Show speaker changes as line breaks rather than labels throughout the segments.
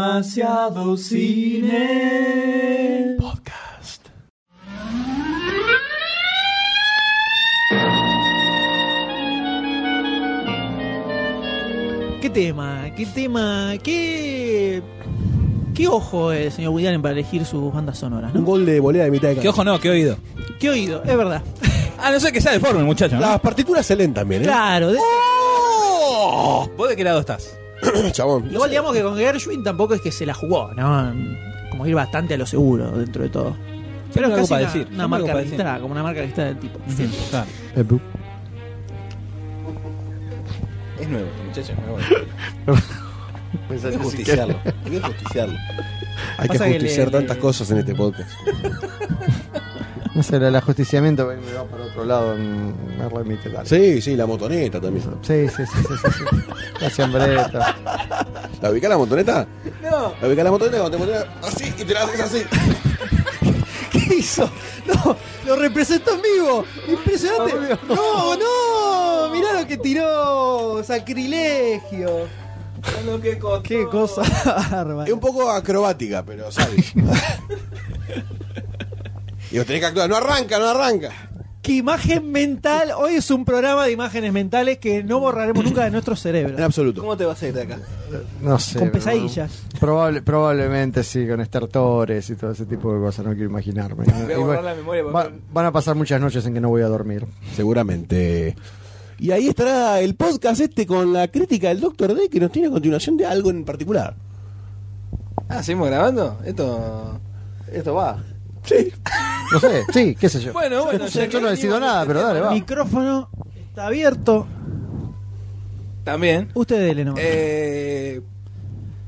Demasiado cine. Podcast.
¿Qué tema? ¿Qué tema? ¿Qué, qué ojo el señor Woody Allen para elegir sus bandas sonoras?
Un
¿no?
gol de volea de mitad de
Que
cancha.
ojo no, que oído.
¿Qué oído? Es verdad.
Ah, no sé que sea deforme el muchacho, ¿no?
Las partituras se leen también, ¿eh?
Claro. de-
¡Oh! ¿Vos de qué lado estás?
Chabón.
Igual digamos que con Gershwin tampoco es que se la jugó, ¿no? Como ir bastante a lo seguro dentro de todo. Pero es
algo
casi
para
una,
decir, siempre
una
algo
marca
para decir.
registrada, como una marca registrada del tipo.
Está. Es nuevo, este muchacho es nuevo.
Hay que justiciarlo. Hay que justiciarlo.
Hay que
Pasa que
justiciar
le-
tantas
le-
cosas en este podcast.
No sé, el ajusticiamiento me va para otro lado. mm, Me remite dale.
Sí, sí, la motoneta también.
Sí, sí, sí, sí, sí, sí. La sombreta.
¿La ubicás la motoneta? No. ¿La ubicás la motoneta? Cuando te motoneta así y te la haces así.
¿Qué hizo? No, lo representó en vivo. Impresionante.
Ah,
No, no. Mirá lo que tiró. Sacrilegio. Qué cosa
Es
bárbara.
un poco acrobática, pero sabes. y vos tenés que actuar. No arranca, no arranca.
Qué imagen mental. Hoy es un programa de imágenes mentales que no borraremos nunca de nuestro
En
cerebro.
absoluto.
¿Cómo te vas a ir de acá?
No sé.
Con
pero-
pesadillas.
Probable, probablemente sí, con estertores y todo ese tipo de cosas. No quiero imaginarme.
Voy a
Y
borrar
va-
la memoria. porque-
va- van a pasar muchas noches en que no voy a dormir.
Seguramente. Y ahí estará el podcast este con la crítica del Doctor D que nos tiene a continuación de algo en particular.
Ah, ¿seguimos grabando? Esto...
Esto va.
Sí.
No sé, sí, qué sé yo.
Bueno, bueno.
Yo-
ya
yo
que
no decido
venimos
nada,
de
pero
este
dale, va.
Micrófono está abierto.
tema También.
Usted dele nomás.
Eh...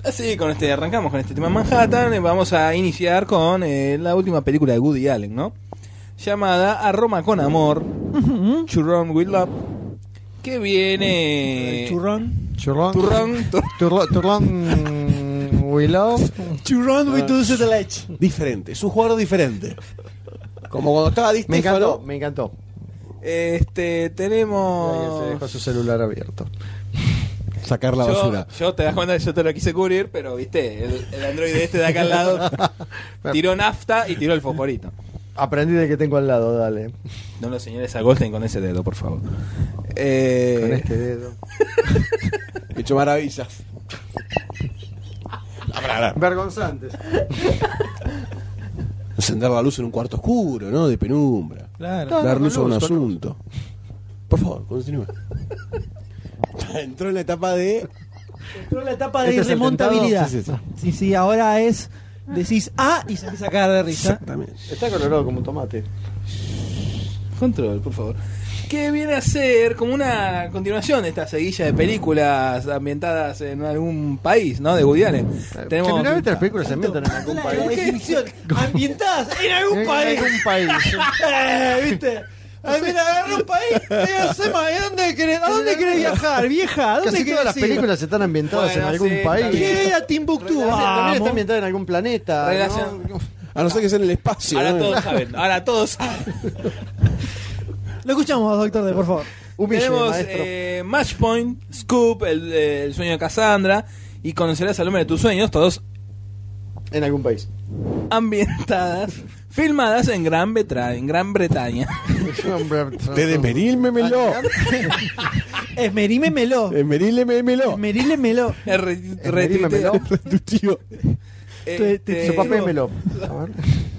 Así, con este, arrancamos con este tema Manhattan. eh, Vamos a iniciar con eh, la última película de Woody Allen, ¿no? Llamada A Roma con Amor,
Ujú.
Churron with Love, que viene...
El Churrón.
Churrón.
Turrón, tur-
Turlo- Turlón. Willow.
Churrón
Ah.
with two
Diferente. Es un jugador diferente. Como cuando estaba Di
Me encantó,
Stefano.
me encantó.
Este,
Ahí se dejó
tenemos...
su celular abierto.
Sacar la
Yo,
basura.
yo te das cuenta que yo te lo quise cubrir, pero viste, el, el androide este de acá al lado tiró nafta y tiró el fosforito.
Aprendí de que tengo al lado, dale.
No lo señales a Goldstein con ese dedo, por favor. Eh,
Con este dedo.
Hecho maravillas. Ah, pará, pará.
Vergonzantes.
Encender la luz en un cuarto oscuro, ¿no? De penumbra.
Claro.
Ah,
Dar
con
luz a un
luz, con
asunto. Por favor, continúa. Entró en la etapa de.
Entró en la etapa de
¿Este es el
irremontabilidad.
tentado? Sí, sí,
sí, sí, ahora es. Decís ah y salís a cagar de risa.
Exactamente.
Está colorado como un tomate.
Control, por favor. Que viene a ser como una continuación de esta seguilla de películas ambientadas en algún país, ¿no? De Woody Allen. Tenemos...
Eh, Generalmente las películas se ambientan en algún
La,
país.
definición. Ambientadas en algún
En
país.
algún país.
Eh, ¿Viste? Ay, mira, agarra un país. eh, hacemos, ¿a dónde querés, ¿A dónde querés viajar, vieja? ¿A dónde
Casi todas
querés
las
ir?
películas están ambientadas
Bueno,
en algún
sí,
país.
está bien.
¿Qué era Timbuktu?
También está
Vamos.
ambientada en algún planeta. ¿no?
Relación-
A no ser que sea en el espacio.
Ahora
¿no?
todos saben, ahora todos saben.
Lo escuchamos, doctor D, por favor.
Humille,
Tenemos
maestro.
eh, Match Point, Scoop, el, eh, el sueño de Cassandra y conocerás al hombre de tus sueños, todos
En algún país.
ambientadas, filmadas en Gran, Betra, en Gran Bretaña.
De desmerílmemelo.
Esmerímemelo.
Eh,
Desmerílmemelo.
Esmerímemelo.
Re- retuiteo.
Esmerímemelo.
Tu tío.
Este,
te-
Su papel me lo. A ver.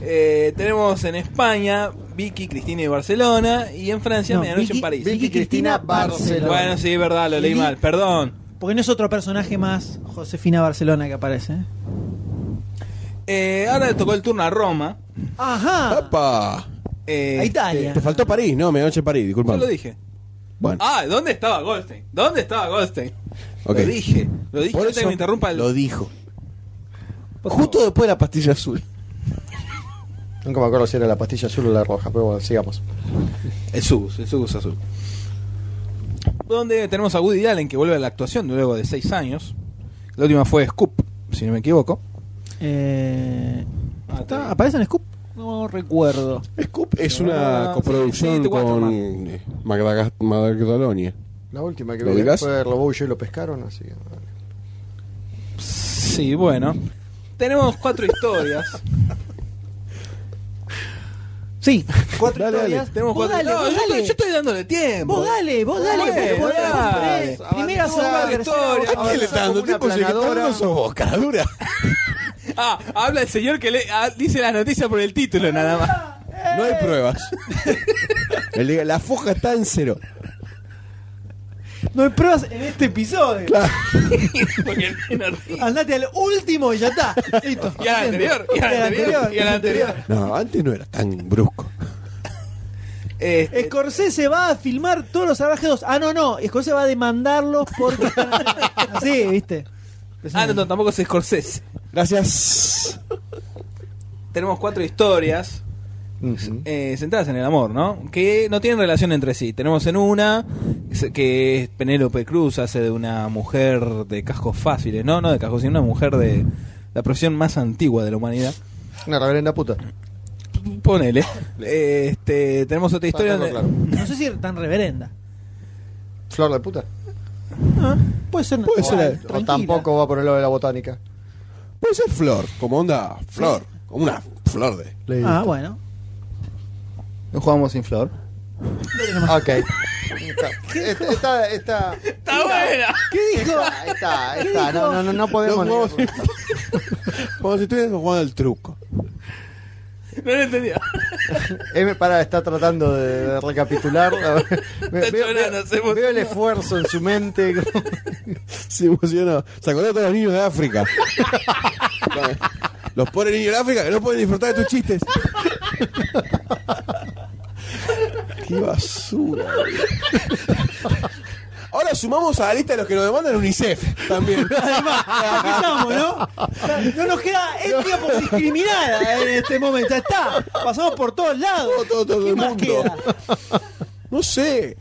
eh, tenemos en España Vicky, Cristina y Barcelona. Y en Francia,
No,
Medianoche
Vicky-
en París.
Vicky Cristina Barcelona.
Bueno, sí, verdad, lo leí
Vicky-
mal, perdón.
Porque no es otro personaje más, Josefina Barcelona, que aparece. ¿eh?
Eh, ahora le tocó el turno a Roma. Ah.
Ajá.
¡Apa!
Eh,
A Italia.
Te faltó París, no, medianoche en París,
Yo
disculpa.
lo dije.
Bueno,
Ah, ¿dónde estaba Goldstein? ¿Dónde estaba Goldstein?
ok.
Lo dije, lo dije
Por
antes que
eso
me interrumpa el...
Lo dijo. Justo después de la pastilla azul.
Nunca me acuerdo si era la pastilla azul o la roja, pero bueno, sigamos.
El Subus, el Subus azul. Donde tenemos a Woody Allen que vuelve a la actuación luego de seis años. La última fue Scoop, si no me equivoco.
Eh,
Ah,
está-
está bien.
¿Aparece en Scoop? No recuerdo.
Scoop es
Ah,
una
sí,
coproducción
sí, te gusta,
con eh, Magdaga- Magdalonia.
La última que
¿Lo
vi
ubicás?
fue Robó y yo y lo pescaron, así que.
Sí, bueno. Tenemos cuatro historias.
Sí, cuatro
Dale, dale.
historias.
Tenemos
Vos
cuatro
dale,
No,
vos
yo, estoy-
dale.
yo estoy dándole tiempo.
Vos dale, vos dale.
Bueno,
porque vos-
dale.
vos- Primera,
Avanzó
segunda,
la historia.
tercera.
¿A quién le está
dando tiempo si el que está hablando sos
vos, cara dura?
Ah, habla el señor que le, ah, dice las noticias por el título nada
Ah.
más.
No hay pruebas. Eh. El de- La foja está en cero.
No hay pruebas en este episodio.
Porque el menor ríe.
Andate al último y ya está. Listo.
Y al anterior, y al anterior, y al anterior.
No, antes no era tan brusco.
Este,
Scorsese va a filmar todos los salvajes 2. Ah, no, no. Scorsese va a demandarlos porque. Así, viste.
ah, no, no, tampoco es Scorsese.
Gracias.
Tenemos cuatro historias
Ujú.
eh, centradas en el amor, ¿no? Que no tienen relación entre sí. Tenemos en una se- que es Penélope Cruz, hace de una mujer de cascos fáciles. No, no de cascos, sino una mujer de la profesión más antigua de la humanidad.
Una reverenda puta.
Ponele. Este, tenemos otra historia.
Para
donde-
hacerlo claro.
No sé si era tan reverenda.
Flor de puta.
Ah, puede ser.
Puede ser,
natural,
o
O
tranquila.
tampoco va por el lado de la botánica.
Puede ser flor, como onda flor. Como una flor de.
Ah, bueno.
No jugamos sin flor.
Ok. Está, está, está,
¡Está buena!
¿Qué dijo?
está, está, está. No, no, no, no podemos.
No,
negar.
Como si estuvieran jugando al truco.
No lo entendía.
M para está tratando de, de recapitular. Veo-
llorando, se emocionó.
veo el esfuerzo en su mente.
Se emocionó. Se acordó de todos los niños de África. los pobres niños de África que no pueden disfrutar de tus chistes. Qué basura. boludo. Ahora sumamos a la lista de los que nos demandan UNICEF también.
Aquí estamos, ¿no? No nos queda ética por discriminada en este momento. Ya está. Pasamos por todos lados.
Todo, todo, todo
¿Qué
el
más
mundo.
queda?
No sé.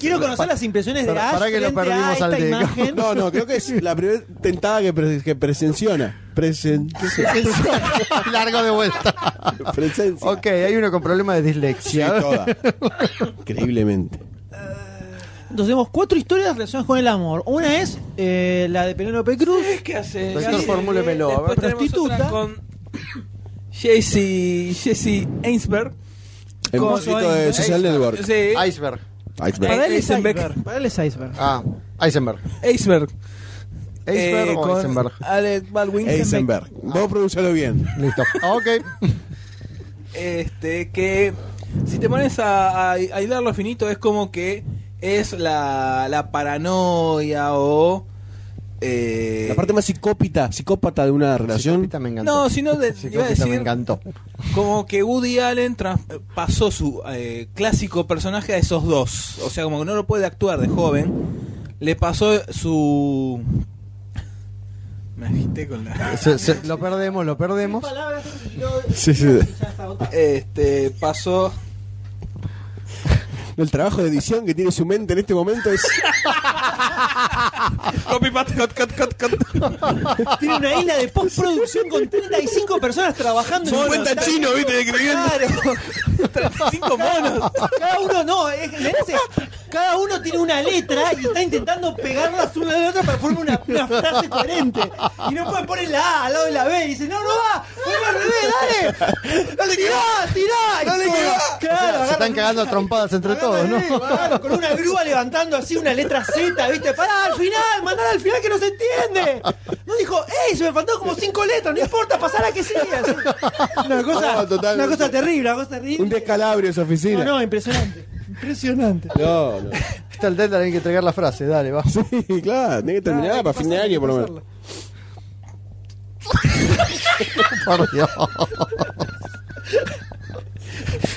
Quiero conocer las impresiones de
Para-
Ash
para que lo
frente a
perdimos
esta
al Deco.
imagen.
No, no, creo que es la primera tentada que, pre- que presenciona. Presen-
Largo de vuelta.
presencia.
Ok, hay uno con problema de
Sí,
dislexia.
toda. Increíblemente.
Entonces tenemos cuatro historias relacionadas con el amor. Una es eh, la de Penélope Cruz.
¿Qué hace?
Doctor, formúlemelo, a
Después
ver.
tenemos
Prostituta.
otra con Jesse, Jesse Ainsberg.
El
Como
mosquito
soy-
de Social Network.
Sí,
Iceberg.
Iceberg.
Para él es
Eisenberg.
iceberg. Para él es iceberg.
Ah, Eisenberg.
Iceberg.
¿Iceberg
Eh,
o
con
Eisenberg?
Alec Baldwin.
Eisenberg. Ah. Vos pronuncialo bien.
Listo. Ah, Ok.
Este, que si te pones a, a, a hilarlo finito, es como que es la, la paranoia o. eh,
La parte más psicópita, psicópata de una relación.
Psicópita me encantó.
No, sino de, iba a
Psicópita me
decir
encantó.
como que Woody Allen trans- pasó su eh, clásico personaje a esos dos. O sea, como que no lo puede actuar de joven. Le pasó su. Me agité con la.
Se- se- lo perdemos, lo perdemos.
Sí, sí.
Este, pasó.
El trabajo de edición que tiene su mente en este momento es.
Copy, paste, cut, cut, cut, cut.
Tiene una isla de postproducción con 35 personas trabajando en
cuenta
Buenos
chino, viste, escribiendo.
Aires. Claro.
35 monos.
Cada uno no, es- le hace- cada uno tiene una letra y está intentando pegarlas una de la otra para formar una, una frase coherente. Y no pueden poner la A al lado de la B. Y dice, no, no va, ponla al revés, dale. Dale, tirá, tirá. Y
Dale que
todo-
va.
Claro,
Se
agarran-
están cagando a trompadas entre todos, ¿no?
Claro, con una grúa levantando así una letra Z, ¿viste? Pará, al final, mandala al final que no se entiende. No dijo, ¡ey! Se me faltaron como cinco letras, no importa, pasar a que sigue. Así. Una cosa,
No, total.
una cosa terrible, una cosa
Un
terrible.
descalabro en su
No,
oficina.
no, impresionante. Impresionante.
No, no.
Está el deadline, hay que entregar la frase. Dale, vamos.
Sí, claro, tiene que terminar para fin de año por lo menos.
Por Dios.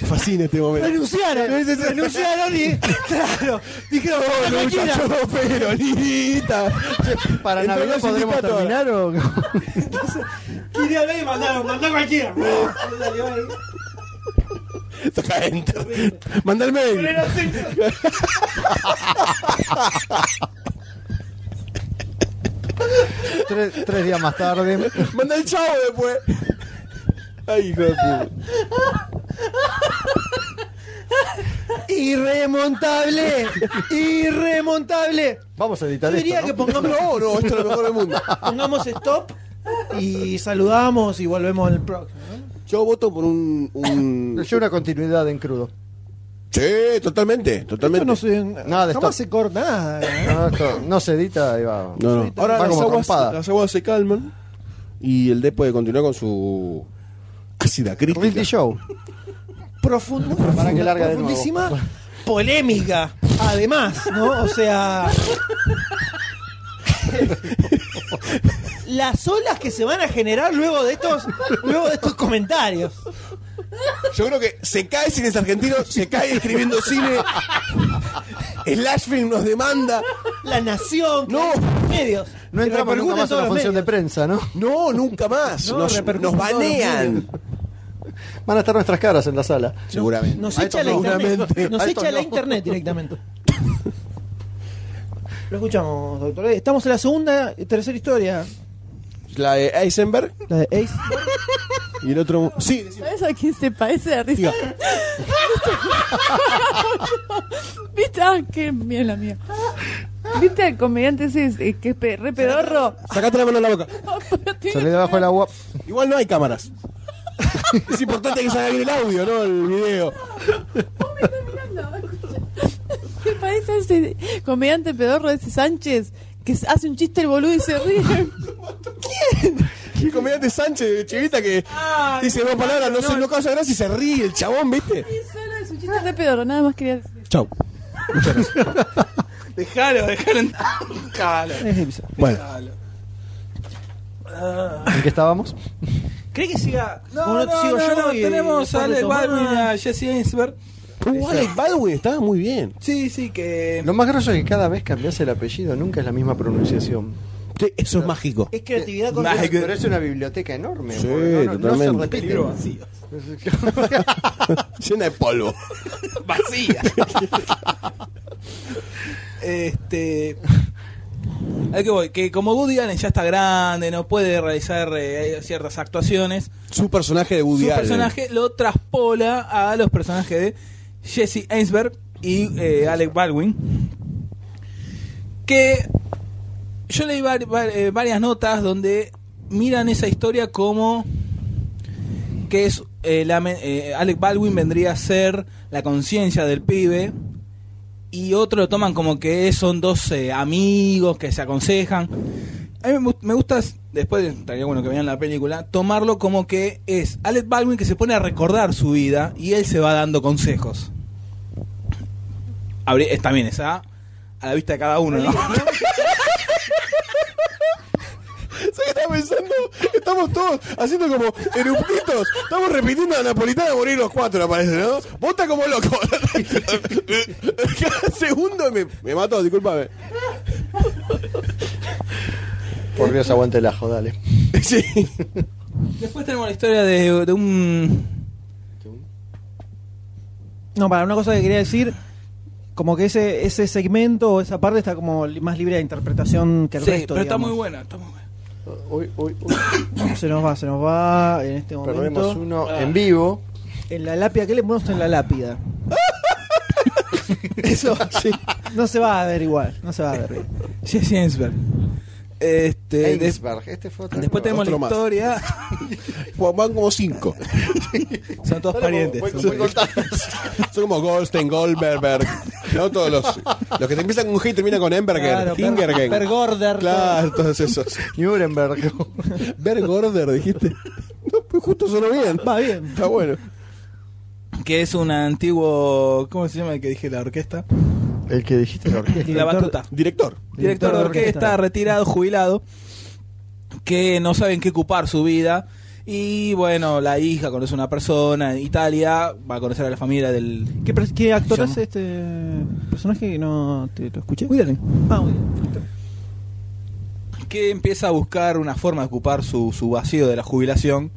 Fascina este momento.
Renunciaron, renunciaron y. Claro, dijeron,
No,
"Esta máquina".
muchacho, peronista.
Para
Entró
Navidad
el
podremos
sindicato ahora.
terminar o.
Quería hablar y mandaron, mandó cualquiera. Salió ahí.
Toca enter. Manda el mail.
Pero era
tres, tres días más tarde.
Manda el chavo después. Ay, hijo de puta.
Y Irremontable. Irremontable.
Vamos a
Yo
editar
diría
esto,
que
¿no?
pongamos,
No, no, esto es lo mejor del mundo.
pongamos stop y saludamos y volvemos al próximo. ¿no?
Yo voto por un. un...
Yo una continuidad en crudo.
Sí, totalmente, totalmente.
Esto no se,
Nada de
jamás
stop.
se corta nada. ¿eh?
No, esto no se edita y va.
No, no. Ahora
Va
las
como
aguas,
trompada.
las aguas se calman y el D puede continuar con su ácida crítica.
Reality show.
Profunda,
Para que larga de nuevo.
profundísima polémica. Además, ¿no? O sea. Las olas que se van a generar luego de estos, luego de estos comentarios.
Yo creo que se cae cines argentinos, se cae escribiendo cine. Slash Film nos demanda.
La nación,
No.
los medios.
No
que
entramos
repercuten
nunca más en
todos los
la función de
medios.
prensa, ¿no?
No, nunca más.
No,
nos,
repercute
nos
en todos los
banean.
Van a estar nuestras caras en la sala.
Seguramente.
Nos
A
echa
estos
la
no.
internet.
Seguramente.
Nos
A
echa
estos
la
no.
internet directamente. Lo escuchamos, doctor. Eh, Estamos en la segunda, tercera historia.
La de Eisenberg
La de Ace.
y el otro. Sí, decime.
¿Sabes a quién se parece la risa?
Diga.
¿Viste? Ah, qué bien la mía. ¿Viste al comediante ese eh, que es pe- re pedorro?
Sacate la mano de la boca.
Pero tiene-
Salí debajo del agua.
Igual no hay cámaras. es importante que salga bien el audio, ¿no? El video.
¿Qué parece a ese comediante pedorro ese Sánchez que s- hace un chiste el boludo y se ríe?
El comediante Sánchez de Chivita que dice dos palabras, Ah, no, se no causa gracia y se ríe el chabón, ¿viste?
Y solo es un chiste re pedorro, nada más quería decir.
Chau.
Dejalo, dejalo. en- Dejalo.
Bueno,
¿En qué estábamos?
¿Cree que siga? o
No, no,
sigo
no,
yo
no,
y-
tenemos
después
a Alec
retomamos?
Baldwin y a Jesse Eisenberg.
uh, Alec Baldwin estaba muy bien.
Sí, sí, que...
Lo más grosso es que cada vez cambias el apellido, nunca es la misma pronunciación.
Sí, eso es mágico.
Es creatividad con
Nah, Ay, que-
Pero es una biblioteca enorme.
Sí,
porque no, no- no se
totalmente.
repite.
Libro vacío.
Llena de polvo.
Vacía. este... Hay que voy, que como Woody Allen ya está grande, no puede realizar eh, ciertas actuaciones,
Su personaje de Woody
su
Allen.
personaje lo traspola a los personajes de Jesse Einsberg y eh, Alec Baldwin. Que yo leí var- var- eh, varias notas donde miran esa historia como que es eh, la men- eh, Alec Baldwin vendría a ser la conciencia del pibe y otros lo toman como que son dos eh, amigos que se aconsejan. A mí me gust- me gusta, después estaría bueno que vean la película, tomarlo como que es Alec Baldwin que se pone a recordar su vida y él se va dando consejos. Abrí- es también esa a la vista de cada uno, ¿no?
¿Sabes qué estaba pensando? Estamos todos haciendo como eructitos. Estamos repitiendo la napolitana a morir los cuatro, me parece, ¿no? Vos estás como loco. Cada segundo me, me mató, discúlpame.
Por Dios, aguante el ajo, dale.
Sí.
Después tenemos la historia de, de un...
No, para una cosa que quería decir, como que ese, ese segmento o esa parte está como li- más libre de interpretación que el
Sí,
resto.
pero está
digamos.
muy buena, está muy buena.
Hoy, hoy, hoy
Se nos va, se nos va en este
perdemos
momento.
uno en vivo.
En la lápida, ¿qué le ponemos en la lápida? Eso, sí. No se va a ver igual, no se va a ver bien.
Jesse Ensberg. Este, des-
Einsberg, este fue otro.
después tenemos la
Otro más.
historia...
Pues Van como cinco.
Son todos parientes.
Voy- voy-
son
voy
parientes.
contando.
Son como Goldstein, Goldberg. No todos los. Los que empiezan con G y terminan con Emberger.
Claro, Per-
Hingergen.
Pergorder.
Claro, todos esos.
Nuremberg.
Bergorder, dijiste. No, pues justo sonó bien.
Va bien.
Está bueno.
que es un antiguo. ¿Cómo se llama el que dije la orquesta?
El que dijiste la orquesta.
La batuta.
Director.
Director de orquesta, retirado, jubilado, que no saben qué ocupar su vida. Y bueno, la hija conoce a una persona en Italia, va a conocer a la familia del.
¿Qué, pres- qué actor
Yo no.
es este personaje que no te lo escuché?
Woody Allen,
Ah, muy bien.
Que empieza a buscar una forma de ocupar su, su vacío de la jubilación,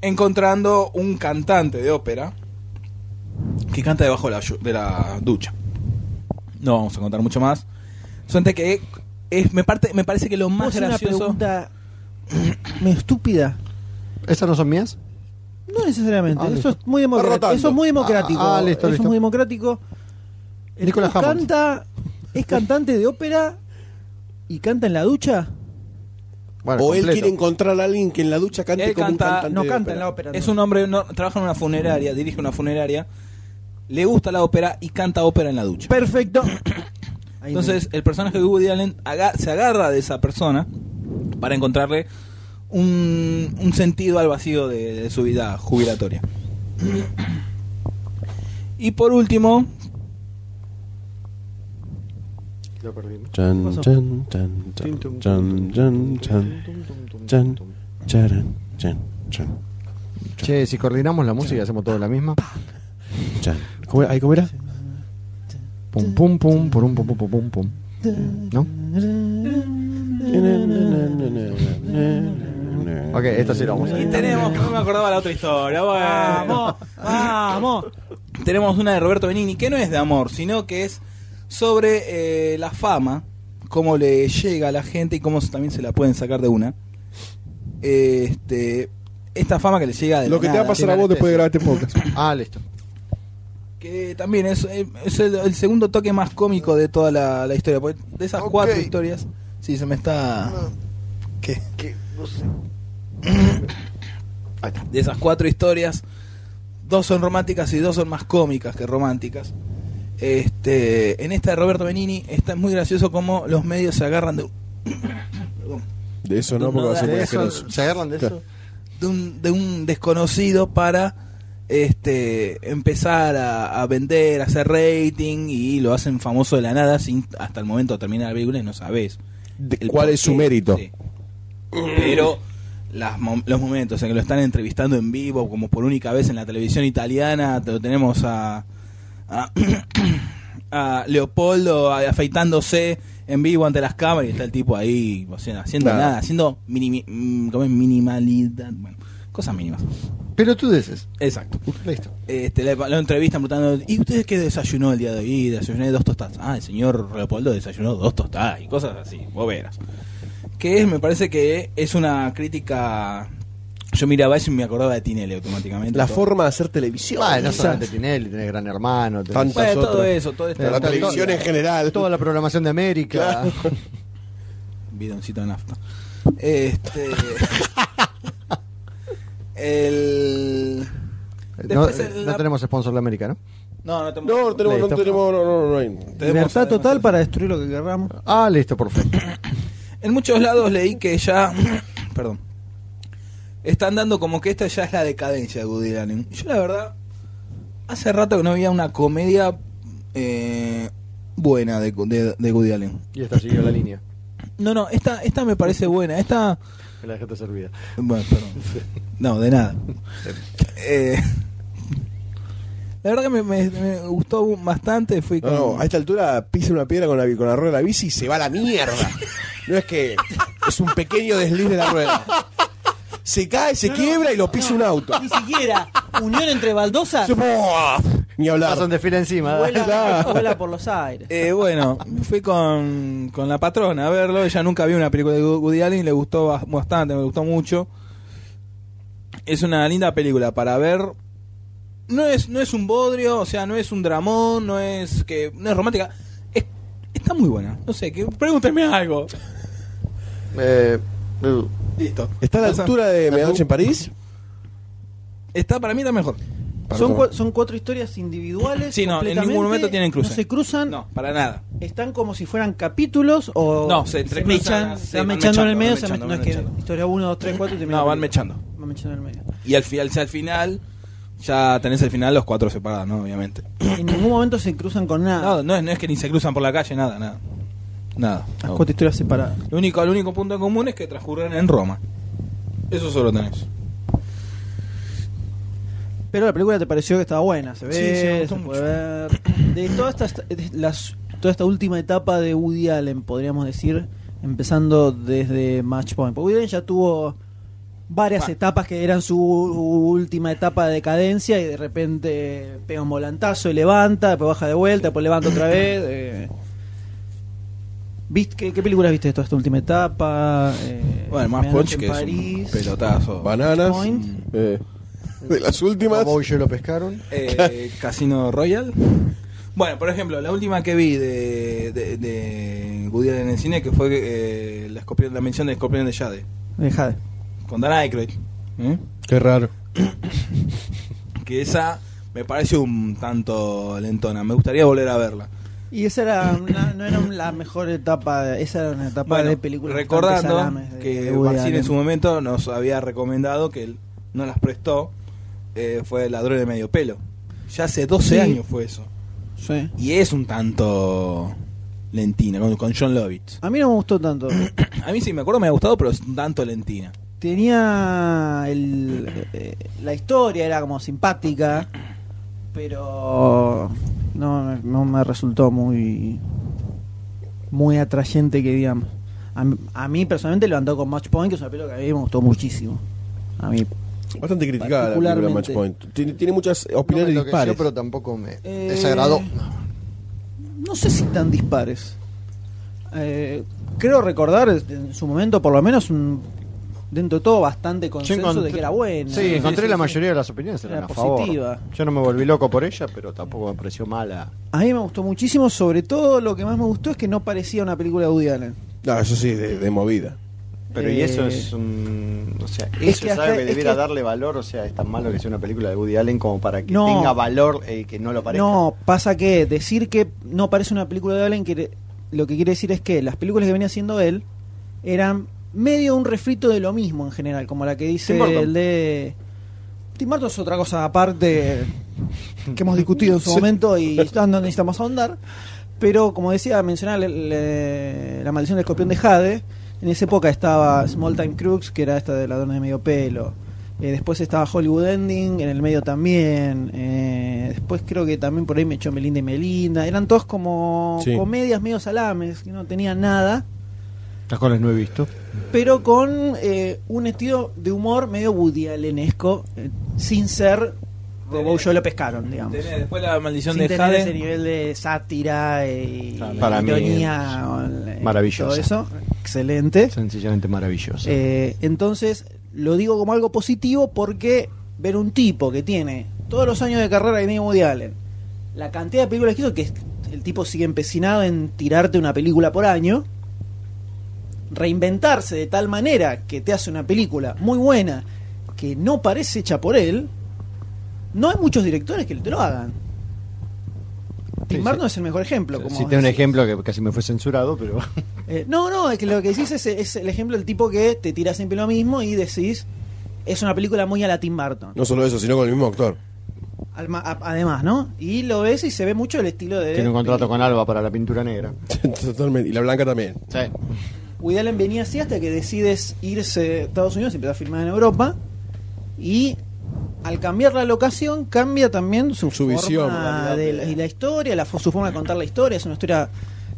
encontrando un cantante de ópera que canta debajo de la, llu- de la ducha. No vamos a contar mucho más. Solamente que es, me, parte, me parece que lo
¿Puedo
más
hacer una
gracioso.
pregunta medio estúpida?
¿Esas no son mías?
No, No necesariamente,
Ah,
eso
listo.
es muy democrático.
Rotando.
Eso es muy democrático.
Ah, ah, listo,
eso
listo.
es muy democrático. El
Nicolás
tipo
Hammond.
canta, es cantante de ópera y canta en la ducha.
Bueno,
o él
completo.
quiere encontrar a alguien que en la ducha cante
Él
como
canta-
un cantante
no
de
canta
ópera.
en la ópera.
Es
no.
un hombre, no, trabaja en una funeraria, dirige una funeraria, le gusta la ópera y canta ópera en la ducha.
perfecto. Ahí
Entonces, el personaje de Woody Allen aga- se agarra de esa persona para encontrarle un, un sentido al vacío de, de su vida jubilatoria. Y por último,
Lo perdimos.
Chan,
pasó?
chan, chan, chan, cnen, chan, chan, chan, charan, chan, chan,
Che, si coordinamos la música y hacemos todo la misma.
chan. ¿Cómo era? ¿Ahí cómo era?
Pum pum pum purum, pum pum pum pum pum. ¿No? Ok, esta sí la vamos a
y
ir.
tenemos, no me acordaba la otra historia, bueno.
Vamos, vamos.
tenemos una de Roberto Benigni que no es de amor, sino que es sobre eh, la fama, cómo le llega a la gente y cómo también se la pueden sacar de una. Este, esta fama que le llega de
Lo
la
que te va a
nada.
pasar a vos después de grabar este podcast.
Ah, listo.
Que también es, eh, es el, el segundo toque más cómico de toda la, la historia. porque de esas
Ok.
cuatro historias, sí, se me está.
Ah.
¿Qué? De esas cuatro historias, dos son románticas y dos son más cómicas que románticas. Este, en esta de Roberto Benini está es muy gracioso cómo los medios se agarran de,
De eso no, porque va a ser muy
De eso,
asqueroso.
¿Se agarran de eso?
de un, de un desconocido para este empezar a, a vender, a hacer rating y lo hacen famoso de la nada sin hasta el momento de terminar la película y no sabes
De-
el
¿Cuál
por
es su
qué,
mérito?
sí. Pero las mom- los momentos en que lo están entrevistando en vivo, como por única vez en la televisión italiana, te lo tenemos a, a, a Leopoldo a- afeitándose en vivo ante las cámaras y está el tipo ahí o sea, haciendo
Nada.
nada, haciendo minimi- mm, ¿cómo es? minimalidad, bueno, cosas mínimas.
Pero tú dices. uh,
Exacto.
Listo.
Este, le- lo entrevistan preguntando, ¿y ustedes qué desayunó el día de hoy? Desayuné dos tostadas. Ah, el señor Leopoldo desayunó dos tostadas y cosas así, boberas. Que es, me parece que es una crítica... Yo miraba eso y me acordaba de Tinelli automáticamente.
La
Todo.
forma de hacer televisión.
Bueno, no
quizás.
solamente Tinelli, tenés Gran Hermano, tenés
Tanto.
Bueno,
Otro.
todo eso, todo esto.
La
Tanto-
televisión en general.
toda la programación de América.
bidoncito de nafta. Este... el...
No,
Después en
no
la-
tenemos sponsor de América, ¿no?
No, no tenemos...
No, no tenemos, no
Listo.
tenemos, no, no, no, no hay.
Libertad total para destruir lo que querramos.
Ah, listo, perfecto.
En muchos lados leí que ya. perdón. Están dando como que esta ya es la decadencia de Woody Allen. Yo, la verdad, hace rato que no había una comedia eh, buena de, de, de Woody Allen.
Y esta siguió la línea.
No, no, esta, esta me parece buena. Esta.
Que la gente se olvida.
Bueno, perdón. No, de nada. Eh, la verdad que me, me- me gustó bastante. Fui
No,
con.
no, a esta altura pisa una piedra con la, con la rueda de la bici y se va a la mierda. No es que es un pequeño desliz de la rueda. Se cae, se quiebra y lo pisa un auto.
Ni siquiera unión entre baldosas
Se- ¡buah! Ni
Pasan
hablar.
de fila encima.
vuela, vuela por los aires.
Eh, bueno, me fui con, con la patrona a verlo. Ella nunca vio una película de Woody Allen y le gustó bas- bastante, me gustó mucho. Es una linda película para ver. No es, no es un bodrio, o sea, no es un dramón, no es que no es romántica. Es- está muy buena. No sé, que, pregúntenme algo.
Eh, eh,
Listo.
¿Está a la
Pasa.
altura de Medianoche en París?
Está para mí la mejor.
Son,
Perdón.
cua- son cuatro historias individuales.
Sí, no, en
completamente,
ningún momento tienen cruce.
No se cruzan,
No, para nada.
están como si fueran capítulos o.
No, se entrecruzan,
mechan-
sí,
se
van
van mechando en el
mechando,
medio.
van
se me-
mechando,
no es
van
que
mechando.
historia 1, 2, 3, 4 y termina.
No,
la
van
película.
mechando.
Van mechando en el medio.
Y al, fi- al, al final, ya tenés el final los cuatro separados, ¿no? Obviamente.
En ningún momento se cruzan con nada.
No, no, es- no es que ni se cruzan por la calle, nada, nada. Nada.
Las cuatro historias separadas.
Lo único, el único punto en común es que transcurren en Roma. Eso solo tenés.
Pero la película te pareció que estaba buena, se ve,
Sí, sí, me gustó
se puede ver. De toda esta, de las- toda esta última etapa de Woody Allen, podríamos decir, empezando desde Match Point. Porque Woody Allen ya tuvo varias
Va.
etapas que eran su última etapa de decadencia y de repente pega un volantazo y levanta, después baja de vuelta, después levanta otra vez. eh. ¿Viste, qué, qué películas viste de toda esta última etapa? Eh,
Bueno, más
Medianoche
Punch
en
que es un
París,
pelotazo.
Bananas.
Point.
eh, de las últimas.
A Bowie lo pescaron.
Eh, Casino Royal. Bueno, por ejemplo, la última que vi de, de, de Woody Allen en el cine que fue eh, la, Escorpión- la mención de Escorpión de Jade
Dejad.
con Dan Aykroyd. ¿eh?
Qué raro.
Que esa me parece un tanto lentona. Me gustaría volver a verla.
Y esa era una- no era la mejor etapa, esa era una etapa
Bueno,
de películas
recordando
bastante salames de-
que
de Woody
Barcini en
Allen.
su momento nos había recomendado que él no las prestó, eh, fue Ladrón de Medio Pelo. Ya hace 12
Sí.
años fue eso.
Sí.
Y es un tanto lentina, con, con John Lovitz.
A mí no me gustó tanto.
A mí sí me acuerdo, me ha gustado, pero es un tanto lentina.
Tenía el, eh, la historia era como simpática, pero no, no me resultó muy muy atrayente que digamos. A, mí- a mí personalmente levantó con Match Point, que es una película que a mí me gustó muchísimo. A mí
Bastante criticada la película
Particularmente.
Match Point. Tiene, tiene muchas
No me
opiniones
enloqueció,
dispares.
pero tampoco me
Eh,
desagradó.
no sé si tan dispares. Eh, creo recordar en su momento, por lo menos, un- dentro de todo, bastante
Yo
consenso
encontré-
de que era buena.
Sí, encontré
Sí, sí,
la
sí.
mayoría de las opiniones eran
Era
a favor.
positiva.
Yo no me volví loco por ella, pero tampoco me pareció mala.
A mí me gustó muchísimo, sobre todo lo que más me gustó es que no parecía una película de Woody Allen.
No, eso sí, de, de movida.
Pero y
Eh,
eso es un... O sea,
es
eso
que
es algo
acá-
que
es
debiera
que-
darle valor. O sea, es tan malo que sea una película de Woody Allen como para que
No.
tenga valor eh, que no lo parezca.
No, pasa que decir que no parece una película de Allen quiere- lo que quiere decir es que las películas que venía haciendo él eran medio un refrito de lo mismo en general, como la que dice
Tim Burton.
el de Tim Burton es otra cosa aparte que hemos discutido en su momento y es donde necesitamos ahondar, pero como decía, mencionaba el- el- la maldición del escorpión de Jade, en esa época estaba Small Time Crooks, que era esta de la dona de medio pelo. Eh, después estaba Hollywood Ending, en el medio también. Eh, después creo que también por ahí me echó Melinda y Melinda. Eran todos como
Sí.
comedias medio salames, que no tenían nada,
Las cuales no he visto.
pero con eh, un estilo de humor medio Woody Allenesco, eh, sin ser Robo yo lo pescaron, digamos.
Tenés después la maldición
Sin
de
tener ese
Jade.
nivel de sátira y
Para mí
ironía. o el-
maravillosa.
Todo eso, excelente.
Sencillamente maravilloso.
Eh, entonces, lo digo como algo positivo porque ver un tipo que tiene todos los años de carrera que tiene Woody Allen, la cantidad de películas que hizo, que es- el tipo sigue empecinado en tirarte una película por año, reinventarse de tal manera que te hace una película muy buena que no parece hecha por él, no hay muchos directores que te lo hagan. Tim
Sí,
Burton
sí.
es el mejor ejemplo. como
Cité un
decís.
ejemplo que casi me fue censurado, pero...
Eh, no, no, es que lo que decís es, es el ejemplo del tipo que te tira siempre lo mismo y decís, es una película muy a la Tim Burton.
No solo eso, sino con el mismo actor.
Alma- a- además, ¿no? Y lo ves y se ve mucho el estilo de...
Tiene un contrato con Alba para la pintura negra.
Totalmente. Y la blanca también.
Sí.
Woody Allen venía así hasta que decides irse a Estados Unidos y empezar a filmar en Europa. Y al cambiar la locación, cambia también su,
Su
forma
visión,
de la, y la historia, la, fo- su forma de contar la historia. Es una historia,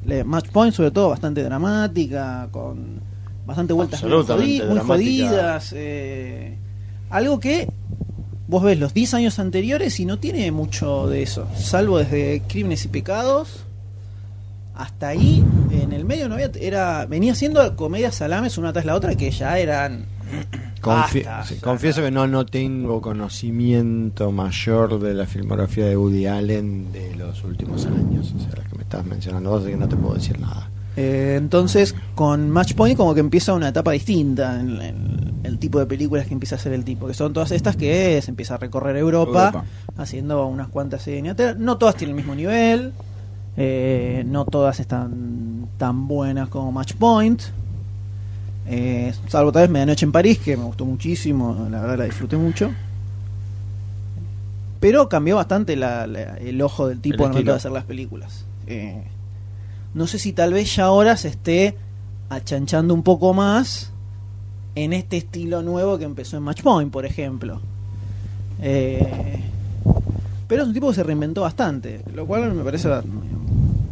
le- Match Point, sobre todo, bastante dramática, con bastante vueltas medio
Absolutamente
jodi- muy
dramática.
jodidas. eh, algo que vos ves los 10 años anteriores y no tiene mucho de eso, salvo desde Crímenes y Pecados. Hasta ahí, en el medio no había, era, venía siendo comedias salames una tras la otra que ya eran
Confie-
Basta,
sí,
ya.
confieso que no, no tengo conocimiento mayor de la filmografía de Woody Allen de los últimos años, o sea, las que me estás mencionando vos, así que no te puedo decir nada.
Eh, entonces, con Match Point como que empieza una etapa distinta en, en el tipo de películas que empieza a hacer el tipo, que son todas estas que se empieza a recorrer Europa,
Europa.
haciendo unas cuantas en Inglaterra. No todas tienen el mismo nivel, eh, no todas están tan buenas como Match Point, eh, salvo tal vez Medianoche en París, que me gustó muchísimo, la verdad la disfruté mucho. Pero cambió bastante la- la- el ojo del tipo
El
al momento
estilo.
de hacer las películas. Eh, no sé si tal vez ya ahora se esté achanchando un poco más en este estilo nuevo que empezó en Matchpoint, por ejemplo. Eh, pero es un tipo que se reinventó bastante, lo cual me parece eh,
No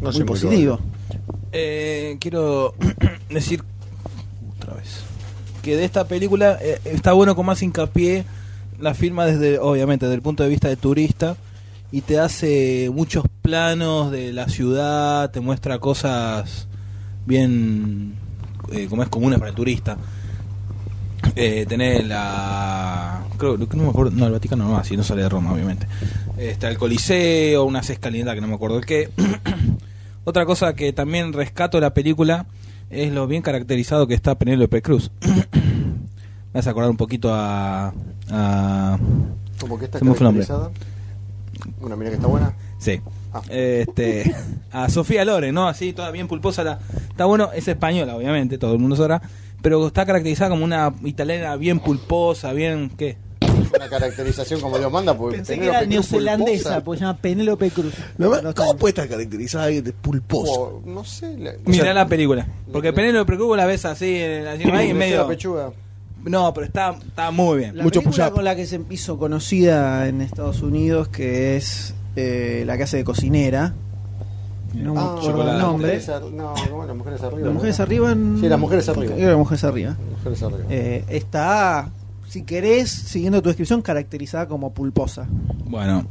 muy
sé, muy
positivo.
Eh, quiero decir otra vez que de esta película eh, está bueno con más hincapié la firma desde obviamente desde el punto de vista de turista y te hace muchos planos de la ciudad, te muestra cosas bien eh, como es comunes para el turista. eh, tenés la. Creo, no me acuerdo. No, el Vaticano no, así no sale de Roma, obviamente. Está el Coliseo, una cés calienta que no me acuerdo el qué. Otra cosa que también rescato de la película es lo bien caracterizado que está Penélope Cruz. Me hace acordar un poquito a. a
Como que está
Se me fue el nombre.
caracterizada. Una mira que está buena.
sí.
Ah.
Este, a Sofía Loren, ¿no? Así, toda bien pulposa. La, está bueno, es española, obviamente, todo el mundo sabrá. Pero está caracterizada como una italiana bien pulposa, bien. ¿Qué?
Una caracterización como Dios manda. Porque
Pensé que
Penélope
era
Cruz
neozelandesa,
pulposa,
porque se llama Penélope Cruz.
No,
No, no,
¿Cómo puede estar caracterizada alguien de
pues.
pulposo?
o- no sé. la- o
Mirá
sea,
la película. Porque
le- le-
Penélope Cruz vos la ves así, en- así, ahí en
le-
medio.
la pechuga.
No, pero está, está muy bien.
La-
La
Mucho
película
push-up.
con la que se hizo conocida en Estados Unidos, que es eh, la que hace de cocinera. No me
Ah,
acuerdo el
las
nombre.
mujeres ar- No, ¿cómo? Las mujeres arriba.
Las
¿no?
mujeres arriba. en-
Sí, las mujeres arriba.
Creo que las mujeres arriba.
Las mujeres arriba.
Eh, está, si querés, siguiendo tu descripción, caracterizada como pulposa.
Bueno,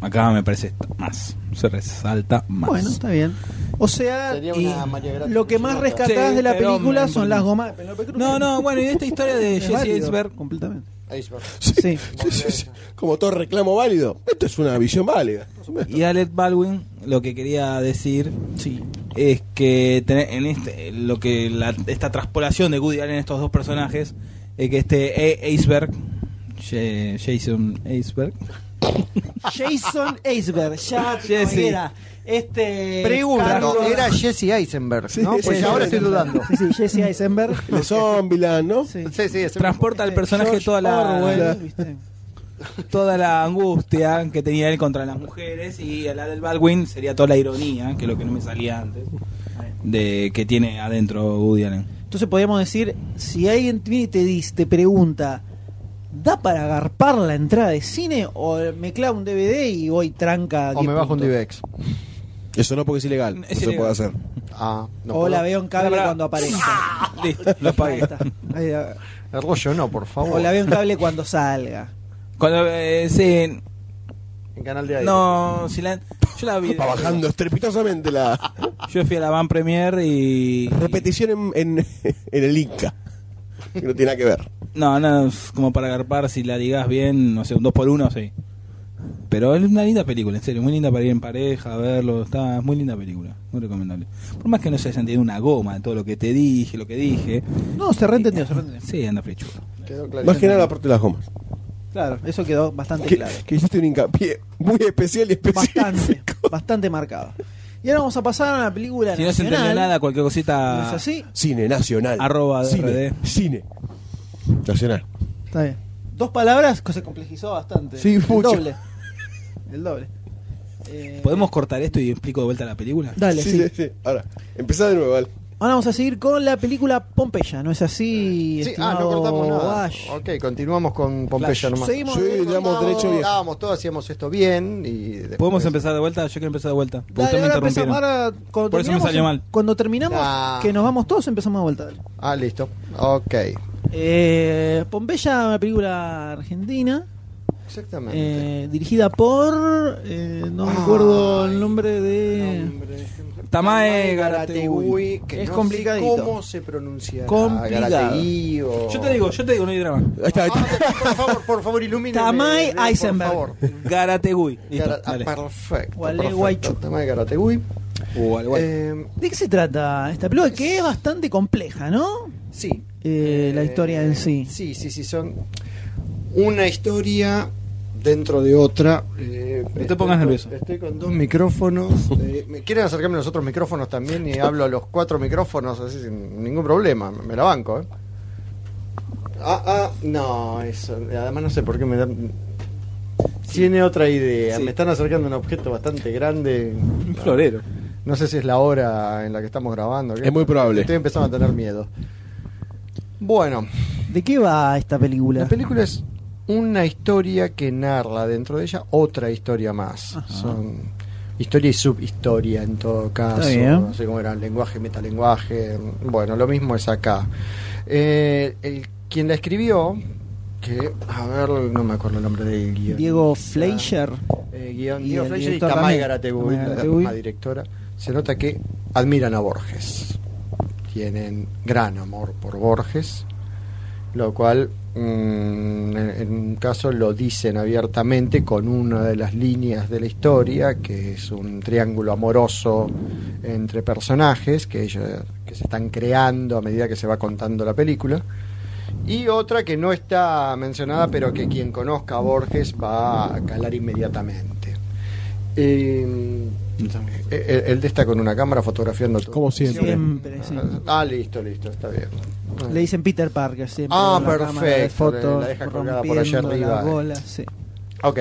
acá me parece más. Se resalta más.
Bueno, está bien. O sea,
Sería
y
una María Gracia
lo que más
chilota.
rescatás
Sí,
de la
pero
película
me-
son las gomas de Penélope Cruz.
No, no, bueno, y esta historia de
Es
Jesse
válido,
Eisenberg.
Completamente.
Ahí se va.
Sí.
Sí, sí, sí. Como todo reclamo válido. Esto es una visión válida.
Y Alec Baldwin, lo que quería decir
Sí.
es que tener- en este, lo que la- esta traspolación de Woody Allen en estos dos personajes es que este E- Eisberg, Ye- Jason Eisberg,
Jason Eisberg, ya
Jesse.
era. Este.
Pregunta,
Carlos-
No, era Jesse Eisenberg,
Sí,
¿no?
sí,
Pues
sí,
ahora
sí.
estoy dudando.
Sí, sí, Jesse Eisenberg.
El de Zombieland, ¿no?
Sí.
Sí, sí, ese
transporta al personaje
George
toda la,
Orwell, ¿viste?
toda la angustia que tenía él contra las mujeres y al Alec Baldwin sería toda la ironía, que es lo que no me salía antes, de que tiene adentro Woody Allen.
Entonces podríamos decir, si alguien viene y te, dice, te pregunta, ¿da para agarpar la entrada de cine o me clavo un DVD y voy tranca?
mismo. O
10
me bajo un
puntos?
Divex.
Eso no porque es ilegal. No
Es
se
ilegal.
puede hacer.
Ah, no.
O la
puedo.
veo en cable
Pará, Ah, pará.
cuando aparezca.
Listo, lo
Ahí
pagué.
está. Ahí la-
El rollo no, por favor.
O la veo en cable cuando salga.
Cuando, eh, sí,
En canal de aire.
no, si la- yo la vi.
Va bajando estrepitosamente la
Yo fui a la Van Premier y.
repetición en, en, en el Inca. Que no tiene nada que ver.
No, no, es como para agarpar si la digas bien, no sé, un 2 por 1 sí. Pero es una linda película, en serio, muy linda para ir en pareja, a verlo, está es muy linda película, muy recomendable. Por más que no se haya entendido una goma de todo lo que te dije, lo que dije.
No, se reentendió, se reentendió.
Sí, anda flechudo.
Quedó clarísimo.
Más que nada la parte de las gomas.
Claro, eso quedó bastante
Que,
claro.
que hiciste un hincapié muy especial y específico.
Bastante, bastante marcado. Y ahora vamos a pasar a una película
Si no se
nacional.
entendió nada, cualquier
¿No
cosita.
es así?
Cine nacional.
Arroba
cine,
DRD.
cine. Nacional.
Está bien. Dos palabras que se complejizó bastante.
Sí,
El
mucho.
doble. El doble. Eh,
¿Podemos cortar esto y explico de vuelta la película?
Dale,
Sí,
sí.
sí, sí. Ahora, empezá de nuevo, ¿vale?
Ahora vamos a seguir con la película Pompeya, ¿no es así?
Sí, ah,
estimado
no cortamos nada.
Ash?
Ok, continuamos con Pompeya nomás.
Seguimos.
Sí, le damos derecho bien.
Estábamos todos, hacíamos esto bien y después-
¿Podemos empezar de vuelta? Yo quiero empezar de vuelta. porque
Dale,
ustedes me
ahora
interrumpieron.
empezamos ahora, cuando
Por eso me
terminamos-
salió mal.
Cuando terminamos,
Ah.
que nos vamos todos, empezamos de vuelta. dale.
Ah, listo. Ok.
Eh, Pompeya, una película argentina,
Exactamente.
eh, dirigida por... eh, no me acuerdo el nombre de...
Tamae
Garategui,
Garategui,
que
Es
no
complicadito.
sé cómo se pronuncia.
Complicado.
Garategui o...
Yo te digo, yo te digo, no hay drama.
Ahí está, ahí
Ah,
está.
por favor, por favor, ilumíname.
Tamay
Leo, por
Eisenberg.
favor.
Garategui. Listo,
Gara- ah,
dale.
perfecto.
Gualé
perfecto.
Guaychú.
Tamay Garategui.
Uh, al guay.
Eh,
¿De qué se trata esta película? Que es bastante compleja, ¿no?
sí.
Eh, la
Eh,
historia en sí.
Sí, sí, sí. Son una historia dentro de otra. eh,
te
estoy
pongas
con-
nervioso.
Estoy con dos micrófonos. eh, me- ¿Quieren acercarme a los otros micrófonos también? Y hablo a los cuatro micrófonos así sin ningún problema. Me la banco, ¿eh? Ah, ah, no, eso. Además no sé por qué me da... Tiene otra idea.
Sí.
Me están acercando un objeto bastante grande.
Un florero.
No sé si es la hora en la que estamos grabando. ¿qué?
Es muy probable.
Estoy empezando a tener miedo. Bueno,
¿De qué va esta película?
la película es una historia que narra dentro de ella otra historia más. Son historia y subhistoria en todo caso.
Está bien.
No sé cómo era, lenguaje, metalenguaje. Bueno, lo mismo es acá. Eh, el, quien la escribió, que, a ver, no me acuerdo el nombre de guion.
Diego Fleischer.
Eh, guion,
Y
Diego
el
Fleischer y
director
Tamay
también.
Garategui,
Tamay
la- la
Garategui.
misma directora. Se nota que admiran a Borges. Tienen gran amor por Borges. lo cual mm, en, en un caso lo dicen abiertamente con una de las líneas de la historia, que es un triángulo amoroso entre personajes que, ellos, que se están creando a medida que se va contando la película. Y otra que no está mencionada, pero que quien conozca a Borges va a calar inmediatamente. Eh, eh, él está con una cámara fotografiando todo.
Como siempre.
Siempre, sí.
Ah, listo, listo, está bien.
Le dicen Peter Parker siempre.
Ah,
con la cámara de
perfecto, le-
fotos,
la deja colgada por
rompiendo
allá arriba.
las bolas, sí.
Ok.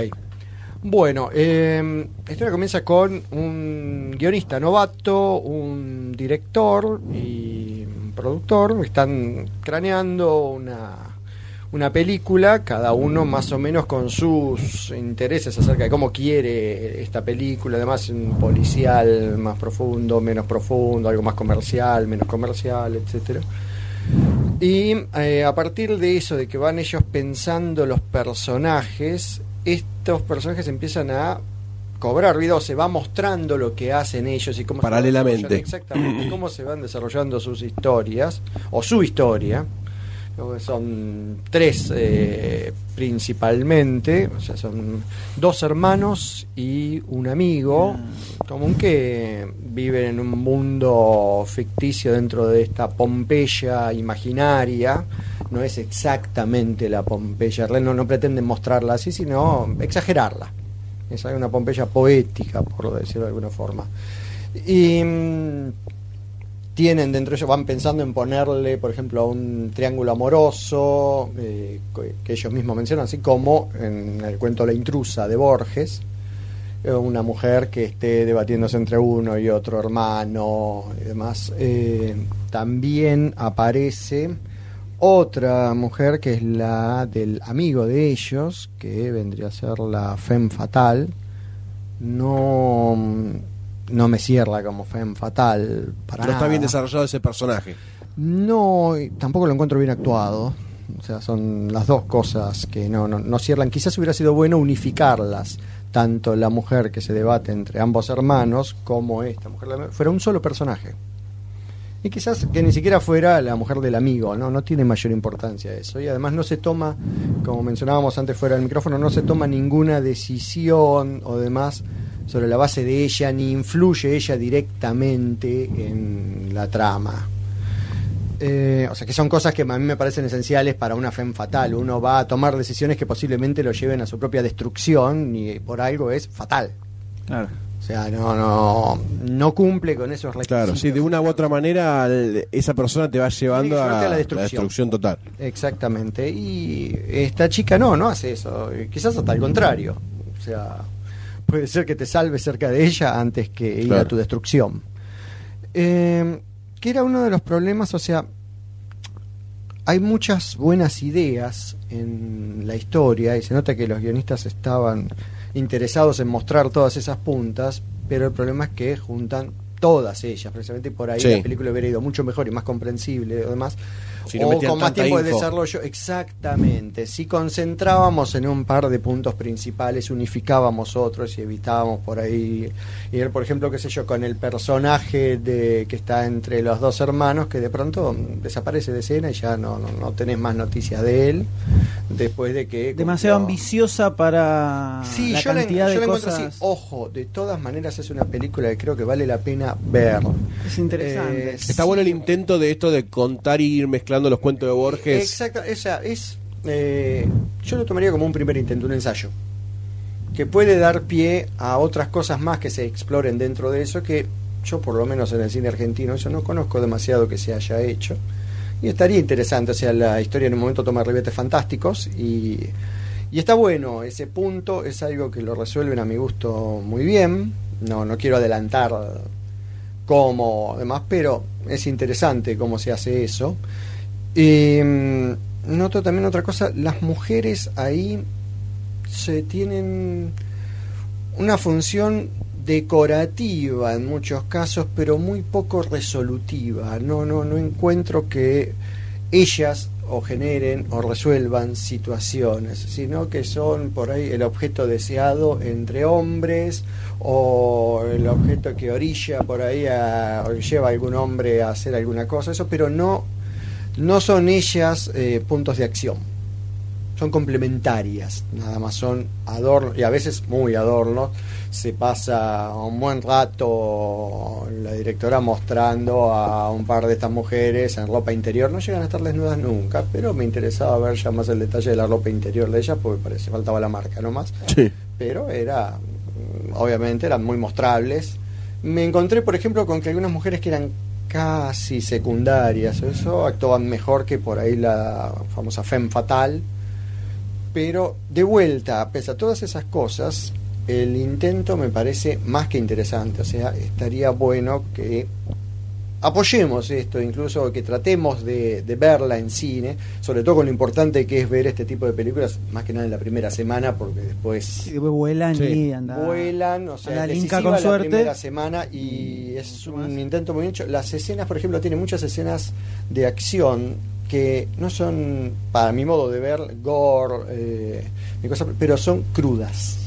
Bueno, eh, la historia comienza con un guionista novato, un director y un productor. Están craneando una, una película, cada uno más o menos con sus intereses acerca de cómo quiere esta película. Además, un policial más profundo, menos profundo, algo más comercial, menos comercial, etcétera. Y eh, a partir de eso, de que van ellos pensando los personajes, estos personajes empiezan a cobrar vida o se va mostrando lo que hacen ellos y cómo se van
Paralelamente.
desarrollando- exactamente cómo se van desarrollando sus historias o su historia Luego son tres eh, principalmente o sea son dos hermanos y un amigo común que viven en un mundo ficticio dentro de esta Pompeya imaginaria no es exactamente la Pompeya real, no, no pretenden mostrarla así sino exagerarla es una Pompeya poética por decirlo de alguna forma y mm, tienen dentro de ellos, van pensando en ponerle, por ejemplo, a un triángulo amoroso, eh, co- que ellos mismos mencionan, así como en el cuento La intrusa de Borges, eh, una mujer que esté debatiéndose entre uno y otro hermano y demás. Eh, también aparece otra mujer que es la del amigo de ellos, que vendría a ser la Femme Fatal. No, no me cierra como Femme Fatal. Para
No está
nada.
bien desarrollado ese personaje.
No, y tampoco lo encuentro bien actuado. O sea, son las dos cosas que no, no, no cierran. Quizás hubiera sido bueno unificarlas, tanto la mujer que se debate entre ambos hermanos como esta mujer. la- Fuera un solo personaje. Y quizás que ni siquiera fuera la mujer del amigo, ¿no? No tiene mayor importancia eso. Y además no se toma, como mencionábamos antes fuera del micrófono, no se toma ninguna decisión o demás sobre la base de ella, ni influye ella directamente en la trama. Eh, o sea, que son cosas que a mí me parecen esenciales para una femme fatal. Uno va a tomar decisiones que posiblemente lo lleven a su propia destrucción y por algo es fatal.
Claro.
O sea, no, no, no cumple con esos requisitos.
Claro, sí, de una u otra manera el- esa persona te va llevando
llevarte
a,
a la
la, destrucción.
destrucción.
total.
Exactamente. Y esta chica no, no hace eso. Eh, Quizás hasta el contrario. O sea, puede ser que te salve cerca de ella antes que ir a
Claro.
tu destrucción. Eh, que era uno de los problemas, o sea, hay muchas buenas ideas en la historia y se nota que los guionistas estaban interesados en mostrar todas esas puntas, pero el problema es que juntan todas ellas, precisamente y por ahí
Sí.
la película hubiera ido mucho mejor y más comprensible, además,
Si no
o
metían
con más
tanta
tiempo de
info.
desarrollo, exactamente. Si concentrábamos en un par de puntos principales, unificábamos otros y evitábamos por ahí y él, por ejemplo, qué sé yo, con el personaje de que está entre los dos hermanos, que de pronto mm, desaparece de escena y ya no, no, no tenés más noticias de él, después de que...
Demasiado
cumplió-
ambiciosa para
Sí,
la
yo la,
cantidad
yo
de
la encuentro
cosas.
así. oh, Ojo, de todas maneras es una película que creo que vale la pena ver.
Es interesante.
Eh,
Está bueno el intento de esto de contar y ir mezclando los cuentos de Borges.
Exacto, o sea, es. eh, yo lo tomaría como un primer intento, un ensayo. Que puede dar pie a otras cosas más que se exploren dentro de eso, que yo, por lo menos en el cine argentino, eso no conozco demasiado que se haya hecho. Y estaría interesante, o sea, la historia en un momento toma ribetes fantásticos y, y está bueno ese punto, es algo que lo resuelven a mi gusto muy bien. No, no quiero adelantar cómo, demás, pero es interesante cómo se hace eso. Eh, noto también otra cosa, las mujeres ahí se tienen una función decorativa en muchos casos, pero muy poco resolutiva. No, no, no encuentro que ellas o generen o resuelvan situaciones, sino que son por ahí el objeto deseado entre hombres o el objeto que orilla por ahí a- o lleva a algún hombre a hacer alguna cosa, eso, pero no No son ellas eh, puntos de acción. Son complementarias, nada más son adornos, y a veces muy adornos. Se pasa un buen rato la directora mostrando a un par de estas mujeres en ropa interior. No llegan a estar desnudas nunca, pero me interesaba ver ya más el detalle de la ropa interior de ellas porque parece faltaba la marca nomás
Sí.
pero era mm, obviamente eran muy mostrables. Me encontré, por ejemplo, con que algunas mujeres que eran casi secundarias, eso actuaban mejor que por ahí la famosa femme fatal. Pero de vuelta, pese a todas esas cosas, el intento me parece más que interesante. O sea, estaría bueno que apoyemos esto, incluso que tratemos de, de verla en cine, sobre todo con lo importante que es ver este tipo de películas, más que nada en la primera semana, porque después
Y después vuelan
Sí.
y anda.
vuelan, o sea,
Anda
es
al Inca
decisiva
con
la
suerte. Mm,
primera semana y es un intento muy hecho. Las escenas, por ejemplo, tiene muchas escenas de acción que no son, para mi modo de ver, gore, eh, ni cosa- pero son crudas,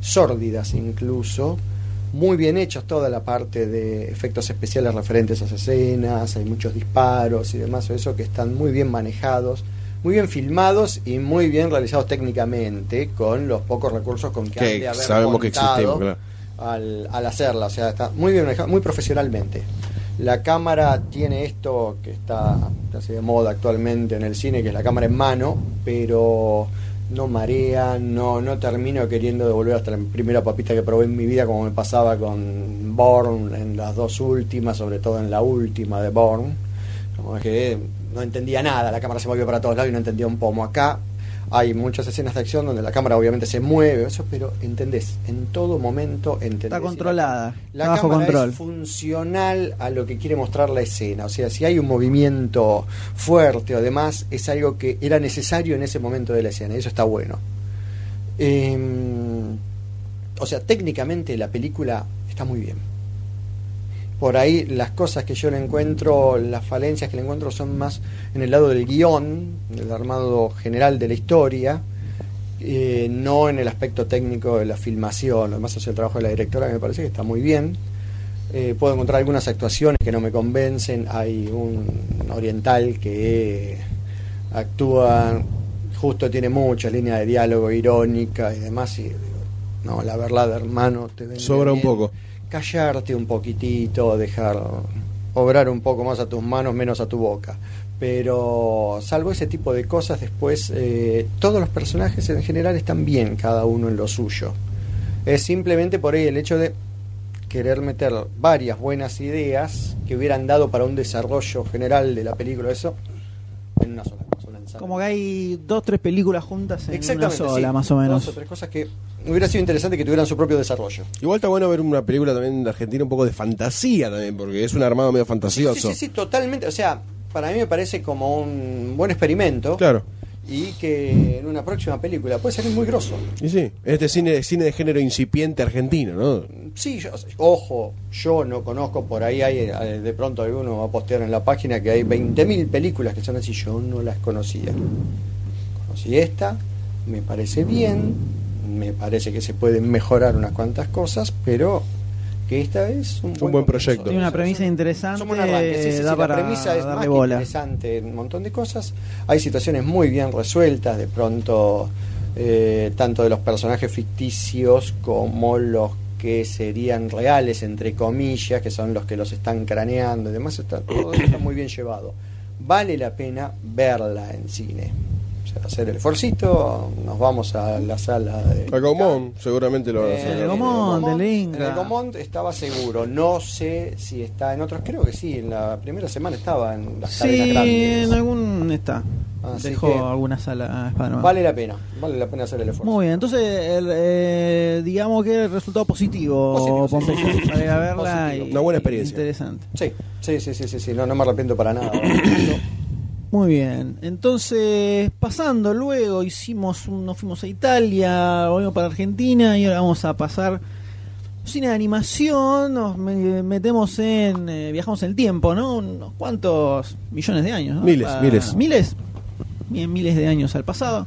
sórdidas incluso. Muy bien hechos toda la parte de efectos especiales referentes a esas escenas, hay muchos disparos y demás, eso que están muy bien manejados, muy bien filmados y muy bien realizados técnicamente con los pocos recursos con que, han de
Que
haber
sabemos que
contado
existimos, claro.
al, al hacerla, o sea, está muy bien manejado, muy profesionalmente. La cámara tiene esto que está casi de moda actualmente en el cine, que es la cámara en mano, pero no marea, no, no termino queriendo devolver hasta la primera papita que probé en mi vida, como me pasaba con Born en las dos últimas, sobre todo en la última de Born. Como que no entendía nada, la cámara se movió para todos lados y no entendía un pomo. Acá hay muchas escenas de acción donde la cámara obviamente se mueve, eso, pero entendés, en todo momento entendés.
Está
Y la-
controlada.
La
está bajo
cámara
control.
es funcional a lo que quiere mostrar la escena. O sea, si hay un movimiento fuerte o demás, es algo que era necesario en ese momento de la escena. Y eso está bueno. Em, o sea, técnicamente la película está muy bien. Por ahí las cosas que yo le encuentro, las falencias que le encuentro son más en el lado del guión, del armado general de la historia, eh, no en el aspecto técnico de la filmación. Además, hacia el trabajo de la directora que me parece que está muy bien. Eh, puedo encontrar algunas actuaciones que no me convencen. Hay un oriental que actúa, justo tiene muchas líneas de diálogo irónica y demás. Y digo, no, la verdad, hermano, te vendría
Sobra un
bien
poco.
callarte un poquitito, dejar obrar un poco más a tus manos, menos a tu boca. Pero salvo ese tipo de cosas, después eh, todos los personajes en general están bien, cada uno en lo suyo. Es simplemente por ahí el hecho de querer meter varias buenas ideas que hubieran dado para un desarrollo general de la película, eso, en una sola cosa. una ensalada.
Como que hay dos, tres películas juntas en una
Exactamente,
sola,
sí.
más o
Dos o
menos.
tres cosas que hubiera sido interesante que tuvieran su propio desarrollo.
Igual está bueno ver una película también de Argentina un poco de fantasía también, porque es un armado medio fantasioso.
Sí, sí, sí, totalmente. O sea, para mí me parece como un buen experimento.
Claro.
Y que en una próxima película puede salir muy grosso.
Y sí, este cine, cine de género incipiente argentino, ¿no?
Sí, yo- ojo, yo no conozco, por ahí hay, eh, de pronto alguno va a postear en la página que hay 20.000 películas que son así, yo no las conocía. Conocí esta, me parece bien, me parece que se pueden mejorar unas cuantas cosas, pero que esta es un buen,
buen
comienzo.
proyecto.
Tiene una
Es
premisa interesante, eh,
somos un arranque, sí, sí, sí,
da para
la premisa es más
darle
que
bola.
interesante en un montón de cosas. Hay situaciones muy bien resueltas, de pronto, eh, tanto de los personajes ficticios como los que serían reales, entre comillas, que son los que los están craneando y demás, está, todo eso está muy bien llevado. Vale la pena verla en cine. O sea, hacer el esforcito, nos vamos a la sala de...
A Gaumont, seguramente lo van a
Eh,
hacer.
en
el Gaumont,
Gaumont,
del
en
Inca.
el Gaumont estaba seguro. No sé si está en otros. Creo que sí. En la primera semana estaba en las cadenas
Sí,
grandes. Ah,
en algún está.
Así
Dejó
que-
alguna sala a Spider-Man.
Vale la pena. Vale la pena hacer el esfuerzo.
Muy bien, entonces el, eh, digamos que el resultado positivo,
Positivo, sí.
Pompeyo. Para ir a verla
Positivo.
y-
Una buena experiencia.
Interesante.
Sí, sí, sí, sí, sí, sí, No, no me arrepiento para nada. No.
Muy bien, entonces pasando luego hicimos un- nos fuimos a Italia, volvimos para Argentina y ahora vamos a pasar cine de animación, nos me- metemos en eh, viajamos en el tiempo, ¿no? Unos cuantos millones de años, ¿no?
Miles,
Pa-
miles.
miles, bien miles de años al pasado,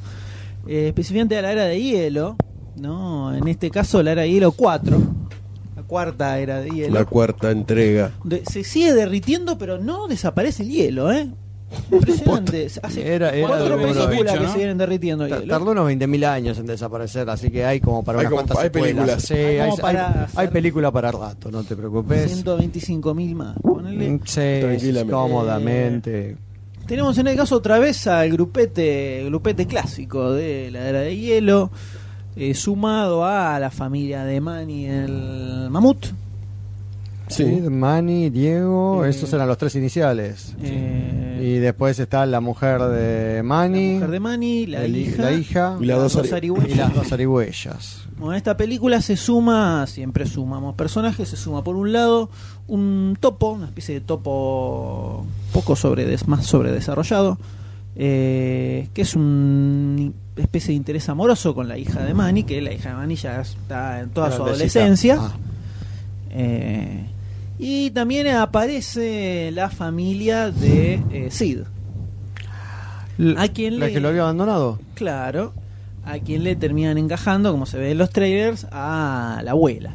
eh, específicamente a la era de hielo, ¿no? En este caso la era de hielo 4, la cuarta era de hielo.
La cuarta entrega.
De- se sigue derritiendo, pero no desaparece el hielo, ¿eh? Impresionante. Hace
Era, era
cuatro
de-
películas
bicho,
que
¿no?
se vienen derritiendo.
Ta-
Y lo-
Tardó unos 20.000 años en desaparecer, así que hay como para
Hay
unas
como-
cuantas
hay
secuelas.
películas.
Sí,
Hay
hay,
como
hay-
para
hay
hacer-
película para rato, no te preocupes.
125 mil más. ponele.
Mm, Sí,
Tranquilamente.
cómodamente.
Tenemos en el caso otra vez al grupete, el grupete clásico de la era de hielo, eh, sumado a la familia de Manny el mamut.
Sí. Manny, Diego,
Eh,
esos eran los tres iniciales.
Eh,
Y después está la mujer de
la
Manny,
mujer de Manny, la,
el hi-
hija,
la hija
Y la- las dos ari-
arihuellas.
y las dos arihuellas.
Bueno, esta película se suma, siempre sumamos personajes, se suma por un lado un topo, una especie de topo poco sobre des- más sobredesarrollado, eh, que es una especie de interés amoroso con la hija de Manny, que la hija de Manny ya está en toda
Era
su
besita.
adolescencia.
Ah.
Eh, y también aparece la familia de eh, Sid, ¿A quién
la
le-
que lo había abandonado.
claro, a quien le terminan encajando, como se ve en los trailers, a la abuela.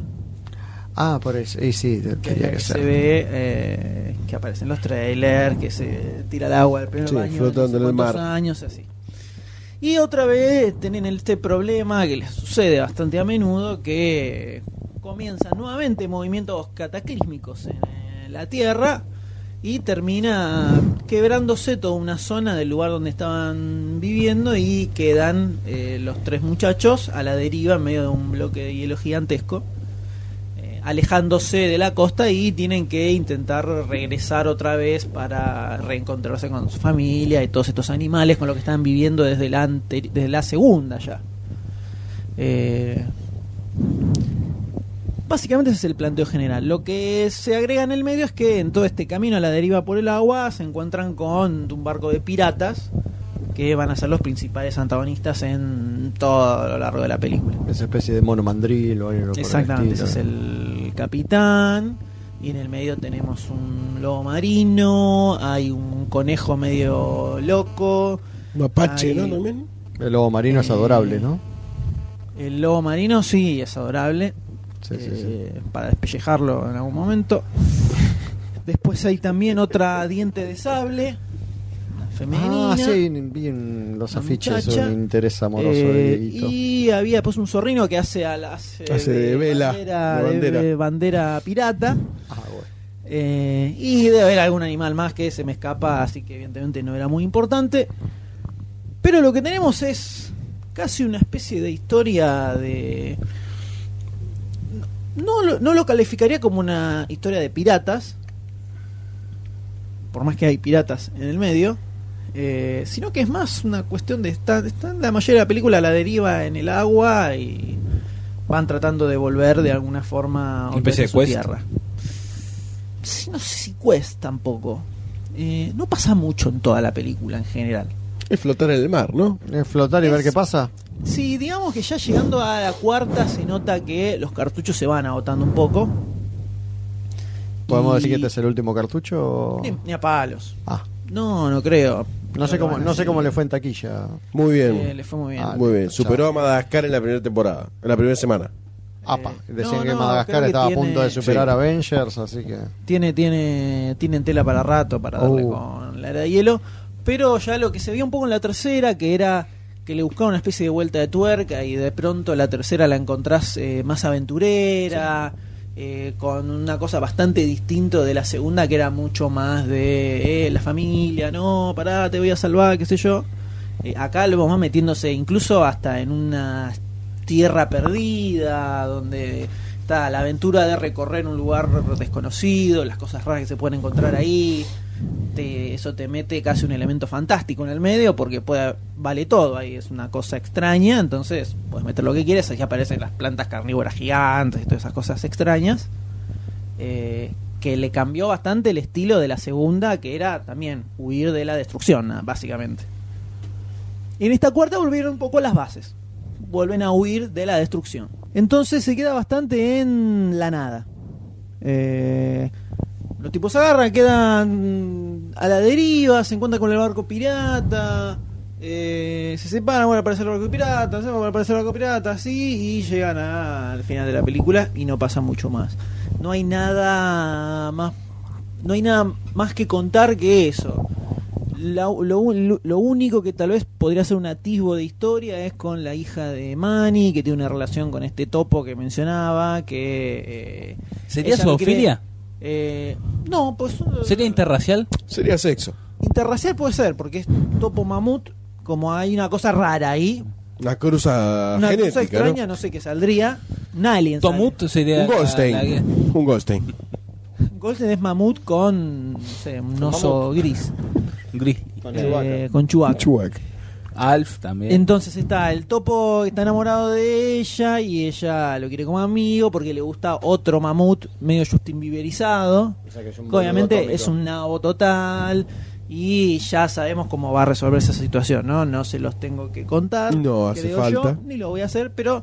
Ah, por eso. Y sí,
que,
tenía que
se
ser.
ve eh, que aparecen los trailers, que se tira el agua del primer
Sí,
baño,
flotando
no sé
en el
cuántos
mar.
años así. Y otra vez tienen este problema que les sucede bastante a menudo, que comienzan nuevamente movimientos cataclísmicos en eh, la Tierra y termina quebrándose toda una zona del lugar donde estaban viviendo y quedan eh, los tres muchachos a la deriva en medio de un bloque de hielo gigantesco eh, alejándose de la costa y tienen que intentar regresar otra vez para reencontrarse con su familia y todos estos animales con los que están viviendo desde la, anteri- desde la segunda ya. Eh, básicamente ese es el planteo general. Lo que se agrega en el medio es que en todo este camino a la deriva por el agua se encuentran con un barco de piratas que van a ser los principales antagonistas en todo lo largo de la película.
Esa especie de mono mandril o algo por el
Exactamente, ese
estilo.
es el capitán. Y en el medio tenemos un lobo marino, hay un conejo medio loco.
Mapache,
Ay.
¿no? También.
El lobo marino es
Eh,
adorable, ¿no?
El lobo marino sí es adorable,
Sí, sí, sí.
eh, para despellejarlo en algún momento. Después hay también otra diente de sable, una femenina.
Ah, sí, vi en los
una
afiches
muchacha,
un interés amoroso de
Eh,
Dieguito.
y había pues un zorrino que hace, a la-
Hace de vela,
bandera,
de bandera.
de bandera pirata.
Ah, bueno.
Eh, y debe haber algún animal más que se me escapa, así que evidentemente no era muy importante. Pero lo que tenemos es casi una especie de historia de... No, lo- no lo calificaría como una historia de piratas, por más que hay piratas en el medio, eh, sino que es más una cuestión de... Están, están la mayoría de la película a la deriva en el agua y van tratando de volver de alguna forma
Una especie
otra vez a
de
su
quest.
tierra. Sí, No sé si quest tampoco. Eh, no pasa mucho en toda la película en general.
Es flotar en el mar, ¿no?
Eh, flotar y
Es-
ver qué pasa.
Sí, digamos que ya llegando a la cuarta se nota que los cartuchos se van agotando un poco.
¿Podemos
Y-
decir que este es el último cartucho?
Ni, ni a palos.
Ah,
No, no creo.
no sé,
Pero
cómo,
van
no sé
así.
cómo le fue en taquilla.
Muy bien.
Eh, le fue muy bien.
Ah,
Muy bien.
Chao.
Superó a Madagascar en la primera temporada, en la primera semana.
Apa, decían
Eh, no,
que
no, creo
Madagascar
que
estaba
tiene-
a punto de superar
Sí.
a Avengers, así que...
Tiene, tiene, tienen tela para rato para darle
Oh.
con la era de hielo. Pero ya lo que se vio un poco en la tercera, que era que le buscaba una especie de vuelta de tuerca y de pronto la tercera la encontrás eh, más aventurera, eh, con una cosa bastante distinto de la segunda, que era mucho más de eh, la familia, no, pará, te voy a salvar, qué sé yo. Eh, acá lo vamos metiéndose incluso hasta en una tierra perdida, donde está la aventura de recorrer un lugar desconocido, las cosas raras que se pueden encontrar ahí. Te- eso te mete casi un elemento fantástico en el medio porque puede, vale todo ahí, es una cosa extraña, entonces puedes meter lo que quieres, ahí aparecen las plantas carnívoras gigantes y todas esas cosas extrañas, eh, que le cambió bastante el estilo de la segunda, que era también huir de la destrucción, ah, básicamente. Y en esta cuarta volvieron un poco las bases. Vuelven a huir de la destrucción. Entonces se queda bastante en la nada. Eh, los tipos agarran, quedan a la deriva, se encuentran con el barco pirata. eh, se separan, vuelve a aparecer el barco pirata, se vuelve a aparecer el barco pirata, así, y llegan a- al final de la película y no pasa mucho más. No hay nada más, no hay nada más que contar que eso la- lo, un- lo único que tal vez podría ser un atisbo de historia es con la hija de Manny, que tiene una relación con este topo que mencionaba, que... eh,
¿Sería
ella lo quiere-
zoofilia?
eh, no, pues... eh,
¿Sería interracial?
Sería sexo.
Interracial puede ser, porque es topo mamut, como hay una cosa rara ahí,
Una cruza
una cosa
genética,
extraña, Ah, ¿no? sé qué saldría, un alien. sale.
Tomut
¿no?
sería.
Un Goldstein.
la- la-
Un Goldstein.
Golden es mamut con no sé, un oso gris,
Gris.
Con
eh,
Chewbacca.
con Chewbacca.
Chubac.
Alf también.
Entonces está el topo que está enamorado de ella y ella lo quiere como amigo porque le gusta otro mamut medio Justin Bieberizado.
O sea que es un
que Obviamente
boludo
es
atómico.
un nabo total y ya sabemos cómo va a resolver esa situación, ¿no? No se los tengo que contar.
No hace
creo yo,
falta.
ni lo voy a hacer, pero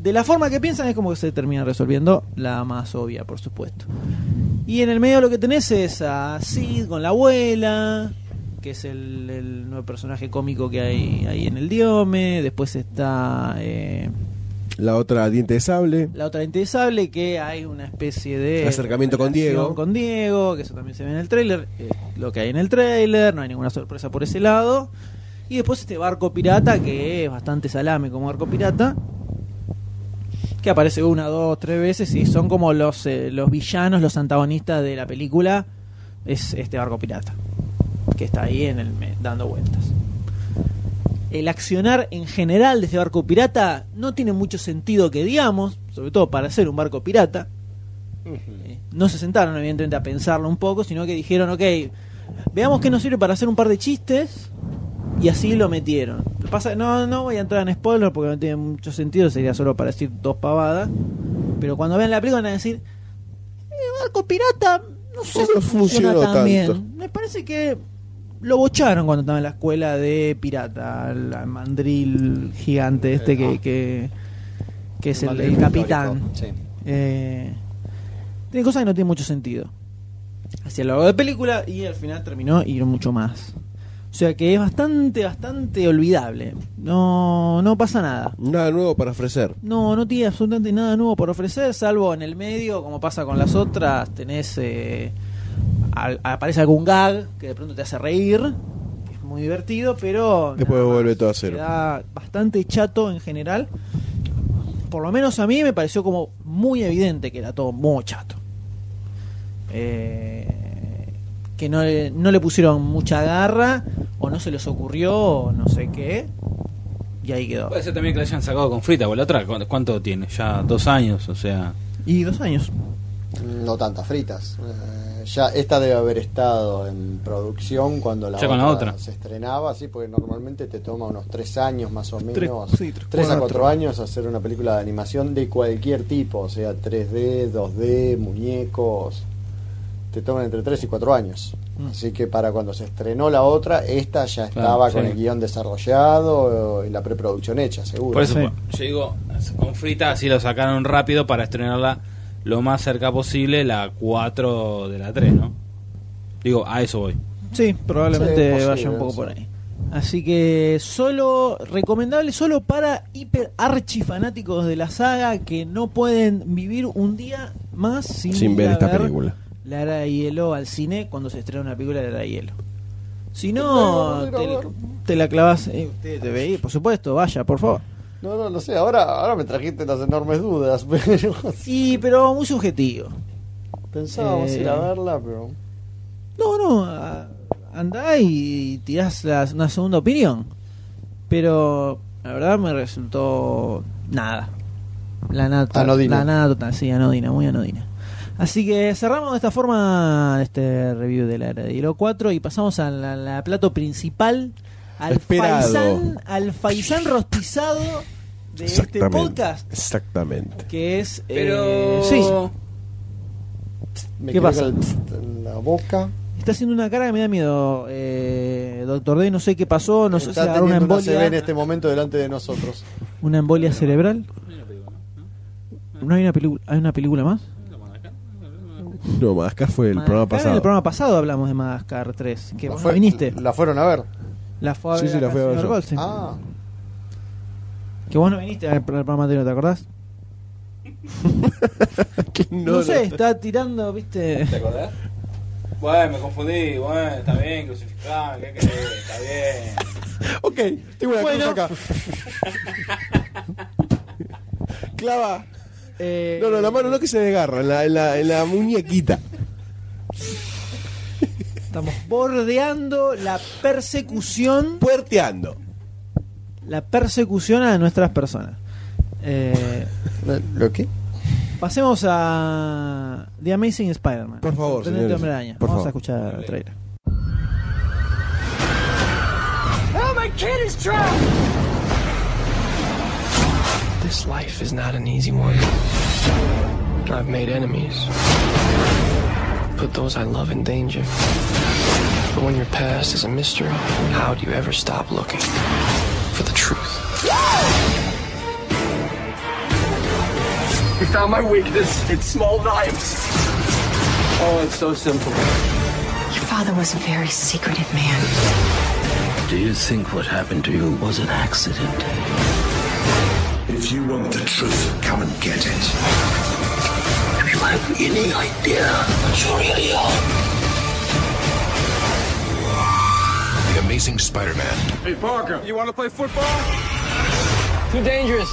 de la forma que piensan es como que se termina resolviendo la más obvia, por supuesto. Y en el medio lo que tenés es a Sid con la abuela, que es el, el nuevo personaje cómico que hay ahí en el diome. Después está eh,
La otra diente de sable.
la otra gente de sable, que hay una especie de...
Acercamiento con
relación
Diego.
Con Diego, que eso también se ve en el tráiler. eh, lo que hay en el tráiler, no hay ninguna sorpresa por ese lado. Y después este barco pirata, que es bastante salame como barco pirata. Que aparece una, dos, tres veces y son como los, eh, los villanos, los antagonistas de la película. Es este barco pirata. Que está ahí en el me- dando vueltas. El accionar en general de este barco pirata no tiene mucho sentido que digamos, sobre todo para ser un barco pirata. Eh, No se sentaron, evidentemente, a pensarlo un poco, sino que dijeron, ok, veamos qué nos sirve para hacer un par de chistes. Y así lo metieron. Lo que pasa- no, no voy a entrar en spoilers porque no tiene mucho sentido, sería solo para decir dos pavadas. Pero cuando vean la película van a decir, "Eh, barco pirata, no sé
Pues No
si funciona
funcionó
tan
tanto.
bien. Me parece que lo bocharon cuando estaba en la escuela de pirata, el mandril gigante este que, que, que es el, el capitán.
Sí.
Eh, tiene cosas que no tienen mucho sentido. Hacia lo largo de película y al final terminó y no mucho más. O sea que es bastante, bastante olvidable. No, no pasa nada.
Nada nuevo para ofrecer.
No, no tiene absolutamente nada nuevo por ofrecer, salvo en el medio, como pasa con las otras, tenés. eh, al- aparece algún gag que de pronto te hace reír, que es muy divertido, pero.
Después
nada más.
vuelve todo a cero.
Queda bastante chato en general. Por lo menos a mí me pareció como muy evidente que era todo muy chato. Eh, que no, le- no le pusieron mucha garra, o no se les ocurrió, o no sé qué. Y ahí quedó.
Puede ser también que la hayan sacado con frita o la otra. ¿Cuánto, cuánto tiene? Ya dos años, o sea.
Y dos años.
No tantas fritas. Eh, ya esta debe haber estado en producción cuando la,
Ya
otra,
con la otra.
se estrenaba, sí, porque normalmente te toma unos tres años más o menos,
Tres,
tres,
sí, tres,
a
cuatro.
cuatro años hacer una película de animación de cualquier tipo, o sea, 3D, 2D, muñecos, te toman entre tres y cuatro años. Así que para cuando se estrenó la otra, esta ya estaba
Mm. Claro,
con
sí.
el guión desarrollado eh, y la preproducción hecha, seguro.
Por eso,
Sí.
pues, yo digo, con frita así lo sacaron rápido para estrenarla lo más cerca posible, la 4 de la 3, ¿no? Digo, a eso voy.
Sí,
Sí,
probablemente
posible,
vaya un poco
sí.
por ahí. Así que solo recomendable solo para hiper archifanáticos de la saga que no pueden vivir un día más sin,
Sin
ir
ver
a
esta película.
La era de hielo al cine cuando se estrena una película de la era de hielo. Si no, te, te la clavas. eh, usted debe ir, por supuesto, vaya, por favor.
No, no, no sé, ahora, ahora me trajiste las enormes dudas, pero
Sí, pero muy subjetivo.
pensábamos
Eh,
ir a verla, pero...
No, no, a- andá y tirás la- una segunda opinión. Pero la verdad me resultó nada. La nada,
Anodina.
la nada total, sí, anodina, muy anodina. Así que cerramos de esta forma este review de la era de Hilo 4 y pasamos al la, la plato principal, al
Esperado.
faisán, al faisán rostizado de este podcast,
Exactamente.
que es... eh,
Pero.
sí,
Me
¿Qué
quedé
pasa?
con el pst en la boca.
Está haciendo una cara que me da miedo, eh, doctor D. No sé qué pasó, no sé si
Está
agarró una
teniendo una
embolia,
CB en este momento delante de nosotros.
una embolia cerebral.
este.
No hay una película, hay una película más.
No, más acá fue el
Madagascar,
programa
En el
pasado.
programa pasado hablamos de Madagascar 3, que
La
vos
fue-
no viniste.
La fueron a ver.
La fue a
Sí,
ver
sí, la
acá
fui a ver
señor
yo.
Goldstein.
Ah,
Que vos no viniste al al programa anterior, ¿te acordás?
Que
No, sé, está tirando, viste.
¿Te acordás? Bueno, me confundí, bueno, está bien, crucificado, ¿qué querés? Está bien.
Ok, tengo una cruz acá. Clava.
Eh,
No, no, en la mano no que se desgarra, en la, en la, en la muñequita.
Estamos bordeando la persecución.
Puerteando.
La persecución a nuestras personas. Eh,
¿Lo qué?
pasemos a The Amazing Spider-Man.
Por favor,
Sorprendente
señores.
hombre araña.
Por
Vamos
favor.
a escuchar el trailer.
This life is not an easy one. I've made enemies, put those I love in danger. But when your past is a mystery, how do you ever stop looking for the truth? We found my weakness in small knives. Oh, it's so simple.
Your father was a very secretive man.
Do you think what happened to you was an accident? If you want the truth, come and get it. Do you have any idea what you really are? The Amazing Spider-Man.
Too dangerous.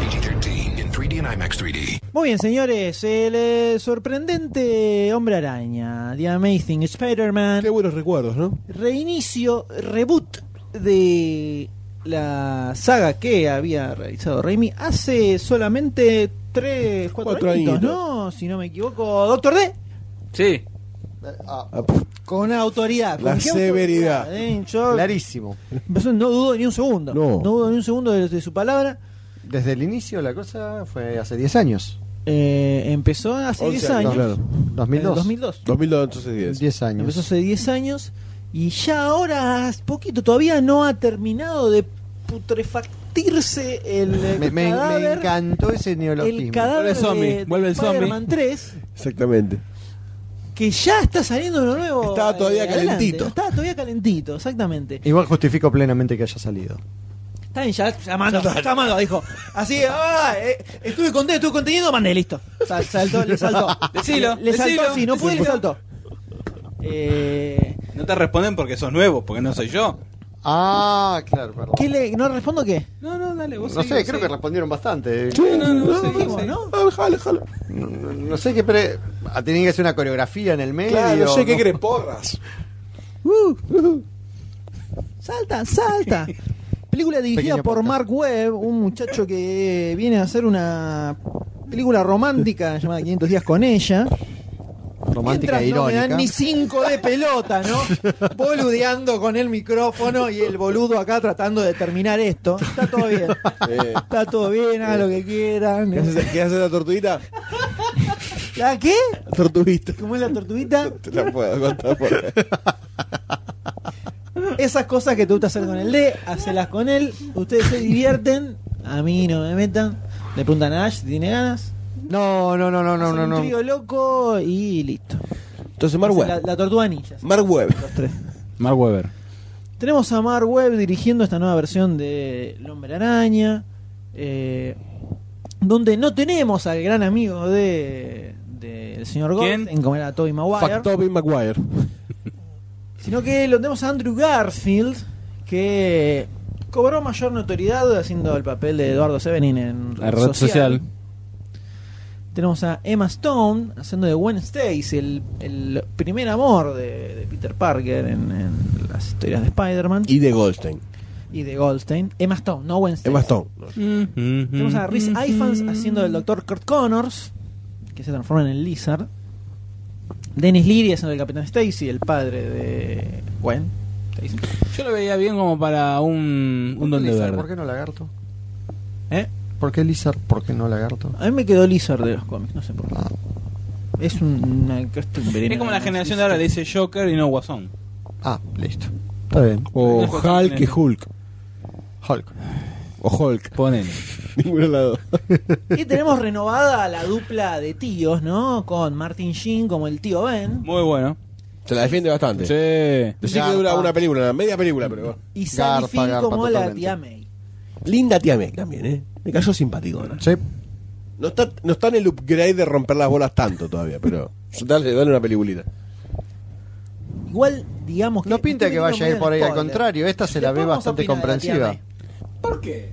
PG-13 in 3D and IMAX 3D.
Muy bien, señores. El eh, sorprendente hombre araña. The Amazing Spider-Man.
Qué buenos recuerdos, ¿no?
reinicio, reboot de la saga que había realizado Raimi hace solamente 3, 4
Cuatro
añitos,
añitos.
¿no? Si no me equivoco, Doctor D.
Sí.
Ah,
Ah, puf,
Con autoridad.
La
¿con qué
severidad.
autoridad, eh? Yo-
clarísimo.
Yo no dudo ni un segundo.
No.
dudo ni un segundo de, de su palabra.
Desde el inicio la cosa fue hace 10 años.
Eh, empezó hace
11
10
Ah,
años,
años.
claro.
En el
2002.
2002.
2002, entonces 10.
10 años.
Empezó hace 10 años y ya ahora, poquito, todavía no ha terminado de putrefactirse el eh,
me, me- me
cadáver.
encantó ese neologismo.
el cadáver
Vuelve el zombie,
de,
vuelve
de
el zombie.
Spider-Man 3,
Exactamente.
que ya está saliendo de nuevo. eh,
Estaba todavía
adelante.
calentito.
Estaba todavía calentito, exactamente.
Igual justifico plenamente que haya salido.
Está bien, ya llamando, llamando, dijo. Así, ah, eh, estuve contento, estuve contenido, mandé, listo. Sal- saltó, le saltó.
Decilo,
le saltó
decilo,
así, no pude, le
decilo.
saltó. Eh,
No te responden porque sos nuevo, porque no soy yo.
Ah, claro, perdón.
¿qué le, ¿No respondo qué?
No, no, dale, vos
No
seguí,
sé,
vos
creo
seguí.
que respondieron bastante.
No, no, no, seguí,
Dijimos,
seguí.
¿no?
Ah, jale, jale.
No, no- no sé qué, pero ah, tienen que hacer una coreografía en el medio.
Claro, no sé qué
¿no?
crees, porras.
Uh, Salta, salta. Película dirigida
Pequeño
por
podcast.
Mark Webb, un muchacho que viene a hacer una película romántica llamada 500 días con ella. Mientras
Romántica e
no me
irónica.
dan ni cinco de pelota, ¿no? Boludeando con el micrófono y el boludo acá tratando de terminar esto. Está todo bien.
Eh,
Está todo bien, hagan lo que
¿Qué haces,
quieran.
qué haces la tortuguita?
¿La qué?
Tortuguita.
¿Cómo es la tortuguita?
Te la puedo contar por ahí.
Esas cosas que te gusta hacer con el D, hacelas con él. Ustedes se divierten. A mí no me metan. Le preguntan a Ash si tiene ganas.
No, no, no, no, no,
Hacen
no.
un
no.
trío loco y listo.
Entonces, Mark
La,
Webb.
la tortuga ninja. sí,
Mark Webb.
los tres.
Mark Weber.
Tenemos a Mark Webb dirigiendo esta nueva versión de El Hombre Araña. eh, donde no tenemos al gran amigo de, de el señor
¿Quién?
Goldstein, como era Toby Maguire,
Fuck Toby Maguire.
sino que lo tenemos a Andrew Garfield, que cobró mayor notoriedad haciendo el papel de Eduardo Severin en
La red social.
Tenemos a Emma Stone haciendo de Gwen Stacy, el, el primer amor de, de Peter Parker en, en las historias de Spider-Man y,
Y de Goldstein.
de Goldstein. Emma Stone, no Gwen Stacy.
Emma Stone.
Tenemos a Rhys Ifans haciendo del Dr. Kurt Connors, que se transforma en el Lizard. Dennis Leary haciendo del Capitán Stacy, el padre de Gwen. Stacy.
Yo lo veía bien como para un, un don de
Lizard,
verde.
¿Por qué no lagarto?
¿Eh?
¿Por qué Lizard? ¿Por qué no lagarto?
A mí me quedó Lizard de los cómics, no sé por qué. Es un- una costumbre.
Es como la generación de ahora le dice Joker y no Guasón.
Ah, listo. Está bien.
O Hulk y Hulk.
Hulk.
O Hulk.
Ponen.
Ninguno lado.
Y tenemos renovada la dupla de tíos, ¿no? Con Martin Sheen como el tío Ben
Muy bueno.
Se la defiende bastante.
Sí.
Decí que dura una película, media película, pero.
y Sally
Garpa,
Field
garpa
como la
totalmente.
tía May.
Linda tía May también, ¿eh? Me cayó simpaticona.
Sí.
No está, no está en el upgrade de romper las bolas tanto todavía, pero dale, dale una peliculita.
Igual, digamos que.
No pinta que vaya a ir por ahí, al contrario, esta se la ve
Después vamos a
bastante
opinar de la tía
comprensiva.
May.
¿Por qué?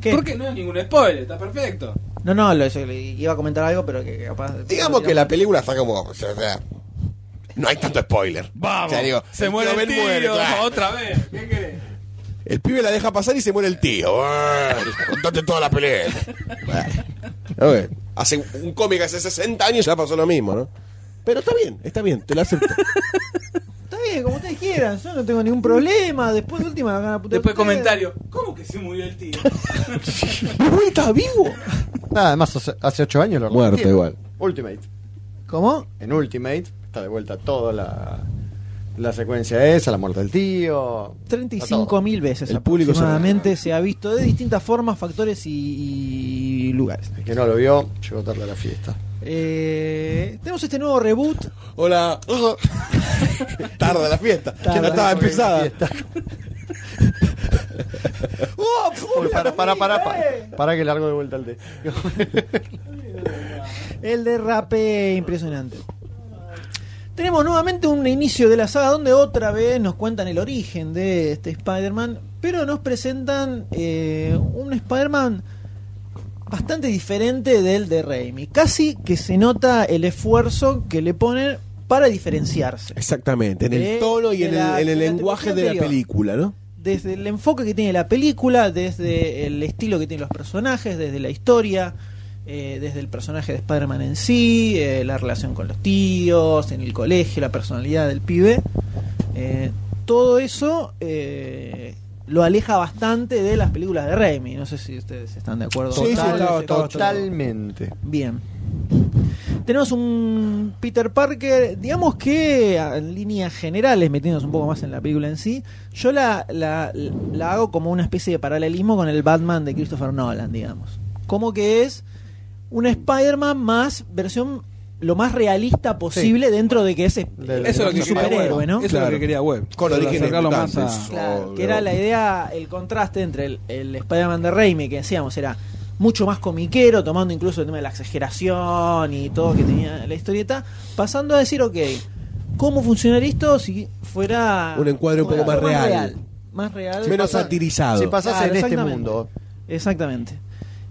¿Qué?
Porque no es ningún spoiler, está perfecto.
No, no, lo, eso, le- iba a comentar algo, pero que, que capaz.
Digamos
lo
que la
tiramos.
película está como. o sea, o sea, no hay tanto spoiler.
Vamos.
O sea, digo,
se
el
muere
tío
el
Ben
tío,
muere, claro.
otra vez. ¿Qué querés?
El pibe la deja pasar y se muere el tío. Ah, Contate toda la pelea. Ah, ok. Hace un cómic hace 60 años ya pasó lo mismo, ¿no? Pero está bien, está bien, te lo acepto.
Está bien, como ustedes quieran, yo no tengo ningún problema. Después de última, hagan la puta
Después
ustedes.
comentario. ¿Cómo que se murió el tío?
¿Vos estás vivo?
Nada, además hace- hace 8 años lo
Muerto
repitieron.
igual.
Ultimate.
¿Cómo?
En Ultimate está de vuelta toda la, la secuencia esa, la muerte del tío.
mil veces
El público se-
aproximadamente se ha visto de distintas formas, factores y, y lugares.
El que no lo vio, llegó tarde a la fiesta.
Eh, tenemos este nuevo reboot.
Hola. Tarda la fiesta. Que no estaba
Porque
empezada.
la fiesta. Uy, Oh, para, para,
eh.
para, para, para que largo de vuelta al de.
El derrape impresionante. Tenemos nuevamente un inicio de la saga donde otra vez nos cuentan el origen de este Spider-Man, pero nos presentan eh, un Spider-Man bastante diferente del de Raimi. Casi que se nota el esfuerzo que le ponen para diferenciarse.
Exactamente, en
De-
el tono y
de
Eh, en el,
la-
en el
de la
lenguaje de
trilogía
la
anterior.
película, ¿no?
desde el enfoque que tiene la película, desde el estilo que tienen los personajes, desde la historia, eh, desde el personaje de Spider-Man en sí, eh, la relación con los tíos, en el colegio, la personalidad del pibe. Eh, todo eso eh, lo aleja bastante de las películas de Raimi. No sé si ustedes están de acuerdo.
Sí, sí,
Total-
estaba- estaba-
Totalmente.
Bien. Tenemos un Peter Parker, digamos que a- en líneas generales, metiéndonos un poco más en la película en sí, yo la, la, la hago como una especie de paralelismo con el Batman de Christopher Nolan, digamos. Como que es un Spider-Man más versión lo más realista posible dentro de que ese
Del-
Eso es lo que
un
quería
superhéroe,
Web.
¿no?
Eso es lo que quería Web.
Con
Para
orígenes
acercarlo más
mutantes.
a-
Claro,
Oh,
que era
no.
la idea, el contraste entre el, el Spider-Man de Raimi, que decíamos era mucho más comiquero, tomando incluso el tema de la exageración y todo que tenía la historieta, pasando a decir, ok, ¿cómo funcionaría esto si fuera
Un encuadre un poco
fuera
más real?
Más real.
Menos
pasa-
satirizado.
Si pasás
Claro,
en este
exactamente.
mundo,
Exactamente.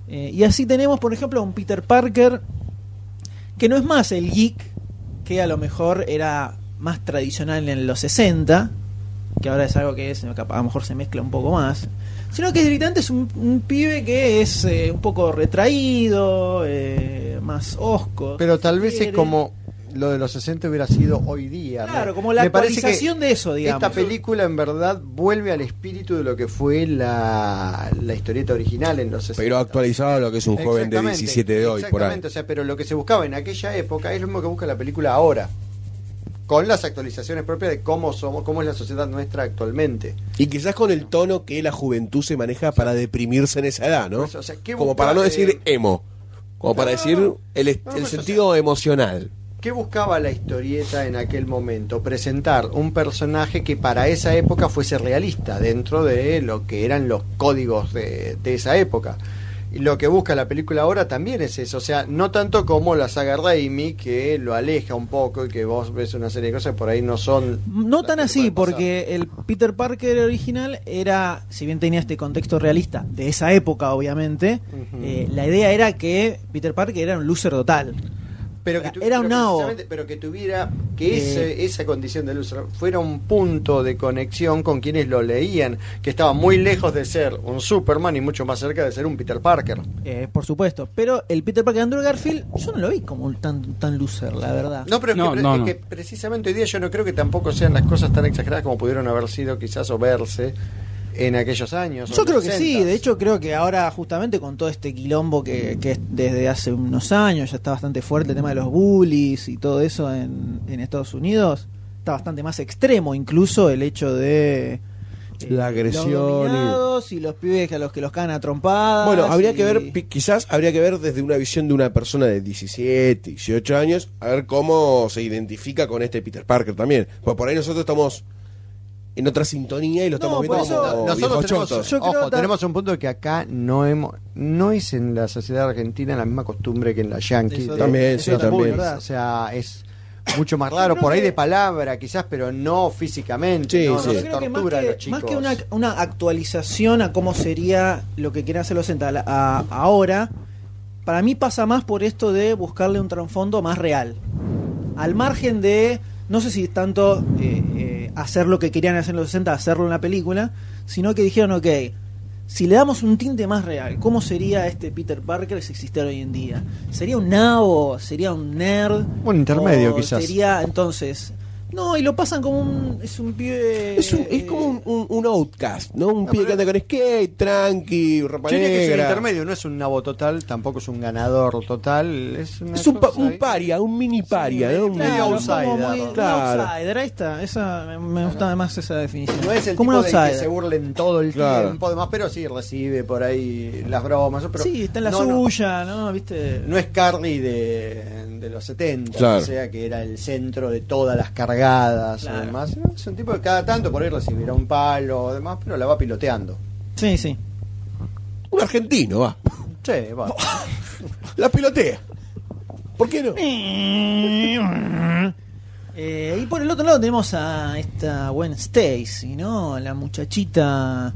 Eh, y así tenemos, por ejemplo, a un Peter Parker que no es más el geek que a lo mejor era más tradicional en los 60, que ahora es algo que es, a lo mejor se mezcla un poco más, sino que directamente es un, un pibe que es eh, un poco retraído, eh, más osco.
pero
si
tal vez es
quiere.
como lo de los 60 hubiera sido hoy día. ¿no?
Claro, como la
Me parece que
actualización de eso, digamos.
Esta película en verdad vuelve al espíritu de lo que fue la, la historieta original en los 60.
Pero actualizado a lo que es un joven de
Exactamente,
17 de hoy, por ahí.
Exactamente, o sea, pero lo que se buscaba en aquella época es lo mismo que busca la película ahora. Con las actualizaciones propias de cómo somos, cómo es la sociedad nuestra actualmente.
Y quizás con el tono que la juventud se maneja para deprimirse en esa edad, ¿no?
Pues, o sea, ¿qué
Como
busca,
para no
eh?
decir emo. Como para
No,
decir
no, no.
el, est-
No,
el
pues, o
sentido emocional.
¿Qué buscaba la historieta en aquel momento? Presentar un personaje que para esa época fuese realista dentro de lo que eran los códigos de, de esa época. Y lo que busca la película ahora también es eso. O sea, no tanto como la saga Raimi, que lo aleja un poco y que vos ves una serie de cosas que por ahí no son.
No
las
tan
que te
así,
pueden pasar.
porque el Peter Parker original era, si bien tenía este contexto realista de esa época, obviamente,
Ujú.
eh, la idea era que Peter Parker era un loser total.
Pero que
Era-
tuvi-
era un
pero
nabo.
precisamente- Pero que tuviera, que
Eh.
ese- esa condición de luz fuera un punto de conexión con quienes lo leían, que estaba muy lejos de ser un Superman y mucho más cerca de ser un Peter Parker.
Eh, por supuesto, pero el Peter Parker de Andrew Garfield yo no lo vi como un tan, tan loser, la verdad.
No, pero es,
No,
que, pre-
no,
es
no.
que precisamente hoy día yo no creo que tampoco sean las cosas tan exageradas como pudieron haber sido quizás o verse en aquellos años. o
Yo
en
creo
los
que sí,
60s.
de hecho creo que ahora justamente con todo este quilombo que, que es desde hace unos años ya está bastante fuerte el tema de los bullies y todo eso en, en Estados Unidos, está bastante más extremo incluso el hecho de... eh,
La agresión y-
Los dominados y... los pibes a los que los caen a
Ah,
trompadas.
Bueno, habría
y-
que ver, pi- quizás habría que ver desde una visión de una persona de 17, 18 años, Pues a ver cómo se identifica con este Peter Parker también. Porque por ahí nosotros estamos en otra sintonía y lo estamos
No, por
viendo
eso
como
nosotros
viejos
tenemos,
chotos.
Yo creo
ojo,
ta-
tenemos un punto que acá no hemos, no es en la sociedad argentina la misma costumbre que en la yankee.
Eso
de-
también,
de-
sí,
de-
también.
¿verdad? O sea, es mucho más raro, por ahí de palabra quizás, pero no físicamente.
Sí,
no,
sí.
no
Yo
se
creo que más
tortura a los
que,
chicos.
más que una, una actualización a cómo sería lo que quieren hacer los Central a- ahora, para mí pasa más por esto de buscarle un trasfondo más real. Al margen de, no sé si tanto eh, eh, hacer lo que querían hacer en los 60, hacerlo en la película, sino que dijeron, ok, si le damos un tinte más real, ¿cómo sería este Peter Parker si existiera hoy en día? ¿Sería un nabo? ¿Sería un nerd?
Un intermedio,
¿O
quizás.
Oh, Sería entonces... No, y lo pasan como un... Es un pibe... eh,
Es, un- es como un, un- un outcast, ¿no? Un pibe que anda con skate, tranqui, ropa
Tiene que ser
negra.
intermedio, no es un nabo total, tampoco es un ganador total. Es, una
Es un, pa-
cosa
un
ahí.
paria, un mini paria, ¿no? Un-
medio
como
outsider.
muy- un
Claro.
outsider, ahí está. Esa, me, me gustaba más esa definición.
No es el
como
tipo
un
de que
outsider.
se burlen todo el
Claro.
tiempo, además, pero sí recibe por ahí las bromas. Pero
sí, está en la
no, no,
suya, ¿no? ¿Viste?
No es Carly de, de los 70,
Claro.
o sea, que era el centro de todas las cargadas
Claro.
o demás. No, Es un tipo que cada tanto por ahí recibirá un palo o demás, pero la va piloteando.
Sí, sí.
Un argentino, va.
Che, va.
La pilotea. ¿Por qué no?
Eh, y por el otro lado tenemos a esta Gwen Stacy, ¿no? La muchachita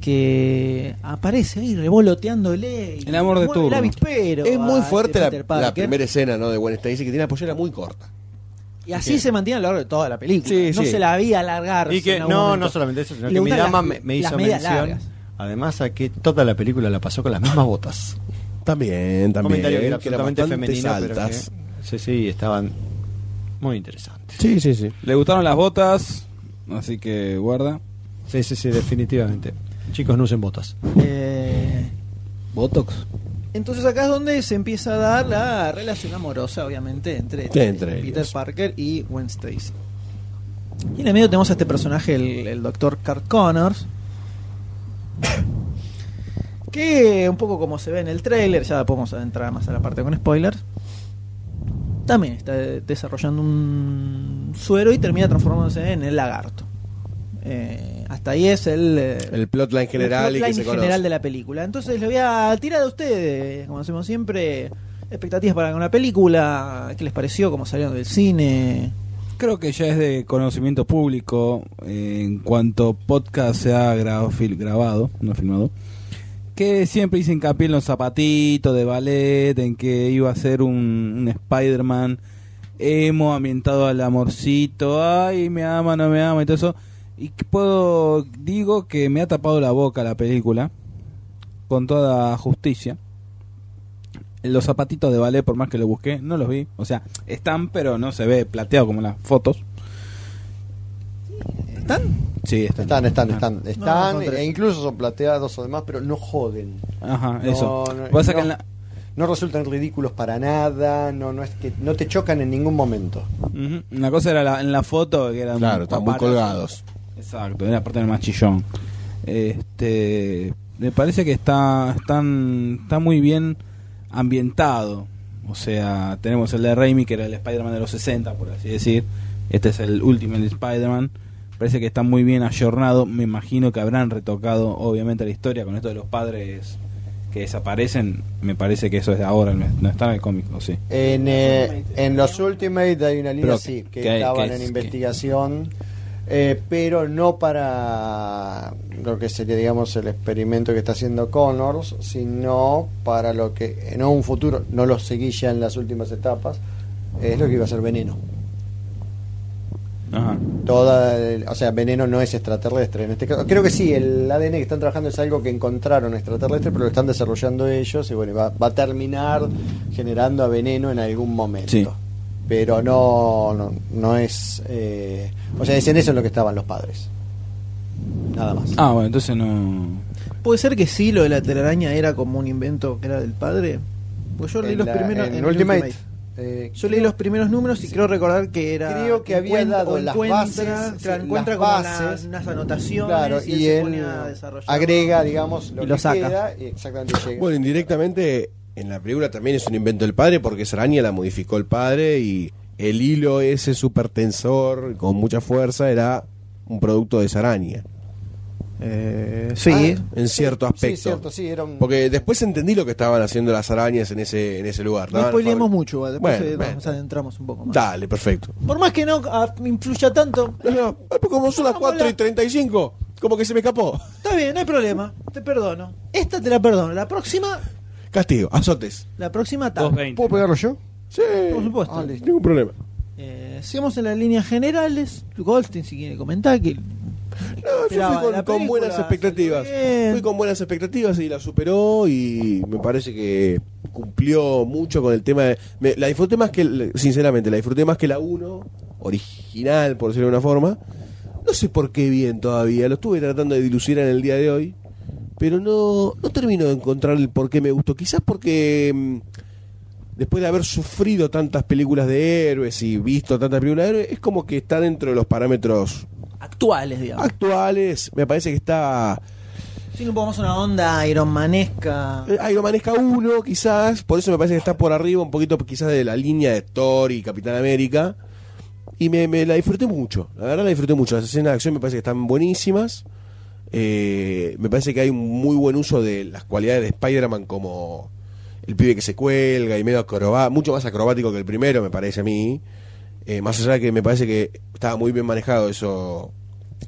que aparece ahí revoloteándole. y
El amor de
mueve
turno.
el avispero
Es muy
a
fuerte la,
este Peter
la
Parker.
primera escena, ¿no? De Gwen Stacy, que tiene la pollera muy corta.
Y así se mantiene a lo largo de toda la película.
Sí,
no
sí.
se la vi alargar.
Y que-
Ah, en algún
No,
momento.
no solamente eso, sino
Le
que mi
gustan
dama
las-
me, me
las
hizo
medias
mención.
largas.
Además, a que toda la película la pasó con las mismas botas.
También, también.
Comentario que era
que eran
absolutamente
bastante
femenino, pero
altas.
que- sí, sí, estaban muy interesantes.
Sí, sí, sí.
Le gustaron las botas, así que guarda.
Sí, sí, sí, definitivamente. Chicos, no usen botas.
Eh,
Botox.
Entonces acá es donde se empieza a dar la relación amorosa, obviamente, entre,
Sí, entre
Peter
ellos.
Parker y Gwen Stacy. Y en el medio tenemos a este personaje, el, el doctor Kurt Connors, que un poco como se ve en el tráiler, ya podemos entrar más a la parte con spoilers, también está de- desarrollando un suero y termina transformándose en el lagarto. Eh, hasta ahí es el... eh,
El plotline general
el plotline
y que se
general
conoce.
de la película. Entonces le voy a tirar a ustedes, como hacemos siempre, expectativas para con la película, qué les pareció, cómo salieron del cine.
Creo que ya es de conocimiento público, eh, en cuanto podcast se ha gra- fil- grabado, no filmado, que siempre hice hincapié en los zapatitos de ballet, en que iba a ser un, un Spider-Man emo ambientado al amorcito, ay, me ama, no me ama y todo eso. Y que puedo, digo que me ha tapado la boca la película, con toda justicia. Los zapatitos de ballet, por más que lo busqué, no los vi. O sea, están, pero no se ve plateado como en las fotos.
¿Están?
Sí, están.
Están, están, están. Están,
son tres.
e incluso son plateados o demás, pero no joden.
Ajá,
No,
eso.
no,
Pasa que
no.
en la-
No resultan ridículos para nada, no, no es que no te chocan en ningún momento.
Ujú, la cosa era la- en la foto que eran
Claro, están muy
paparazzi.
colgados.
Exacto, era parte del machillón. Este, me parece que está, están, está muy bien ambientado. O sea, tenemos el de Raimi, que era el Spider-Man de los 60, por así decir. Este es el Ultimate Spider-Man. Parece que está muy bien ayornado. Me imagino que habrán retocado, obviamente, la historia con esto de los padres que desaparecen. Me parece que eso es de ahora, no no está en el cómic, ¿o sí?
En, eh, en los Ultimate hay una línea
Pero
sí, que,
que hay-
estaban
que es-
en
que-
investigación, eh, pero no para lo que sería, digamos, el experimento que está haciendo Connors, sino para lo que en un futuro, no lo seguí ya en las últimas etapas, es lo que iba a ser Veneno.
Ajá.
Toda, el- o sea, Veneno no es extraterrestre en este caso. Creo que sí, el ADN que están trabajando es algo que encontraron extraterrestre, pero lo están desarrollando ellos y bueno, va, va a terminar generando a Veneno en algún momento.
Sí.
Pero no, no, no es... eh, o sea, es en eso en lo que estaban los padres. Nada más.
Ah, bueno, entonces no.
¿Puede ser que sí lo de la telaraña era como un invento que era del padre? Pues yo leí
En
los
la-
primeros...
en
en el
Ultimate.
Ultimate.
eh,
Yo leí los primeros números y creo recordar que era...
Creo que había
encuentra-
dado
o
las
encuentra-
bases,
claro,
sí,
encuentra
las
como
bases.
las- unas anotaciones
Claro,
y,
y,
él se pone
él
a desarrollar.
agrega, digamos, lo,
Y lo
que
saca.
queda y exactamente llega.
Bueno, indirectamente en la película también es un invento del padre porque esa araña la modificó el padre y el hilo ese super tensor con mucha fuerza era un producto de Sarania,
Eh, sí.
Ah,
en cierto aspecto.
Sí, cierto, sí, era un...
Porque después entendí lo que estaban haciendo las arañas en ese, en ese lugar.
no
Estaban
spoileemos
fabric-
mucho, después
Bueno,
eh,
bueno.
nos adentramos un poco más.
Dale, perfecto.
Por más que no ah, influya tanto,
No, no, porque como son las
Ah, Vamos
4
a
y 35, como que se me escapó.
está bien, no hay problema. Te perdono. Esta te la perdono. La próxima,
Castigo, azotes.
la próxima tal.
220.
¿Puedo pegarlo yo?
Sí,
Por supuesto.
Ah, listo.
ningún problema.
Eh, sigamos en las líneas generales. Goldstein, si quiere comentar, que
No, yo
Esperaba
fui con,
la
con buenas
película,
expectativas.
salió bien.
Fui con buenas expectativas y la superó y me parece que cumplió mucho con el tema de... me- la disfruté más que, sinceramente, la disfruté más que la 1, original, por decirlo de una forma. No sé por qué bien todavía, lo estuve tratando de dilucidar en el día de hoy, pero no, no termino de encontrar el por qué me gustó. Quizás porque... mm, después de haber sufrido tantas películas de héroes y visto tantas películas de héroes, es como que está dentro de los parámetros
actuales, digamos.
actuales. Me parece que está
Tiene un poco más una onda ironmanesca.
eh, Iron Man esca 1, quizás. Por eso me parece que está por arriba, un poquito quizás de la línea de Thor y Capitán América. Y me, me la disfruté mucho. La verdad, la disfruté mucho. Las escenas de acción me parece que están buenísimas. Eh, me parece que hay un muy buen uso de las cualidades de Spider-Man como el pibe que se cuelga y medio acrobático, mucho más acrobático que el primero, me parece a mí. Eh, más allá de que me parece que estaba muy bien manejado eso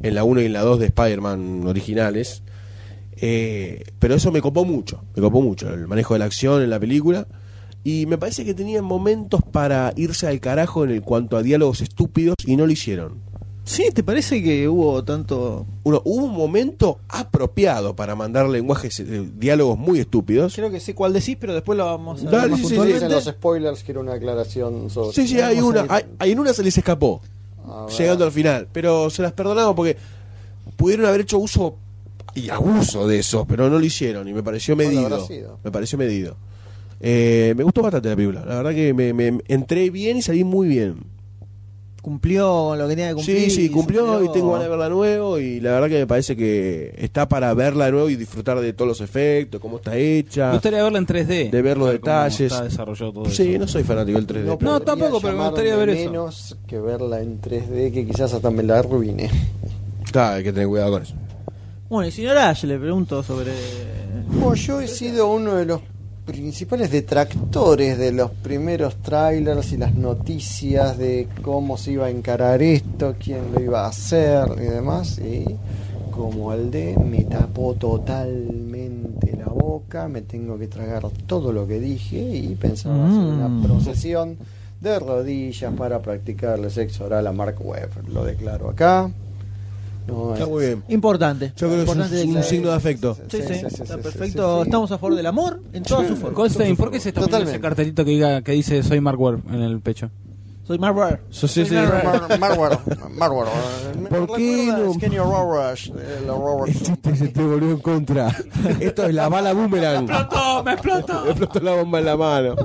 en la 1 y en la 2 de Spider-Man originales. Eh, pero eso me copó mucho, me copó mucho el manejo de la acción en la película. Y me parece que tenían momentos para irse al carajo en el cuanto a diálogos estúpidos y no lo hicieron.
Sí, ¿te parece que hubo tanto.?
Uno, hubo un momento apropiado para mandar lenguajes, eh, diálogos muy estúpidos.
Creo que sé cuál decís, pero después lo vamos a
Dale,
más
sí, sí,
puntualmente.
Dicen los spoilers que era una aclaración sobre...
Sí, sí, hay
vamos
una,
a ir.
hay- hay- en una se les escapó,
A ver.
llegando al final. Pero se las perdonamos porque pudieron haber hecho uso y abuso de eso, pero no lo hicieron y me pareció
¿Cuál habrá
medido.
sido?
Me pareció medido. Eh, me gustó bastante la película. La verdad que me, me- entré bien y salí muy bien.
Cumplió con lo que tenía que cumplir.
sí, sí,
y
cumplió
superó.
y tengo ganas de verla de nuevo y la verdad que me parece que está para verla de nuevo y disfrutar de todos los efectos, cómo está
Me
hecha.
gustaría verla en 3D.
De ver los
cómo
detalles.
está desarrollado todo
Sí,
eso.
no soy fanático del 3D. pero-
No, tampoco, pero me gustaría
llamarme
ver eso.
menos que verla en 3D, que quizás hasta me la arruiné.
Claro, hay que tener cuidado con eso.
Bueno, y señor Ash le pregunto sobre.
Bueno, yo he sido uno de los principales detractores de los primeros trailers y las noticias de cómo se iba a encarar esto, quién lo iba a hacer y demás. Y como el de me tapó totalmente la boca, me tengo que tragar todo lo que dije y pensaba hacer
Mm.
una procesión de rodillas para practicarle sexo oral a Mark Webb. Lo declaro acá. No
Está
es-
muy bien.
Importante.
Yo creo que
Importante
es un, un
declarar.
signo de afecto.
Sí, sí, está
sí,
perfecto.
sí, sí.
Estamos a favor del amor en todas sus formas.
Goldstein, ¿por qué se está poniendo ese
Totalmente.
cartelito que, diga, que dice soy Mark Webb en el pecho?
Soy Mark Ware.
Sí, sí, sí.
Mar- Marwar. Marwar.
¿Por qué no?
Es Kenny Rorash. eh, la Rorash.
se te volvió en contra. Esto es la bala boomerang.
¡Me explotó!
Me explotó la bomba en la mano.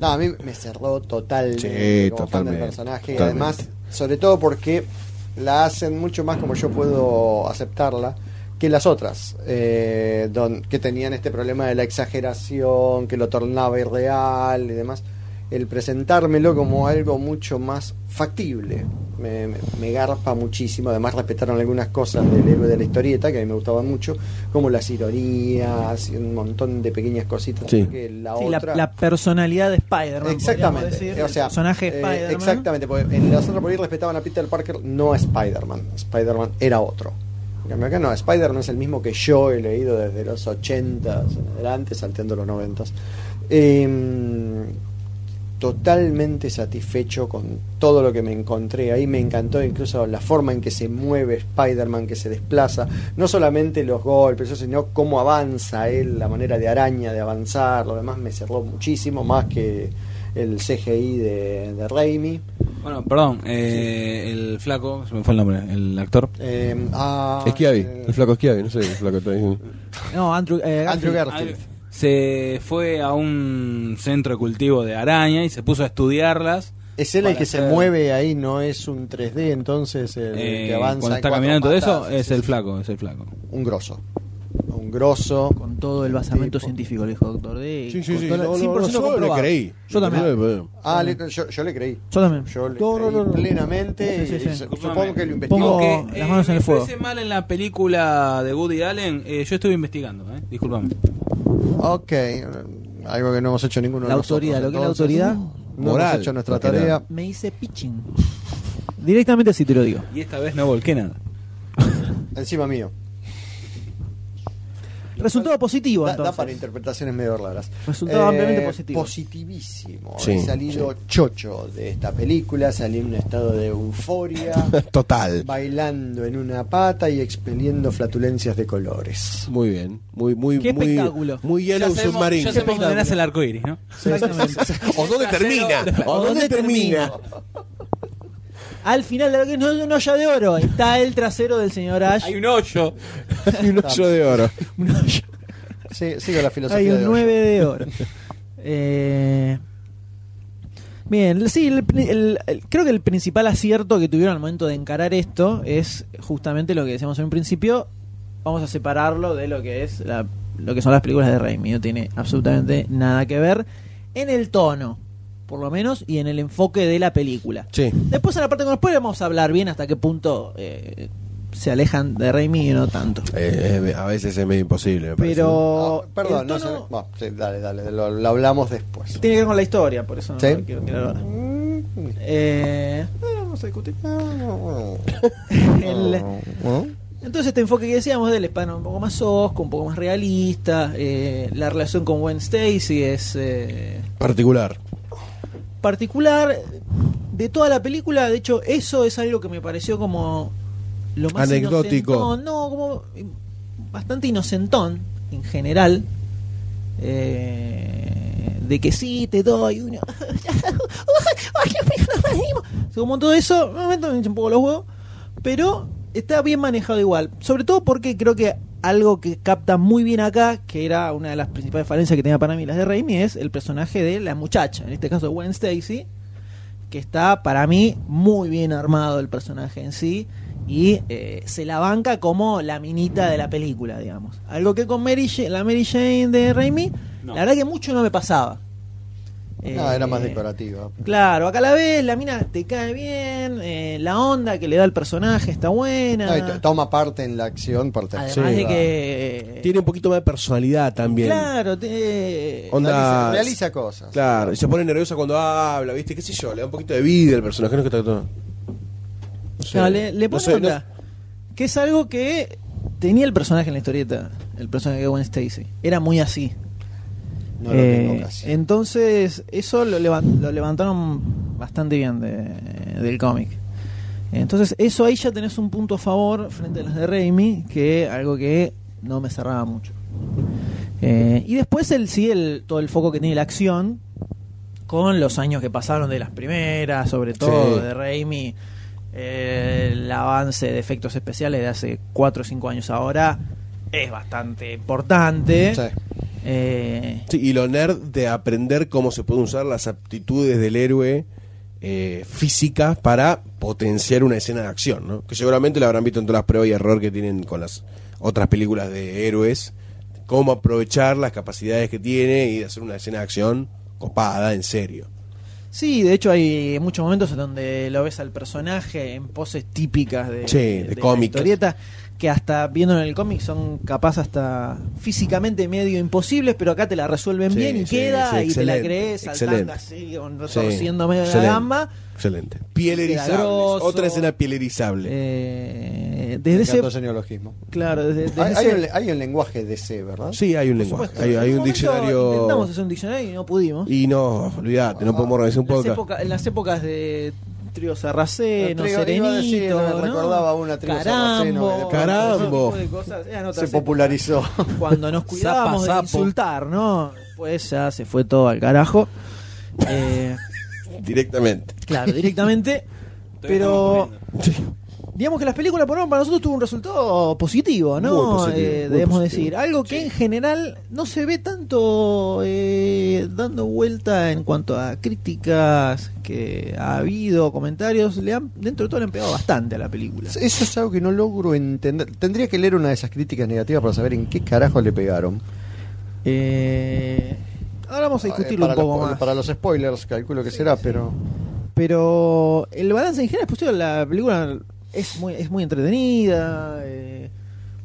No, a mí me cerró totalmente
Sí,
como fan del
totalmente,
personaje. Y
totalmente.
además, sobre todo porque la hacen mucho más como yo puedo aceptarla que las otras, eh, don- que tenían este problema de la exageración, que lo tornaba irreal y demás. El presentármelo como algo mucho más factible me, me- me garpa muchísimo. Además, respetaron algunas cosas del héroe de la historieta que a mí me gustaban mucho, como las ironías y un montón de pequeñas cositas.
Sí.
que la
Sí, la,
otra-
la personalidad de Spider-Man.
Exactamente.
podríamos decir,
o
el
sea,
personaje de
eh,
Spider-Man.
exactamente, porque en las otras por ahí respetaban a Peter Parker, no a Spider-Man. Spider-Man era otro. En cambio acá no, Spider-Man es el mismo que yo he leído desde los 80 en adelante, salteando los Em, 90. totalmente satisfecho con todo lo que me encontré ahí. Me encantó incluso la forma en que se mueve Spider-Man, que se desplaza. No solamente los golpes, eso, sino cómo avanza él, la manera de araña, de avanzar. Lo demás me cerró muchísimo, más que el CGI de, de Raimi.
Bueno, perdón, eh, el flaco, se me fue el nombre, el actor.
Eh, ah,
Esquiavi,
eh,
el flaco Esquiavi, no sé, el flaco está diciendo.
No, Andrew, eh,
Andrew
Garfield.
Ah,
Garfield.
Se fue a un centro de cultivo de araña y se puso a estudiarlas.
Es él el
Para
que se
hacer-
mueve ahí, no es un 3D, entonces el
Eh,
que avanza.
cuando está
en cuatro
caminando todo eso,
patas,
es el flaco, es el flaco.
Un grosso. Un un grosso.
Con todo el basamento
Tipo.
científico, le dijo Doctor D.
Sí, sí,
con
sí.
toda la-
no, no,
100%
no, yo le
comprobado.
creí.
Yo también.
Ah, le- yo, yo le creí.
Yo también.
Yo le
No, no,
creí
no, no. Sí,
plenamente.
sí,
y
sí.
se-
Disculpame.
Supongo que lo investigó.
Pongo- las manos en el
eh, me
fuego.
parece mal en la película de Woody Allen, eh, yo estuve investigando, eh, disculpame.
Ok. Algo que no hemos hecho ninguno
La
de nosotros.
autoridad, lo que es la
entonces.
autoridad.
No
Moral,
hemos hecho nuestra
más que
tarea.
nada.
Me hice pitching. Directamente si te lo digo.
Y esta vez no volqué nada.
Encima mío.
Resultado positivo,
Da, da
entonces.
para interpretaciones medio raras. Eh,
Resultado ampliamente positivo.
Positivísimo.
Sí,
He salido chocho de esta película, salí en un estado de euforia,
Total.
bailando en una pata y expeliendo flatulencias de colores.
Muy bien. Muy, muy,
Qué
muy.
espectáculo.
Muy Yellow Submarine.
ya sabemos dónde nace el arco iris, ¿no?
Exactamente.
¿O dónde termina? ¿O dónde termina?
Al final de lo que no es un hoyo de oro, está el trasero del señor Ash.
Hay un hoyo.
Y un hoyo de oro.
un hoyo.
Sí, sigo la filosofía.
Hay un
de
9 de oro. Eh, bien, sí, el pri- el- el- creo que el principal acierto que tuvieron al momento de encarar esto es justamente lo que decíamos en un principio. Vamos a separarlo de lo que es la- lo que son las películas de Raimi. No tiene absolutamente nada que ver en el tono, por lo menos, y en el enfoque de la película.
Sí.
Después en la parte con spoiler vamos a hablar bien hasta qué punto eh, se alejan de Raimi y no tanto.
Eh, eh, a veces es medio imposible, me parece.
Pero
Yoyo. Ah, perdón,
el
no sé.
tono-
Bueno, sí, dale, dale, lo, lo hablamos después.
tiene que ver con la historia, por eso no
¿Sí?
lo quiero tirar ahora.
Mm,
Eh,
Vamos a discutir. Ah,
el-
ah.
entonces este enfoque que decíamos del hispano un poco más osco, un poco más realista, eh, la relación con Gwen Stacy es eh,
Particular.
particular de toda la película, de hecho eso es algo que me pareció como lo más
Anecdótico.
inocentón, no, como eh, bastante inocentón en general. eh, de que sí, te doy uno. Ay, qué pena, nos perdimos. Como todo eso, un momento me hincha un poco los huevos, pero está bien manejado igual. Sobre todo porque creo que algo que capta muy bien acá, que era una de las principales falencias que tenía para mí las de Raimi, es el personaje de la muchacha, en este caso Gwen Stacy, que está para mí muy bien armado el personaje en sí y eh, se la banca como la minita de la película, digamos. Algo que con Mary Ja- la Mary Jane de Raimi,
No.
la verdad que mucho no me pasaba.
No, era más
Eh,
decorativa.
Claro, acá la ves, la mina te cae bien, eh, la onda que le da el personaje está buena.
No, y to- toma parte en la acción, parte
Además
Sí,
de
va.
que.
Tiene un poquito más de personalidad también.
Eh. Claro, te-
Onda.
Realiza, realiza cosas.
Claro, y se pone nerviosa cuando habla, ¿viste? ¿Qué sé yo? Le da un poquito de vida al personaje, no es que está todo. No sé.
No, le, le
No
pone
sé,
onda.
no-
Que es algo que tenía el personaje en la historieta, el personaje de Gwen Stacy. Era muy así.
No lo
Eh,
tengo casi.
Entonces, eso lo, levan- lo levantaron bastante bien de- del cómic. Entonces, eso ahí ya tenés un punto a favor frente a las de Raimi, que algo que no me cerraba mucho. Eh, y después el sí, el, todo el foco que tiene la acción, con los años que pasaron de las primeras, sobre todo
Sí.
de Raimi, eh, el avance de efectos especiales de hace 4 o 5 años ahora es bastante importante.
Sí.
Eh,
Sí, y lo nerd de aprender cómo se pueden usar las aptitudes del héroe eh, físicas para potenciar una escena de acción, ¿no? Que seguramente la habrán visto en todas las pruebas y error que tienen con las otras películas de héroes, cómo aprovechar las capacidades que tiene y hacer una escena de acción copada, en serio.
Sí, de hecho hay muchos momentos en donde lo ves al personaje en poses típicas de,
Sí, de
la
cómic.
historieta, que hasta viendo en el cómic son capaz hasta físicamente medio imposibles, pero acá te la resuelven
Sí,
bien y
sí,
queda
sí,
y te la
excelente,
crees saltando
excelente.
así, con-
Sí,
retorciendo medio la
excelente.
gamba.
Excelente. Piel
Queda
erizable.
grosso.
Otra escena piel erizable.
Eh,
Me
desde ese,
encantó ese neologismo.
claro, desde, desde
Hay,
ese
hay un, le- hay un lenguaje DC, ¿verdad?
Sí, hay un
por
lenguaje,
supuesto,
hay, hay
en
un
momento Intentamos
diccionario.
hacer un diccionario y no pudimos.
Y no, olvídate, no podemos organizar un
las
podcast.
época- en las épocas de Trío
El
Sarraceno,
trío- iba a
Serenito,
decir,
¿no?
recordaba una Trío Sarraceno, que de pronto-
Carambo.
ese tipo de cosas. Eran
Se
otras
popularizó.
épocas. Cuando nos cuidábamos
Zapa,
de
sapo.
insultar, ¿no? Pues ya se fue todo al carajo. Eh,
Directamente.
claro, directamente.
Todavía
pero
estamos
Digamos que las películas por para nosotros tuvo un resultado positivo, ¿no?
Muy positivo,
Eh,
muy
debemos
positivo.
decir. Algo que en general no se ve tanto eh, dando vuelta en cuanto a críticas que ha habido, comentarios. Le han, dentro de todo le han pegado bastante a la película.
Eso es algo que no logro entender. Tendría que leer una de esas críticas negativas para saber en qué carajo le pegaron.
Eh, ahora vamos a discutirlo
Eh, para
un poco
los,
más.
Para los spoilers, calculo que será, pero.
Pero el balance en general, pues tío, la película es muy, es muy entretenida. eh,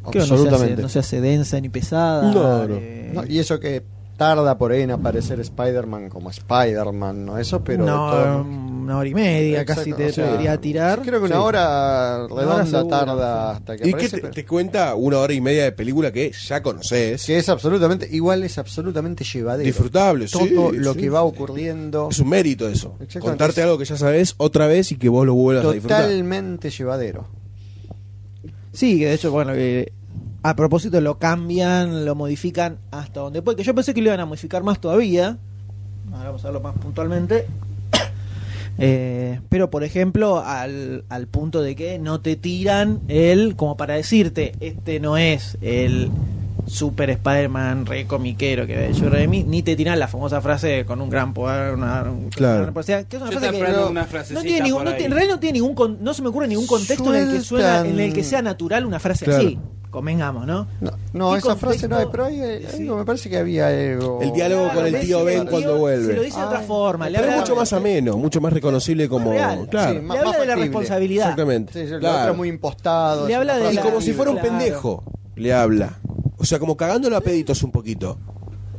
creo que no se hace-
Absolutamente.
No se, hace, densa ni pesada.
No, no.
eh,
No, y eso que tarda por ahí en aparecer Spider-Man como Spider-Man, ¿no? Eso, pero. de
una, hora,
todo-
una hora y media
Exacto,
eh, casi
o
te
sea,
podría tirar.
Creo que una
Sí.
hora redonda
segura,
tarda
sí.
hasta que
¿Y qué
aparece.
te,
pero-
te cuenta una hora y media de película que ya conoces?
que es absolutamente. Igual es absolutamente llevadero.
Disfrutable, sí,
Todo lo
sí.
que va ocurriendo.
Es un mérito eso.
Exactamente.
Contarte algo que ya sabes otra vez y que vos lo vuelvas a disfrutar.
Totalmente llevadero.
Sí, que de hecho, bueno, que a propósito lo cambian, lo modifican hasta donde puede. Que yo pensé que lo iban a modificar más todavía. Ahora vamos a verlo más puntualmente. Eh, pero por ejemplo, al, al punto de que no te tiran el, como para decirte, este no es el Super Spider-Man re comiquero que yo de mí, ni te tiran la famosa frase con un gran poder, una, un-
Claro.
una capacidad, que es una
Yo
frase
te
que
aprendo
no-
una
no
frasecita
tiene ningún,
por
no
ahí.
tiene- en realidad no tiene ningún con- no se me ocurre ningún contexto en el que suena, en el que sea natural una frase así, convengamos, ¿no?
No, no,
¿Qué
esa
contexto?
frase no hay, pero hay, hay
Sí.
algo, me parece que había algo.
El diálogo con el
ves,
tío Ben
tío
cuando
Se lo
vuelve.
dice de otra forma, le
Pero es
habla,
mucho más ameno, mucho más reconocible como.
real.
Claro,
Sí,
le
más-
habla
más
de la
factible.
responsabilidad.
exactamente.
Sí, sí, lo
claro.
otro es muy impostado.
Le
es una
habla de
frase
Y
la-
como si fuera un
Claro.
pendejo, le habla. O sea, como cagándolo a peditos un poquito.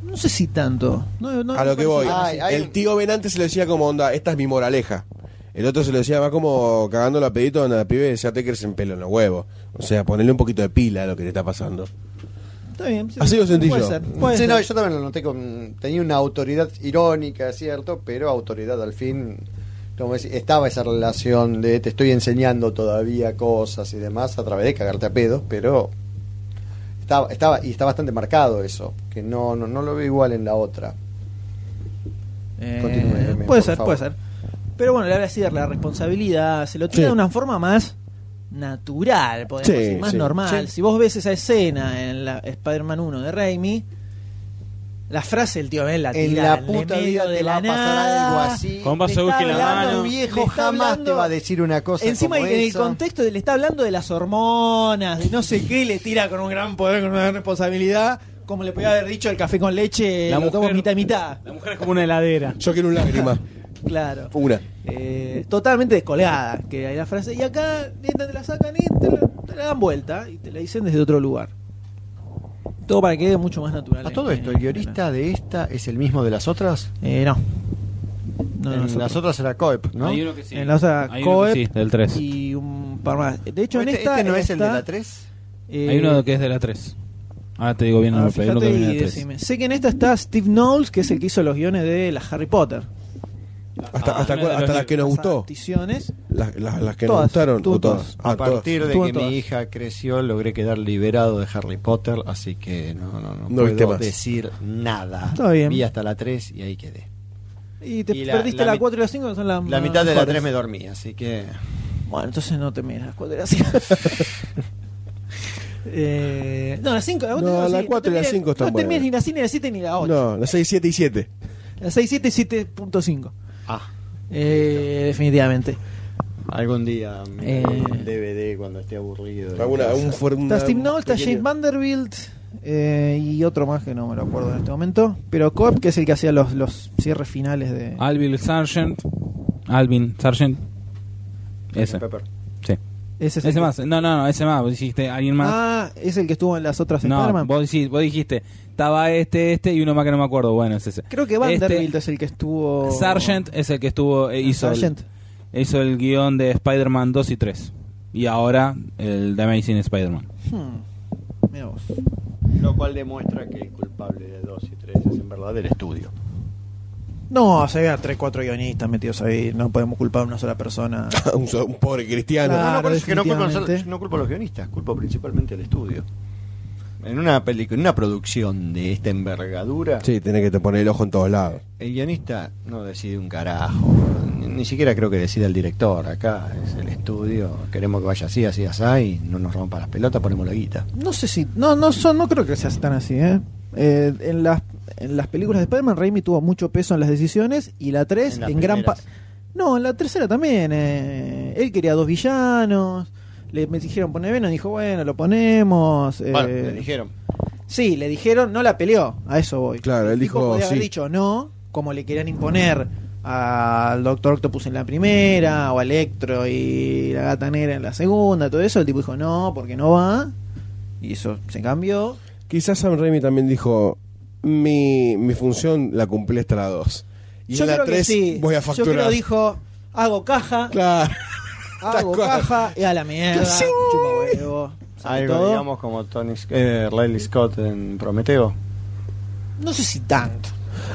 No sé si tanto. No, no,
A lo que voy.
Ay, ay.
El tío Ben antes se lo decía como onda, esta es mi moraleja. El otro se lo decía más como cagándolo a peditos, onda, pibe, ya te crecen pelo en los huevos. O sea, ponerle un poquito de pila a lo que te está pasando.
Está bien. sí,
Así lo sentí
puede
yo.
ser, puede
Sí,
ser.
no, yo también lo noté con, tenía una autoridad irónica, cierto, pero autoridad al fin, como decir, estaba esa relación de te estoy enseñando todavía cosas y demás a través de cagarte a pedos, pero estaba, estaba y está bastante marcado eso, que no, no, no lo veo igual en la otra.
Eh,
Continúe, Emi,
puede
por
ser,
favor.
puede ser. Pero bueno, le habla así de la responsabilidad, se lo tira
Sí.
de una forma más natural, podemos
Sí,
decir, más
sí.
normal.
Sí.
Si vos ves esa escena en la Spider-Man 1 de Raimi, la frase del tío Ben la
En
tira
la puta
medio
vida
de
te va
la
a pasar
nada.
algo así.
Con vaso
Le está
whisky en la
hablando
mano.
un
viejo
le está
jamás
hablando-
te va a decir una cosa
Encima
como
en el
esa.
contexto de- le está hablando de las hormonas, de no sé qué, le tira con un gran poder, con una gran responsabilidad, como le podía haber dicho el café con leche,
La
lo tomo
mujer-
mitad y mitad.
La mujer es como una heladera.
Yo quiero un lágrima.
Claro.
Una.
Eh, totalmente descolgada que hay la frase y acá neta, te la sacan y te la, te la dan vuelta y te la dicen desde otro lugar todo para que quede mucho más natural
A todo
eh,
esto, ¿el guionista de esta es el mismo de las otras?
eh, no no
en
no, nosotros.
las otras era Coep, ¿no?
Hay uno que sí.
En la otra,
Hay uno que
Coep
sí, del 3.
y un par más de hecho en
Este-
esta
este no es el de
esta,
la 3.
eh,
Hay uno que es de la 3. Ahora te digo bien el
ah,
nombre, pero hay uno que
fíjate
viene
y
de la 3.
decime. sé que en esta está Steve Knowles que es el que hizo los guiones de las Harry Potter
Hasta,
Ah,
hasta, cuál-
no es de los
hasta las
libros.
que nos
Las
gustó.
adaptaciones.
Las, las- las que
Todas,
nos gustaron.
tú,
o todas.
todas.
Ah,
A partir
todas.
de
Tú
que
en todas.
mi hija creció, logré quedar liberado de Harry Potter, así que no, no, no,
No viste
puedo
más.
decir nada.
Está bien.
Vi hasta la 3 y ahí quedé.
y te
Y la-
perdiste
la
la,
mit-
4 y la 5 que son las
La mitad de la
mejores.
3 me dormí, así que...
Bueno, entonces no te miras las cuatro y las cinco. Eh, no, las 5,
No, la cuatro y la cinco están
No te miras
buenas.
ni la 5, ni la 7, ni la 8.
No, las 6, 7 y 7.
La 6, 7, 7.5.
Ah,
Eh, definitivamente.
algún día me
Eh.
haré un DVD cuando esté aburrido.
Alguna- un fuer- una-
Está Steve Knowles, está
pequeño-
James Vanderbilt eh, y otro más que no me lo acuerdo en este momento. Pero Cobb, que es el que hacía los, los cierres finales de.
Alvin Sargent. Alvin Sargent. Ese.
Pepper.
Sí.
ese, es el
Ese
que-
más. No, no, no, ese más. Vos dijiste alguien más.
Ah, es el que estuvo en las otras
no,
Spider-Man.
vos, dijiste- vos dijiste. Estaba este, este y uno más que no me acuerdo. Bueno, es ese.
Creo que Vanderbilt es el que estuvo.
este Sargent es el que estuvo eh, hizo,
Sargent.
El, hizo el guión de Spider-Man 2 y 3. Y ahora el de Amazing Spider-Man.
Hmm. Mira vos.
Lo cual demuestra que el culpable de 2 y 3 es en verdad del estudio.
No, se vean tres, cuatro guionistas metidos ahí. No podemos culpar a una sola persona.
un, so- un pobre cristiano.
Claro,
no, no, por eso es que no culpo, a los-
definitivamente.
no culpo a los guionistas, culpo principalmente al estudio.
en una película, en una producción de esta envergadura,
Sí, tenés que te poner el ojo en todos lados.
el guionista no decide un carajo. Ni, ni siquiera creo que decida el director. Acá es el estudio. Queremos que vaya así, así, así. Y no nos rompa las pelotas, ponemos la guita.
No sé si. No, no, son, no creo que sea tan así, ¿eh? Eh, en, las, en las películas de Spider-Man, Raimi tuvo mucho peso en las decisiones y la 3
En
en,
las
gran parte.
primeras.
No, en la tercera también. eh, él quería dos villanos. Le me dijeron poner Venom, dijo, bueno, lo ponemos. eh,
Bueno, le dijeron.
Sí, le dijeron, no la peleó, a eso voy.
Claro, él
El tipo
dijo,
podía haber
sí.
dicho no, como le querían imponer al Doctor Octopus en la primera, o a Electro y la gata negra en la segunda, todo eso. El tipo dijo no, porque no va. Y eso se cambió.
Quizás Sam Raimi también dijo: Mi, mi función la cumplí hasta la 2. Y
Yo
en la
creo que
3
sí.
voy a
Yo
facturar.
creo dijo, hago caja,
Claro.
hago
tal cual.
caja y a la mierda.
¡Cachín!
chupa huevo, sabe
Algo,
todo.
digamos, como Tony, Sc- eh, Riley Scott en Prometeo.
No sé si tanto.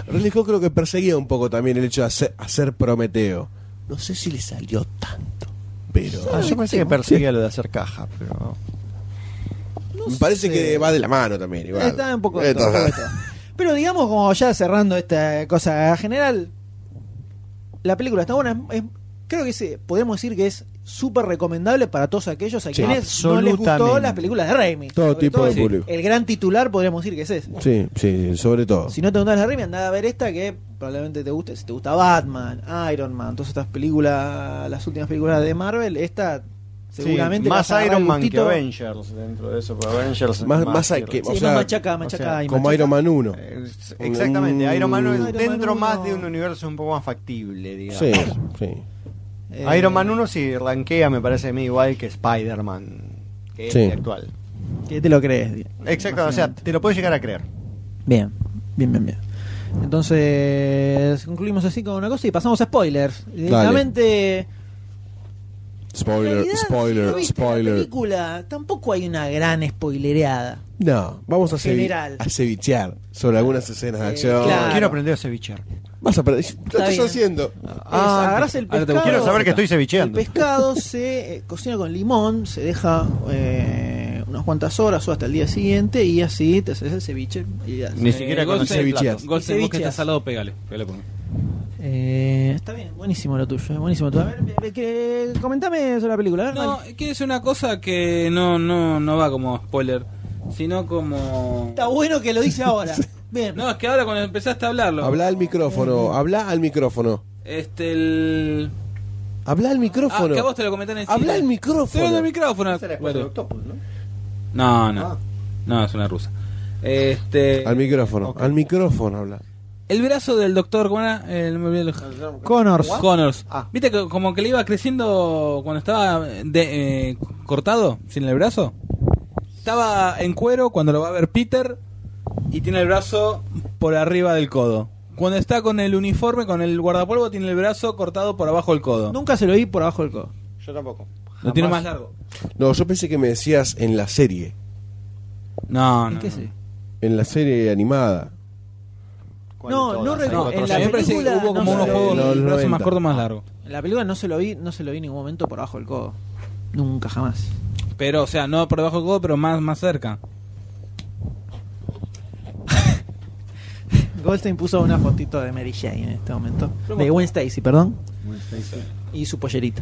Ridley Scott creo que perseguía un poco también el hecho de hacer, hacer Prometeo. No sé si le salió tanto, pero.
Ah, yo pensé que perseguía lo de hacer caja, pero.
No
Me parece
sé.
que va de la mano también, igual.
Está un poco de
Eh,
todo, un poco de todo. Pero digamos, como ya cerrando esta cosa general, la película está buena. es- es- creo que sí, podemos decir que es súper recomendable para todos aquellos a
Sí.
quienes no les gustó
Absolutamente.
las películas de Raimi.
Todo
Sobre
tipo de
sí,
público.
El gran titular podríamos decir que es ese.
Sí, sí, sí, sobre todo.
Si no te gustan las de Raimi, andá a ver esta que probablemente te guste. Si te gusta Batman, Iron Man, todas estas películas, las últimas películas de Marvel, esta seguramente...
Sí, más
le vas a agarrar
Iron
el
Man que
gustito.
Avengers dentro de eso, porque Avengers es
Más- más hay
que-
que-
Sí,
O
más
sea,
machaca, machaca
sea,
y
Como
machaca.
Iron Man 1.
Eh, Exactamente, Iron Man
Mm.
uno es
Iron
dentro
Man
más
uno.
de un universo un poco más factible, digamos.
Sí, sí.
Eh,
Iron Man 1 si rankea me parece a mí igual que Spider-Man, que es
Sí.
el actual.
Que te lo crees. di-
Exacto, o sea, te lo puedes llegar a creer.
Bien, bien, bien, bien. Entonces, concluimos así con una cosa y pasamos a spoilers. Directamente. en
Spoiler,
realidad, si no
spoiler,
viste la
spoiler.
película, tampoco hay una gran spoilereada.
No, vamos a, cevi-
General.
a cevichear sobre algunas escenas de
Eh,
acción.
claro.
Quiero aprender a cevichear.
Vas a perder. ¿Qué estás
bien.
haciendo?
es,
Ah,
agarrás el
ahora te
pescado.
Quiero saber que estoy
El
cevicheando.
pescado se eh, cocina con limón, se deja eh, unas cuantas horas o hasta el día siguiente y así te haces el ceviche. y ya.
Ni siquiera con
Goldstein,
cevicheas.
plato. Goldstein, vos que
Cevicheas.
estás al lado, pégale. pégale por mí.
Eh, está bien, buenísimo lo tuyo, eh, buenísimo lo tuyo. A ver, eh, que- comentame sobre la película. a ver,
No,
Mali.
quiero decir una cosa que no, no, no va como spoiler, sino como...
Está bueno que lo dice ahora. Bien.
No, es que ahora cuando empezaste a hablarlo...
Habla al micrófono, habla al micrófono.
Este, el...
Habla al
Ah,
micrófono.
que a vos te lo comenté en el
Habla
cine.
al micrófono.
Estoy hablando al micrófono. Bueno. No, no. No, es una rusa. Este...
Al micrófono, al micrófono habla.
El brazo del doctor, ¿cómo era? El, me olvidé el-
Connors.
Connors.
Ah.
¿Viste que como que le iba creciendo cuando estaba de- eh, cortado, sin el brazo? Estaba en cuero cuando lo va a ver Peter y tiene el brazo por arriba del codo. Cuando está con el uniforme, con el guardapolvo, tiene el brazo cortado por abajo del codo.
Nunca se lo vi por abajo del codo.
Yo tampoco.
Lo tiene más largo.
No, yo pensé que me decías en la serie,
No,
¿En
no.
qué
no.
sé?
en la serie animada.
No, no
No,
recuerdo. En la
a mí me parece que
película
hubo como
no
unos
se-
juegos
Los
el brazo
90.
más corto, más largo.
En la película no se lo vi, no se lo vi en ningún momento por abajo del codo. Nunca jamás.
Pero, o sea, no por debajo del codo, pero más, más cerca.
Goldstein puso una fotito de Mary Jane en este momento. De Gwen Stacy, perdón. Y su pollerita.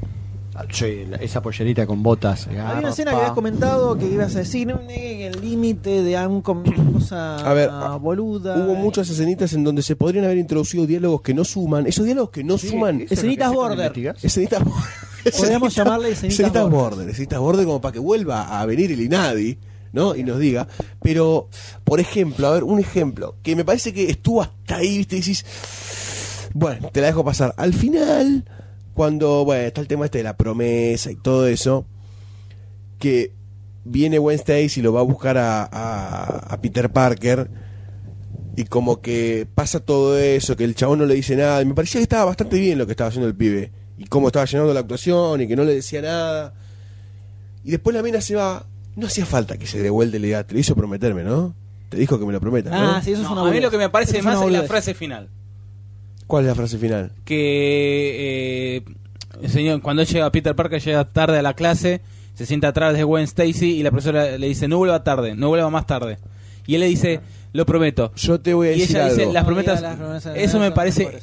Sí, la- esa pollerita con botas.
Ah,
Había una escena
garpa.
que habías comentado que ibas a decir "Eh, el límite de algún com- una cosa
A ver, a-
boluda. eh,
Hubo muchas escenitas en donde se podrían haber introducido diálogos que no suman. Esos diálogos que no suman.
¿Eso es lo
Escenitas
que se
border.
investiga?
Escenitas.
Podríamos llamarle escenitas
Escenitas
border.
border. Escenitas border como para que vuelva a venir el Inadi, ¿no? Y nos diga. Pero, por ejemplo, a ver, un ejemplo. Que me parece que estuvo hasta ahí, viste, y decís. Bueno, te la dejo pasar. Al final, cuando, bueno, está el tema este de la promesa y todo eso, que viene Wednesday y lo va a buscar a, a- a Peter Parker, y como que pasa todo eso, que el chabón no le dice nada, y me parecía que estaba bastante bien lo que estaba haciendo el pibe, y cómo estaba llenando la actuación, y que no le decía nada, y después la mina se va, no hacía falta que se devuelva y le diga, te lo hizo prometerme, ¿no? Te dijo que me lo prometas, ¿no?
Ah, sí, eso es
No,
una
a mí
boludez.
lo que me
Eso
parece
es una
más es la
boludez.
frase final.
¿Cuál es la frase final?
que eh, el señor, cuando llega Peter Parker llega tarde a la clase,
Se sienta atrás de Gwen Stacy y la profesora le dice, no vuelva tarde, no vuelva más tarde. Y él le dice, lo prometo.
Yo te voy a
Y
decir
ella
algo.
dice, las
No diga
promesas...
las promesas de
eso me
Nelson, por
parece
eso.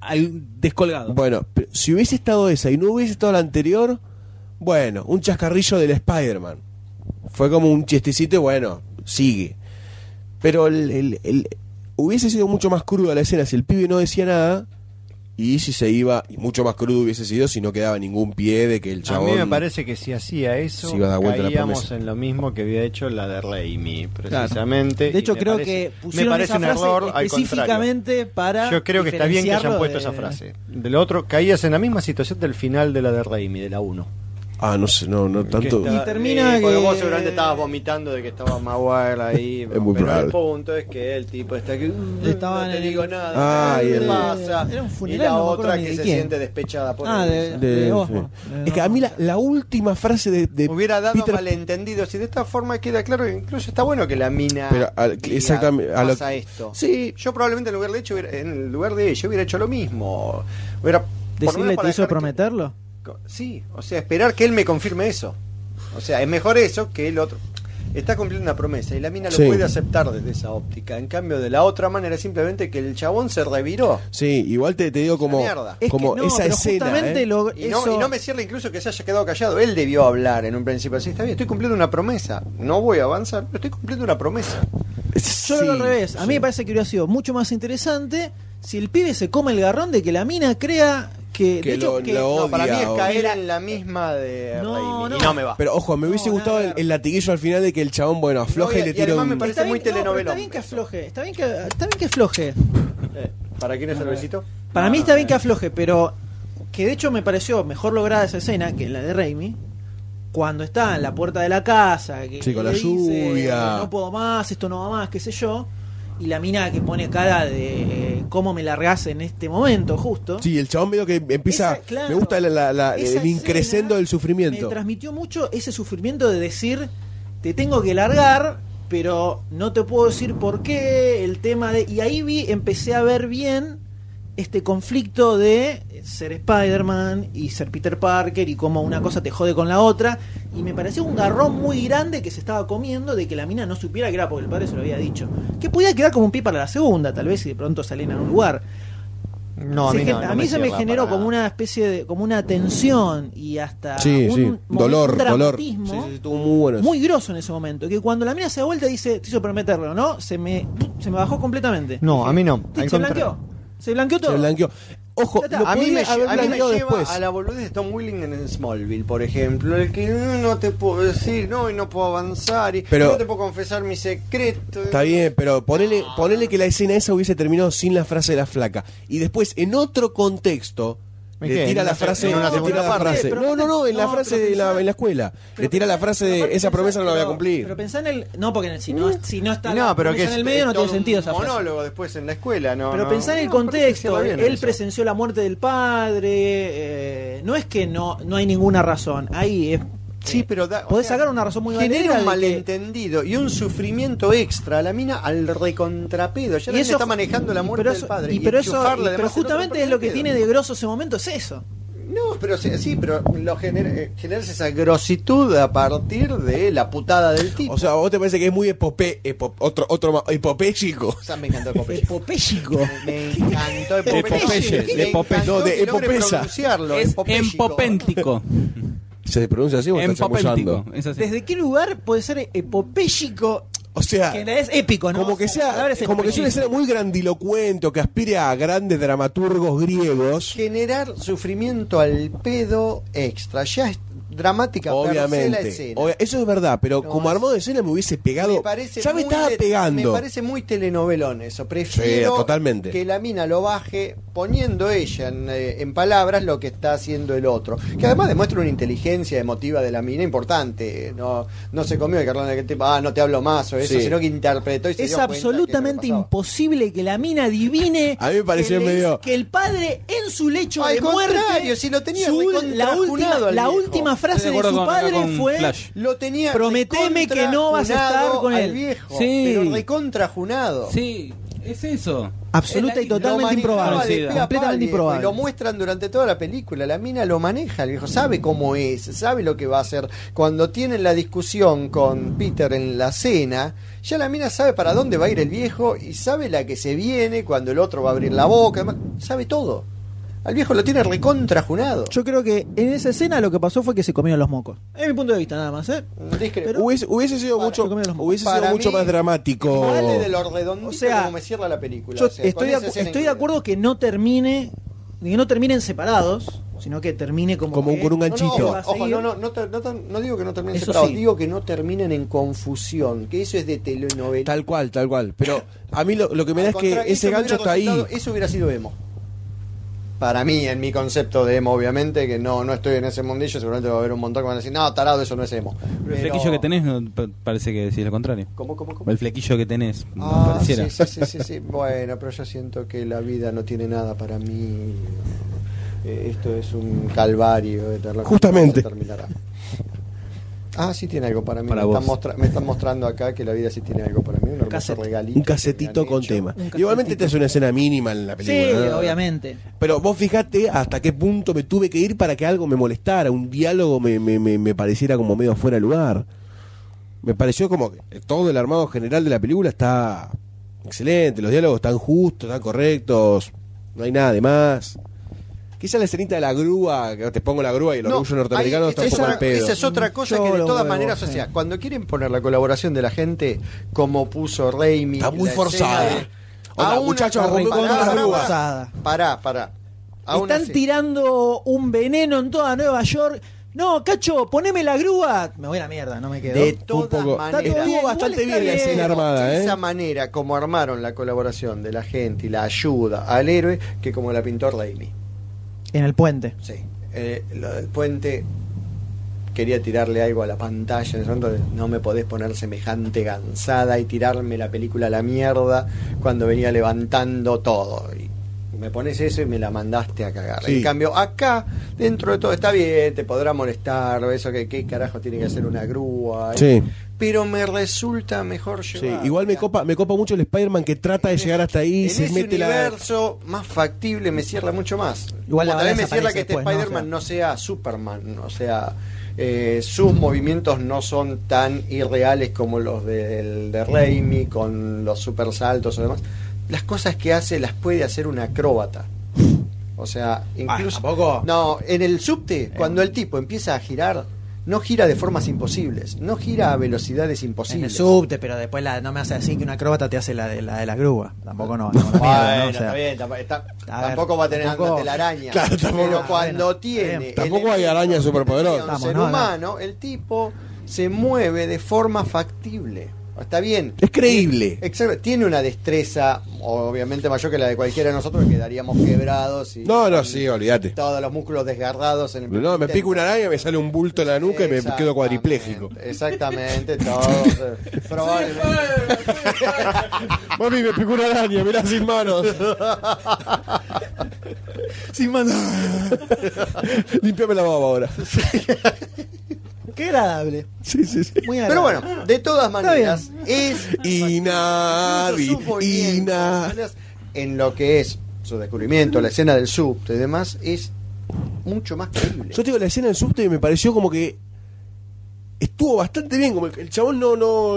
al- descolgado.
Bueno, pero si hubiese estado esa y no hubiese estado la anterior, bueno, un chascarrillo del Spider-Man. Fue como un chistecito y bueno, sigue. Pero el, el- el- hubiese sido mucho más cruda la escena si el pibe no decía nada y si se iba, y mucho más crudo hubiese sido si no quedaba ningún pie de que el
A
chabón...
mí me parece que si hacía eso,
se iba a dar vuelta la
caíamos
promesa.
en lo mismo que había hecho la de Raimi, precisamente.
De hecho,
y me
creo
parece-
que pusieron
me parece
esa
un
frase
error al contrario.
específicamente para.
Yo creo que está bien que hayan
diferenciarlo
puesto
de-
esa frase. De lo otro, caías en la misma situación del final de la de Raimi, de la 1.
Ah, no sé, no, no tanto...
Que está-
Y termina
porque
que-
vos seguramente estabas vomitando de que estaba Maguire ahí.
Es muy
pero
probable.
el punto es que el tipo está que. "Uh,
Estaban
no te
en-
digo nada.
Ah, y
¿qué
el-
pasa?
Era un funeral,
y la
no me acuerdo
otra
ni
que
de
se
quién.
siente despechada por
Ah,
él.
de-
de-
de
sí.
Osmo. De
Es que a mí la,
Osmo.
la última frase de... de
Hubiera dado
Peter-
malentendidos y de esta forma queda claro que incluso está bueno que la mina
Pero, al-
diga,
exactamente, a lo-
pasa esto.
Sí.
yo probablemente en lugar de hecho hubiera- en el lugar de ella hubiera hecho lo mismo. Hubiera por lo menos
Decirle,
para
¿te hizo
dejar que-
prometerlo?
Co- Sí, o sea, esperar que él me confirme eso. O sea, es mejor eso que el otro. Está cumpliendo una promesa y la mina lo
Sí.
puede aceptar desde esa óptica. En cambio, de la otra manera, simplemente que el chabón se reviró.
Sí, igual te, te digo como,
mierda.
Es que
como
no,
esa
pero
escena...
justamente
¿eh?
lo-
Y, no,
eso-
y no me cierra incluso que se haya quedado callado. Él debió hablar en un principio. Así está bien, estoy cumpliendo una promesa. No voy a avanzar, pero estoy cumpliendo una promesa.
Yo lo veo
Sí,
al revés. A mí
sí.
me parece que hubiera sido mucho más interesante si el pibe se come el garrón de que la mina crea que.
Que
de hecho,
lo-
que
lo-
No, para mí es
Odiado.
caer en la misma de
No,
Raimi.
no.
Y no me va.
Pero ojo, me hubiese
No,
gustado
nada
el,
que ver.
el latiguillo al final de que el chabón, bueno, afloja
No,
y,
y-
le
y
tira
además
un...
me parece
Está bien-
muy
no, pero
telenovela.
Está bien que afloje. Está bien que, está bien que afloje.
Eh, ¿Para quién es el besito?
Para mí está bien que afloje, pero que de hecho me pareció mejor lograda esa escena que la de Raimi. Cuando está en la puerta de la casa, que
Sí, con
le
la
dice,
lluvia.
No puedo más, esto no va más, qué sé yo. Y la mina que pone cara de eh, cómo me largas en este momento, justo.
Sí, el chabón medio que empieza...
Esa- claro.
me gusta la- la- la-
Esa
el increscendo
escena
del
Me
sufrimiento.
transmitió mucho ese sufrimiento de decir, te tengo que largar, pero no te puedo decir por qué, el tema de... Y ahí vi, empecé a ver bien este conflicto de ser Spider-Man y ser Peter Parker y cómo una cosa te jode con la otra. Y me pareció un garrón muy grande que se estaba comiendo de que la mina no supiera que era porque el padre se lo había dicho. Que podía quedar como un pie para la segunda, tal vez, si de pronto salen a un lugar.
No,
Se gen-
no, no
a mí se me
cierra
generó
para
como
nada.
una especie de como una tensión y hasta
Sí,
un,
sí.
mo-
Dolor,
un
dolor. Sí,
dramatismo
sí, sí, estuvo muy bueno. eso.
muy grosso en ese momento que cuando la mina se da vuelta y dice te hizo prometerlo no se me se me bajó completamente
No, a mí no.
Sí,
Al
se
contrario.
blanqueó se blanqueó todo
Se blanqueó. Ojo,
Ya está,
lo
a mí
podía
me,
haber
lle- a mí me
blanqueado
lleva
después.
a la boludez de Tom Willing en Smallville, por ejemplo. El que "No, no te puedo decir, no, y no puedo avanzar, y
Pero-
no te puedo confesar mi secreto.
Está bien, pero ponele, ponele que la escena esa hubiese terminado sin la frase de la flaca. Y después, en otro contexto,
¿En
le
qué?
tira
¿En
la
una se-
frase.
en una
le tira
segunda
la
parte?
frase.
Pero
No, no, no, en la
no,
frase
pero
de la,
pensá-
en la escuela. Le
Pero
tira la
pensá-
frase
pero
de
aparte
esa
pensá-
promesa no la voy a
pero-
cumplir.
pero pensá en el no porque en el- si no si no está
Y
la
no, pero
promesa
que
en
es-
el medio
es
no tiene
todo
sentido
un
esa frase
monólogo después en la escuela, no.
Pero
no,
pensá en el
no,
contexto, eh,
parece que se va bien
él
eso.
presenció la muerte del padre, eh, no es que no, no hay ninguna razón, ahí es...
Sí,
eh,
pero da, o
podés
sea,
sacar una razón muy valera de
genera un
que-
malentendido y un sufrimiento extra a la mina al recontrapedo. Ya la mina está manejando la
y
muerte
pero eso-
del padre.
Y pero, eso,
enchufarla
y- pero
además en otro
justamente es lo que
recontrapedo.
tiene de grosso ese momento, es eso.
No, pero sí, sí, pero lo gener- eh, generas esa grositud a partir de la putada del tipo.
O sea, ¿a ¿vos te parece que es muy epope, epo- otro, otro ma- epopéyico?
O sea, me encantó Popeye.
Epopéyico.
Me encantó el
Popeye,
Me
de Popeye.
encantó
No, de
que logre
epopeya.
pronunciarlo,
es
epopéyico.
empopéntico.
¿Se pronuncia así o está
empopéntico.
chamullando?
Es así.
¿Desde qué lugar puede ser epopéyico?
O
Ah.
sea,
Que es épico, ¿no?
como que
La palabra
sea,
es
como que sea
epopéyico.
una escena muy grandilocuente o que aspire a grandes dramaturgos griegos.
Generar sufrimiento al pedo extra. Ya es dramática per se la
Obviamente.
escena.
Obvia- eso es verdad, pero
No,
como
es-
armado de escena me hubiese pegado.
Me parece
ya me
muy
estaba
de-
pegando.
Me parece muy telenovelón eso. Prefiero
Sí, totalmente.
que la mina lo baje poniendo ella en, eh, en palabras lo que está haciendo el otro. Que además demuestra una inteligencia emotiva de la mina importante. No, no se comió de carlón de que tipo, ah, no te hablo más o eso,
Sí.
sino que interpretó y se
Es
dio cuenta
absolutamente
que era lo que pasaba.
imposible que la mina adivine
A mí me pareció
que, le-
medio-
que el padre en su lecho
Al
de muerte
contrario, si lo tenía
su- la
recontrajunado
última,
al
la
viejo.
última frase
Estoy de
de,
acuerdo
su
con-
padre
con
fue
Flash.
Lo tenía
Prometeme que no vas a estar
recontrajunado
con
al
él.
viejo,
Sí.
pero recontrajunado.
Sí,
Es eso.
Absoluta y
Es la-
totalmente
lo
improbable.
manejaba de pie a
completamente
pali,
improbable.
Lo muestran durante toda la película. La mina lo maneja, el viejo sabe cómo es, sabe lo que va a hacer. Cuando tienen la discusión con Peter en la cena, ya la mina sabe para dónde va a ir el viejo y sabe la que se viene, cuando el otro va a abrir la boca, además, sabe todo. Al viejo lo tiene recontrajunado.
Yo creo que en esa escena lo que pasó fue que se comieron los mocos. Es mi punto de vista nada más, ¿eh?
Discrepo.
Pero-
hubiese, hubiese sido
Para-
mucho,
Yo comía los mocos.
hubiese sido
Para
mucho
mí,
más dramático.
Vale de lo redondito
O sea,
como me cierra la película.
Yo
O sea,
estoy,
con
de,
esa
acu-
escena
estoy de
increíble.
acuerdo que no termine, que no terminen separados, sino que termine como,
Como
que-
con un
No,
ganchito.
No,
Va a
ojo, ojo,
seguir.
no, no, no, te- no te- no digo que no terminen
Eso
separados,
sí.
digo que no terminen en confusión, que eso es de telenovela.
Tal cual, tal cual. Pero a mí lo, lo que me da
Al
es que
contrario,
ese
eso me
gancho está
hubiera
ahí.
resultado- Eso hubiera sido emo. Para mí, en mi concepto de emo, obviamente, que no, no estoy en ese mundillo, seguramente va a haber un montón que van a decir, no, tarado, eso no es emo.
El flequillo que tenés no, pa- parece que decís lo contrario.
¿Cómo, cómo, cómo?
El flequillo que tenés. no
Ah, sí,
pareciera.
sí, sí, sí, sí. Bueno, pero yo siento que la vida no tiene nada para mí. Eh, Esto es un calvario. eterno.
Justamente.
Se terminará. Ah, sí tiene algo para mí.
Para
me,
vos.
Están mostra- me están mostrando acá que la vida sí tiene algo para mí. Un hermoso
cassette.
regalito.
Un
que me
casetito
han
con
hecho.
tema. Igualmente te hace una escena mínima en la
Sí,
película. ¿no?
obviamente.
Pero vos fijate hasta qué punto me tuve que ir para que algo me molestara, un diálogo me, me- me- me pareciera como medio fuera de lugar. Me pareció como que todo el armado general de la película está excelente, los diálogos están justos, están correctos, no hay nada de más. Quizá la escenita de la grúa, que te pongo la grúa y el orgullo
No,
norteamericano
ahí-
está un
esa,
poco al pedo.
esa es otra cosa
Yo
que de
lo
todas
muevo,
maneras, o
sí.
sea, cuando quieren poner la colaboración de la gente, como puso Raimi.
Está muy
la escena
forzada.
de-
Onda,
a una-
muchachos,
pará,
rompemos
pará,
las
pará,
grúas.
Forzada.
Pará, pará. A una
Están
se-
tirando un veneno en toda Nueva York. No, cacho, poneme la grúa. Me voy a la mierda, no me quedo.
De
Fue un
todas
poco-
Está
maneras.
todo bien,
estuvo
igual
bastante
está
bien la
bien.
escena armada,
De
¿eh?
esa manera, como armaron la colaboración de la gente y la ayuda al héroe, que como la pintó Raimi.
En el puente.
Sí. Eh, lo del puente, quería tirarle algo a la pantalla. en ese momento de, no me podés poner semejante gansada y tirarme la película a la mierda cuando venía levantando todo. Y me pones eso y me la mandaste a cagar.
Sí.
En cambio, acá, dentro de todo, está bien, te podrá molestar, eso que qué carajo tiene que hacer una grúa.
Sí.
Pero me resulta mejor
Sí,
llevar.
igual me copa, me copa mucho el Spider-Man que trata de llegar hasta ahí,
En
se
ese
mete la...
universo más factible me cierra mucho más.
Igual la
Como tal vez
bala
me cierra
desaparece
que este
después, ¿no?
Spider-Man
O
no sea Superman, o sea, eh, sus movimientos no son tan irreales como los del, de Raimi con los super saltos o demás. Las cosas que hace las puede hacer un acróbata. O
Ah,
sea, incluso no, en el
Eh.
subte cuando el tipo empieza a girar no gira de formas imposibles, no gira a velocidades
En el
imposibles.
subte, pero después la, no me hace así que una acróbata te hace la de la, de la grúa. Tampoco no. no, la mierda, ¿no?
Bueno,
O sea,
está bien, tamp- está-
A ver,
tampoco va a tener
tampoco-
andas de la araña.
Claro, tampoco-
pero cuando
Bueno, está
tiene.
bien.
Tampoco hay araña superpoderosa.
Un ser
Estamos, no,
humano, el tipo se mueve de forma factible. Está bien.
Es creíble.
Exacto. Tiene una destreza, obviamente mayor que la de cualquiera de nosotros, que quedaríamos quebrados. Y,
No, no, sí, olvídate.
Todos los músculos desgarrados en el
No, me pico una araña, me sale un bulto en la nuca y me
Exactamente,
quedo cuadripléjico.
Exactamente, todo. probablemente.
Mami, me picó una araña, mirá sin manos. sin manos. Limpiame la baba ahora.
Qué agradable.
Sí, sí, sí.
Muy
Pero
agradable.
bueno, de todas maneras, es
Inavi,
Incluso sus movimientos,
Ina.
En lo que es su descubrimiento, la escena del subte y demás, es mucho más creíble.
Yo te digo, la escena del subte me pareció como que estuvo bastante bien, como que el chabón no, no,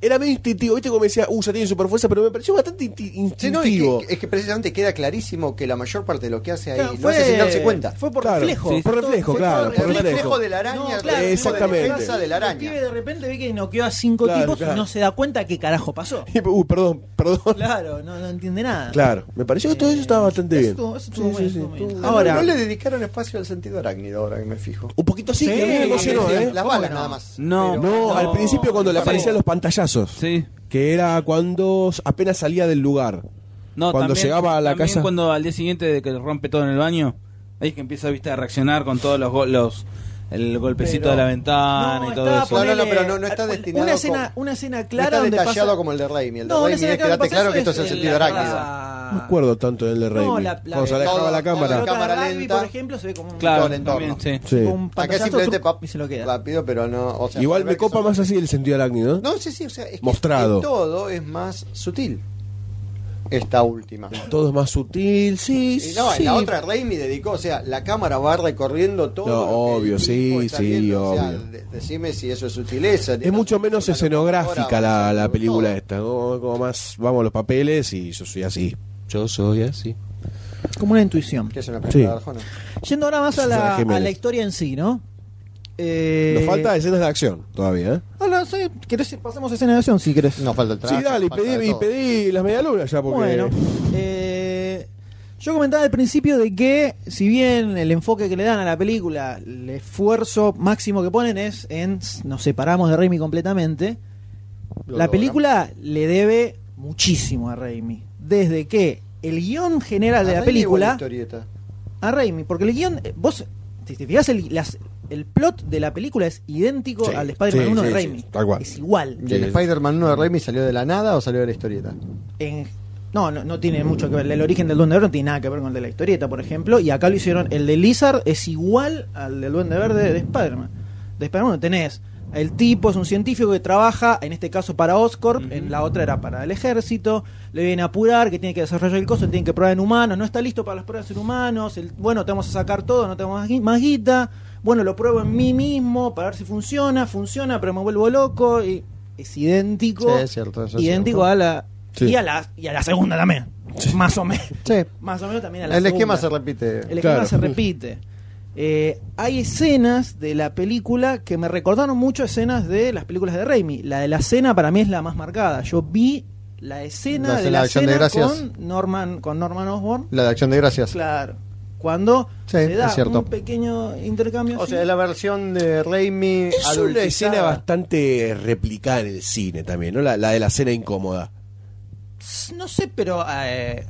era medio instintivo, viste como decía, uh, ya tiene super fuerza, pero me pareció bastante inti-
Sí, no, es,
instintivo.
que, es que precisamente queda clarísimo que la mayor parte de lo que hace ahí
Claro,
lo hace sin darse cuenta.
Fue por
Claro,
reflejo.
sí, por
Fue todo-
reflejo,
fue
claro,
todo
por
el reflejo,
reflejo.
de la araña,
No,
el
claro,
reflejo
exactamente.
de defensa de la
El
araña.
pibe de repente ve que noqueó a cinco
Claro,
tipos
claro.
y no se da cuenta qué carajo pasó.
Y, uh, perdón, perdón.
Claro, no, no entiende nada.
Claro, me pareció que todo eso estaba bastante
Eso
bien.
estuvo- eso estuvo
Sí,
bueno,
sí, sí,
estuvo bien.
estuvo-
Ahora,
No le dedicaron espacio al sentido arácnido, ahora que me fijo.
Un poquito así, que a mí me emocionó,
Sí,
¿eh?
Las balas nada más.
No,
Pero-
No,
No,
al principio cuando le
sí.
aparecían los pantallazos.
Sí.
Que era cuando apenas salía del lugar.
No,
cuando
también-
llegaba a la
también
casa.
cuando al día siguiente de que rompe todo en el baño, ahí es que empieza ¿viste? a reaccionar con todos los, go- los el golpecito
Pero-
de la ventana
no,
y todo
estaba
eso.
No, no, no,
ponele-
pero no- no está destinado
Una escena,
como-
una escena
No
clara
está
donde
detallado
pasa-
como el de Raimi. El de
No, una
Raimi
escena
es
clara
quedate
donde pasa
claro
eso
que esto es el
es
sentido
la
arácnido.
Ah,
casa-
No recuerdo tanto del de Rey.
No, la- la-
cuando se alejaba
todo-
la cámara.
todo- cámara
de rugby,
lenta.
por ejemplo, se ve como un,
Claro,
Todo el
también,
entorno.
sí.
Sí.
como un
Acá
pantallazo
simplemente
truc,
pa-
y se lo queda.
rápido, pero no. o sea,
Igual
para ver
me
que
copa
son-
más así el sentido arácnido. ¿eh?
No, sí, sí, o sea, es que
Mostrado.
en todo es más sutil. esta última.
Todo es más sutil, sí,
Y no,
sí.
en la otra Raimi dedicó, o sea, la cámara va recorriendo todo.
No,
lo que el
obvio, sí,
tipo está
sí,
viendo, o sea,
obvio.
de- decime si eso es sutileza.
Es mucho menos escenográfica la, la película
esta.
esta, como, como más vamos a los papeles y yo soy así. Yo soy así.
Como una intuición.
Que es una película
Sí.
de Arjona.
Yendo ahora más a la,
Susana Jiménez.
a la historia en sí, ¿no? Eh,
Nos falta escenas de acción todavía, ¿eh?
Ah, no, sí, ¿querés- pasamos a escena de acción si querés.
Nos falta el traje.
sí, dale, y
falta de
pedí, y
todo.
pedí las medialunas ya porque
Bueno, eh, yo comentaba al principio de que, si bien el enfoque que le dan a la película, el esfuerzo máximo que ponen es en nos separamos de Raimi completamente,
Lo
la
logramos.
película le debe muchísimo a Raimi. Desde que el guión general de la
¿A Raimi o a la
película,
historieta?
a Raimi, porque el guión, eh, vos, si te fijas, el, las- el plot de la película es idéntico
Sí,
al Spider-Man
sí,
1 de
sí,
Raimi.
sí, tal cual.
Es igual.
¿Y el
Sí.
Spider-Man 1 de Raimi salió de la nada o salió de la historieta?
en- no, no, no tiene mucho que ver. El origen del Duende Verde no tiene nada que ver con el de la historieta, por ejemplo. Y acá lo hicieron. El de Lizard es igual al del Duende Verde de Spider-Man. De Spider-Man tenés. El tipo es un científico que trabaja, en este caso para Oscorp, en la otra era para el ejército. Le vienen a apurar que tiene que desarrollar el coso, tiene que probar en humanos. No está listo para las pruebas en humanos. el- bueno, te vamos a sacar todo, no tenemos más gui- más guita. Bueno, lo pruebo en mí mismo para ver si funciona. Funciona, pero me vuelvo loco. Y es idéntico.
Sí, es cierto, eso es
idéntico
cierto.
ah,
a la
Sí.
y a la y a la segunda también más o menos
Sí.
más o menos también a la
El
segunda.
esquema se repite.
el esquema
Claro.
se repite Eh, hay escenas de la película que me recordaron mucho escenas de las películas de Raimi la de la cena para mí es la más marcada yo vi la escena
La
de
escena
la
de Acción de
cena
Gracias.
con Norman con Norman Osborn
La de acción de gracias.
claro cuando
Sí,
se da
es cierto.
un pequeño intercambio
O
así.
sea, es la versión de Raimi
es una
adultizada.
escena bastante replicada en el cine también, ¿no? La, la de la escena incómoda.
no sé, pero eh,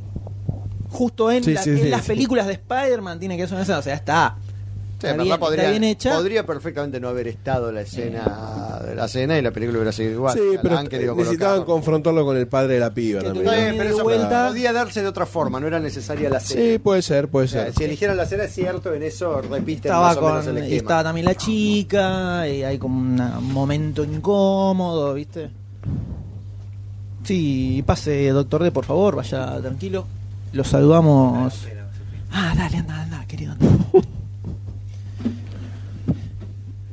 justo en,
Sí,
la-
sí,
en
sí,
las
sí.
películas de Spider-man tiene que ser una escena, o sea, está,
Sí,
está
en verdad
bien, está
podría,
bien hecha. Eh.
podría perfectamente no haber estado la escena de la cena y la película hubiera seguido igual.
sí,
O sea, la
pero
han querido
necesitaban
colocar.
confrontarlo con el padre de la piba
Que
también.
Está bien,
¿no?
Ni
pero
de
eso
vuelta.
podía darse de otra forma, no era necesaria la cena.
Sí, puede ser, puede
O sea,
ser.
si eligieran la cena es cierto, en eso repiten
estaba
más o menos
con
el
y
esquema.
estaba también la chica, y hay como una- un momento incómodo, ¿viste? Sí, pase, doctor D, por favor, vaya tranquilo. Los saludamos. Ah, dale, anda, anda, querido. anda.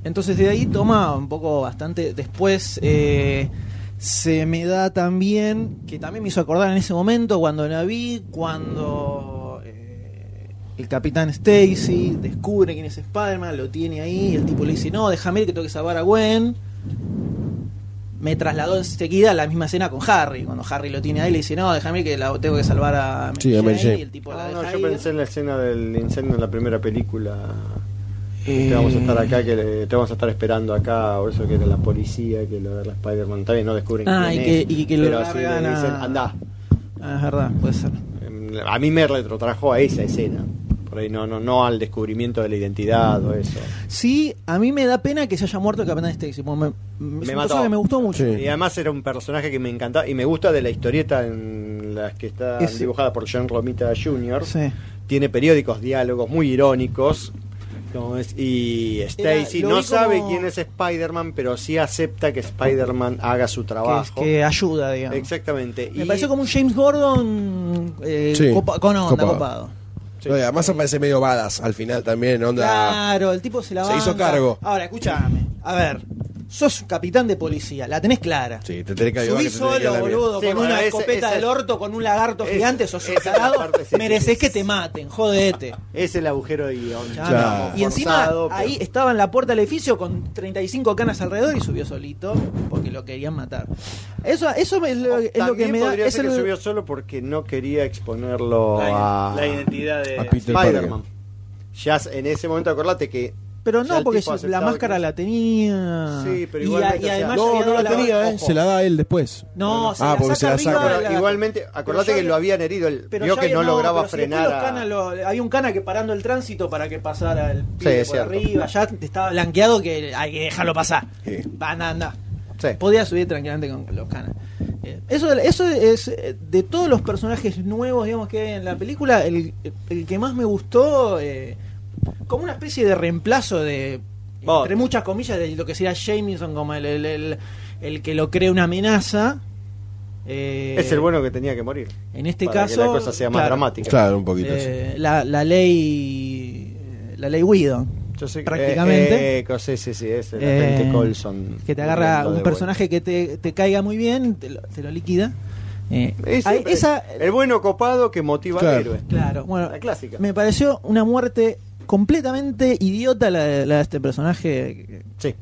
Entonces de ahí toma un poco bastante. Después eh, se me da también, que también me hizo acordar en ese momento cuando la vi, cuando eh, el capitán Stacy descubre quién es Spider-Man, lo tiene ahí, y el tipo le dice, no, déjame ir que tengo que salvar a Gwen. Me trasladó enseguida a la misma escena con Harry. Cuando Harry lo tiene ahí, le dice, no, déjame ir que la, tengo que salvar a Mary
Sí, a Mary
Jane",
Jane.
y el tipo la
Ah,
deja
no, yo
ir.
pensé en la escena del incendio en la primera película.
Eh.
Que vamos a estar acá, que le- te vamos a estar esperando acá, o eso que era la policía, que lo agarra Spider-Man, está bien, no descubren
Ah,
quién
y
es,
que- y que lo
pero así le
largan a-
dicen, andá.
Ah, es verdad, puede ser.
Em, A mí me retrotrajo a esa escena, por ahí no, no, no al descubrimiento de la identidad o eso.
Sí, a mí me da pena que se haya muerto el Capitán Stacy. porque Me, me, es una
mató.
cosa que me gustó mucho.
Sí.
Y además era un personaje que me encantaba, y me gusta de la historieta en las que está
Es-
dibujada por John Romita Jr.,
Sí.
tiene periódicos, diálogos muy irónicos. como es- y Stacy
lo
no
vi como-
sabe quién es Spider-Man, pero sí acepta que Spider-Man haga
Que,
su
es-
trabajo.
que ayuda, digamos.
Exactamente.
Me
y
pareció como un James Gordon eh,
Sí,
copa- con onda,
copado.
copado.
sí.
No, y además aparece medio badas al final también, onda.
Claro, el tipo se la
Se
banca.
hizo cargo.
Ahora, escúchame. A ver, sos un capitán de policía, la tenés clara.
Sí, te tenés que ayudar.
Subí
que te tenés que ir a
solo,
la mierda.
boludo,
Sí,
con
bueno,
una
ese-
escopeta
ese-
del orto, con un lagarto
ese-
gigante, sos un
esa es la
tarado,
parte, sí, sí,
mereces
sí,
que
sí.
te maten, jodete.
Es el agujero de guión.
Ya,
Claro.
Y encima
forzado, pero-
ahí estaba en la puerta del edificio con 35 canas alrededor y subió solito porque lo querían matar. Eso, eso es lo, es lo que
También
me da.
podría
Es
ser que
el-
subió solo porque no quería exponerlo a
la identidad
A
de.
Peter
Spider-Man.
Parker.
Ya en ese momento acordate que
pero
ya
no,
el
porque
tipo
la
aceptaba
máscara
que-
la tenía.
Sí, pero
Ah. Y a- y
igualmente, o sea,
además
No,
había
no la
dado
tenía, ¿eh?
ojo.
Se la da él después.
No, se
Ah,
la
porque
saca
se la
arriba
saca.
de la-
Pero igualmente, acordate
ya
que
había-
lo habían herido, el,
Pero
vio
ya
que
había-
no, lograba
pero si después
frenar.
los
a-
canas lo- había un cana que parando el tránsito para que pasara el pibe
es
por
cierto.
arriba. Ya te estaba blanqueado que hay que dejarlo pasar.
Sí.
Va, anda, anda.
Sí.
Podía subir tranquilamente con los canas. Eh, Eso, eso es eh, de todos los personajes nuevos digamos que hay en la película, el, el que más me gustó, eh, como una especie de reemplazo de,
Bot.
entre muchas comillas, de lo que sería Jameson como el, el- el- el que lo cree una amenaza, Eh,
es el bueno que tenía que morir.
En este
para
caso,
que la cosa sea más
claro,
dramática.
Claro, un poquito. sí.
eh, la, la ley, la ley Guido,
Yo sé que-
prácticamente.
eh, eh, co- sí, sí, sí, es el
Eh,
agente Colson.
que te agarra
muriendo de
un
vuelta.
personaje que te, te caiga muy bien, te lo, te lo liquida. Eh,
Eh,
hay
siempre
esa,
El bueno copado que motiva
Claro.
al héroe.
claro, bueno,
La clásica.
me pareció una muerte completamente idiota la, de- la de este personaje.
Sí.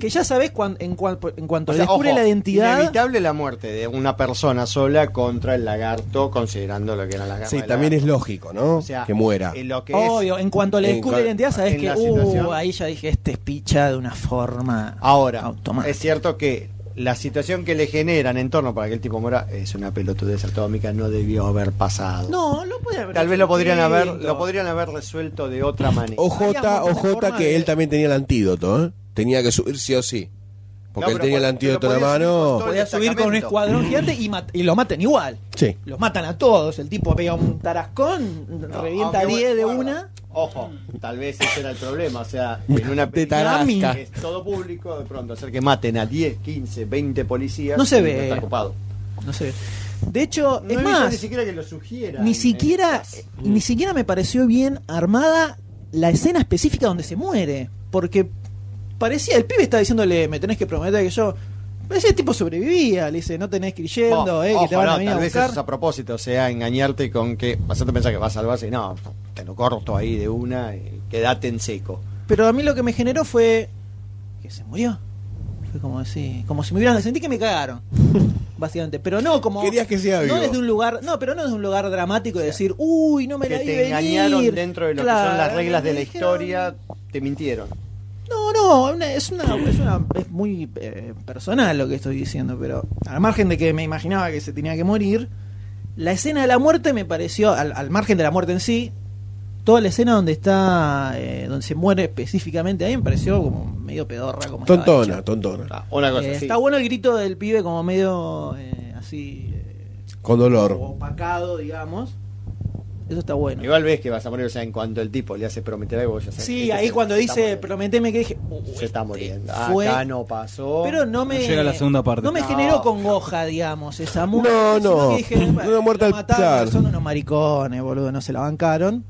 Que ya sabes cuan- en, cuan- en cuanto
O sea,
descubre
ojo,
la identidad.
Inevitable la muerte de una persona sola contra el lagarto, considerando lo que era la garra
Sí,
del
también es
lagarto.
lógico, ¿no?
O sea,
que muera.
eh, Lo que es
Obvio, en cuanto le
en
descubre
cuan-
la identidad, sabes
en
que
la
uh,
situación-
ahí ya dije, este es picha de una forma
Ahora,
automática.
es cierto que la situación que le generan en torno para que el tipo muera es una pelotudez atómica, no debió haber pasado.
No, lo podrían haber
Tal vez lo
hecho
podrían haber,
distinto.
lo podrían haber resuelto de otra manera.
OJ,
Había muchas
OJ,
formas
que
de-
él también tenía el antídoto, ¿eh? Tenía que subir sí o sí.
No,
Porque él
pero
tenía el
cuando-
antídoto en
pero
la
podía subir con
mano.
todo el
Podía subir con un
destacamento.
escuadrón gigante y, mat- y lo matan igual.
Sí.
Los matan a todos. El tipo pega un tarascón,
No,
revienta
aunque
10 de
bueno,
una.
Ojo, tal vez ese era el problema. O sea, en una
Te
película
tarasca.
que es todo público, de pronto hacer que maten a 10, 15, 20 policías.
No se
y
ve.
Está copado.
No sé. De hecho,
No
es
he visto
más,
ni siquiera que lo sugiera.
ni siquiera, eh, ni siquiera me pareció bien armada la escena específica donde se muere. Porque parecía, el pibe estaba diciéndole, me tenés que prometer que yo. Ese tipo sobrevivía, le dice, no tenés que ir yendo,
Bueno,
eh, que
ojo,
te van a
no,
venir a
tal vez eso
buscar.
es a propósito, o sea, engañarte con que hacerte pensar que vas a salvarse y no, te lo corto ahí de una y quedate en seco.
Pero a mí lo que me generó fue que se murió. Fue como así, como si me hubieran sentí que me cagaron. Básicamente, pero no como
Querías que sea vivo.
No desde un lugar, no, pero no desde un lugar dramático de decir, "Uy, no me
que
la vi
te
venir".
engañaron dentro de lo que
Claro,
son las reglas de la
me dijeron-
historia, te mintieron.
No, no, una- es una es una- es muy eh, personal lo que estoy diciendo, pero al margen de que me imaginaba que se tenía que morir, la escena de la muerte me pareció al, al margen de la muerte en sí, toda la escena donde está eh, donde se muere específicamente ahí me pareció como medio pedorra como estaba
Tontona,
hecha.
tontona.
Ah, Una cosa
Eh,
sí.
Está bueno el grito del pibe como medio eh, así eh,
Con dolor.
opacado, digamos. Eso está bueno.
Igual ves que vas a morir, o sea, en cuanto el tipo le hace prometer algo, ya sabes que
sí,
este
ahí
se-
cuando
se está
dice
muriendo.
prometeme que dije, "Uh,
se está
este
muriendo. Ah,
fue-
Acá no pasó.
Pero no
No
me
llega la segunda parte.
no me
No.
generó congoja, digamos, esa muerte.
No,
sino
no.
que dije,
Una
bueno,
muerte
lo
al-
mataron,
claro.
son unos maricones, boludo, no se la bancaron.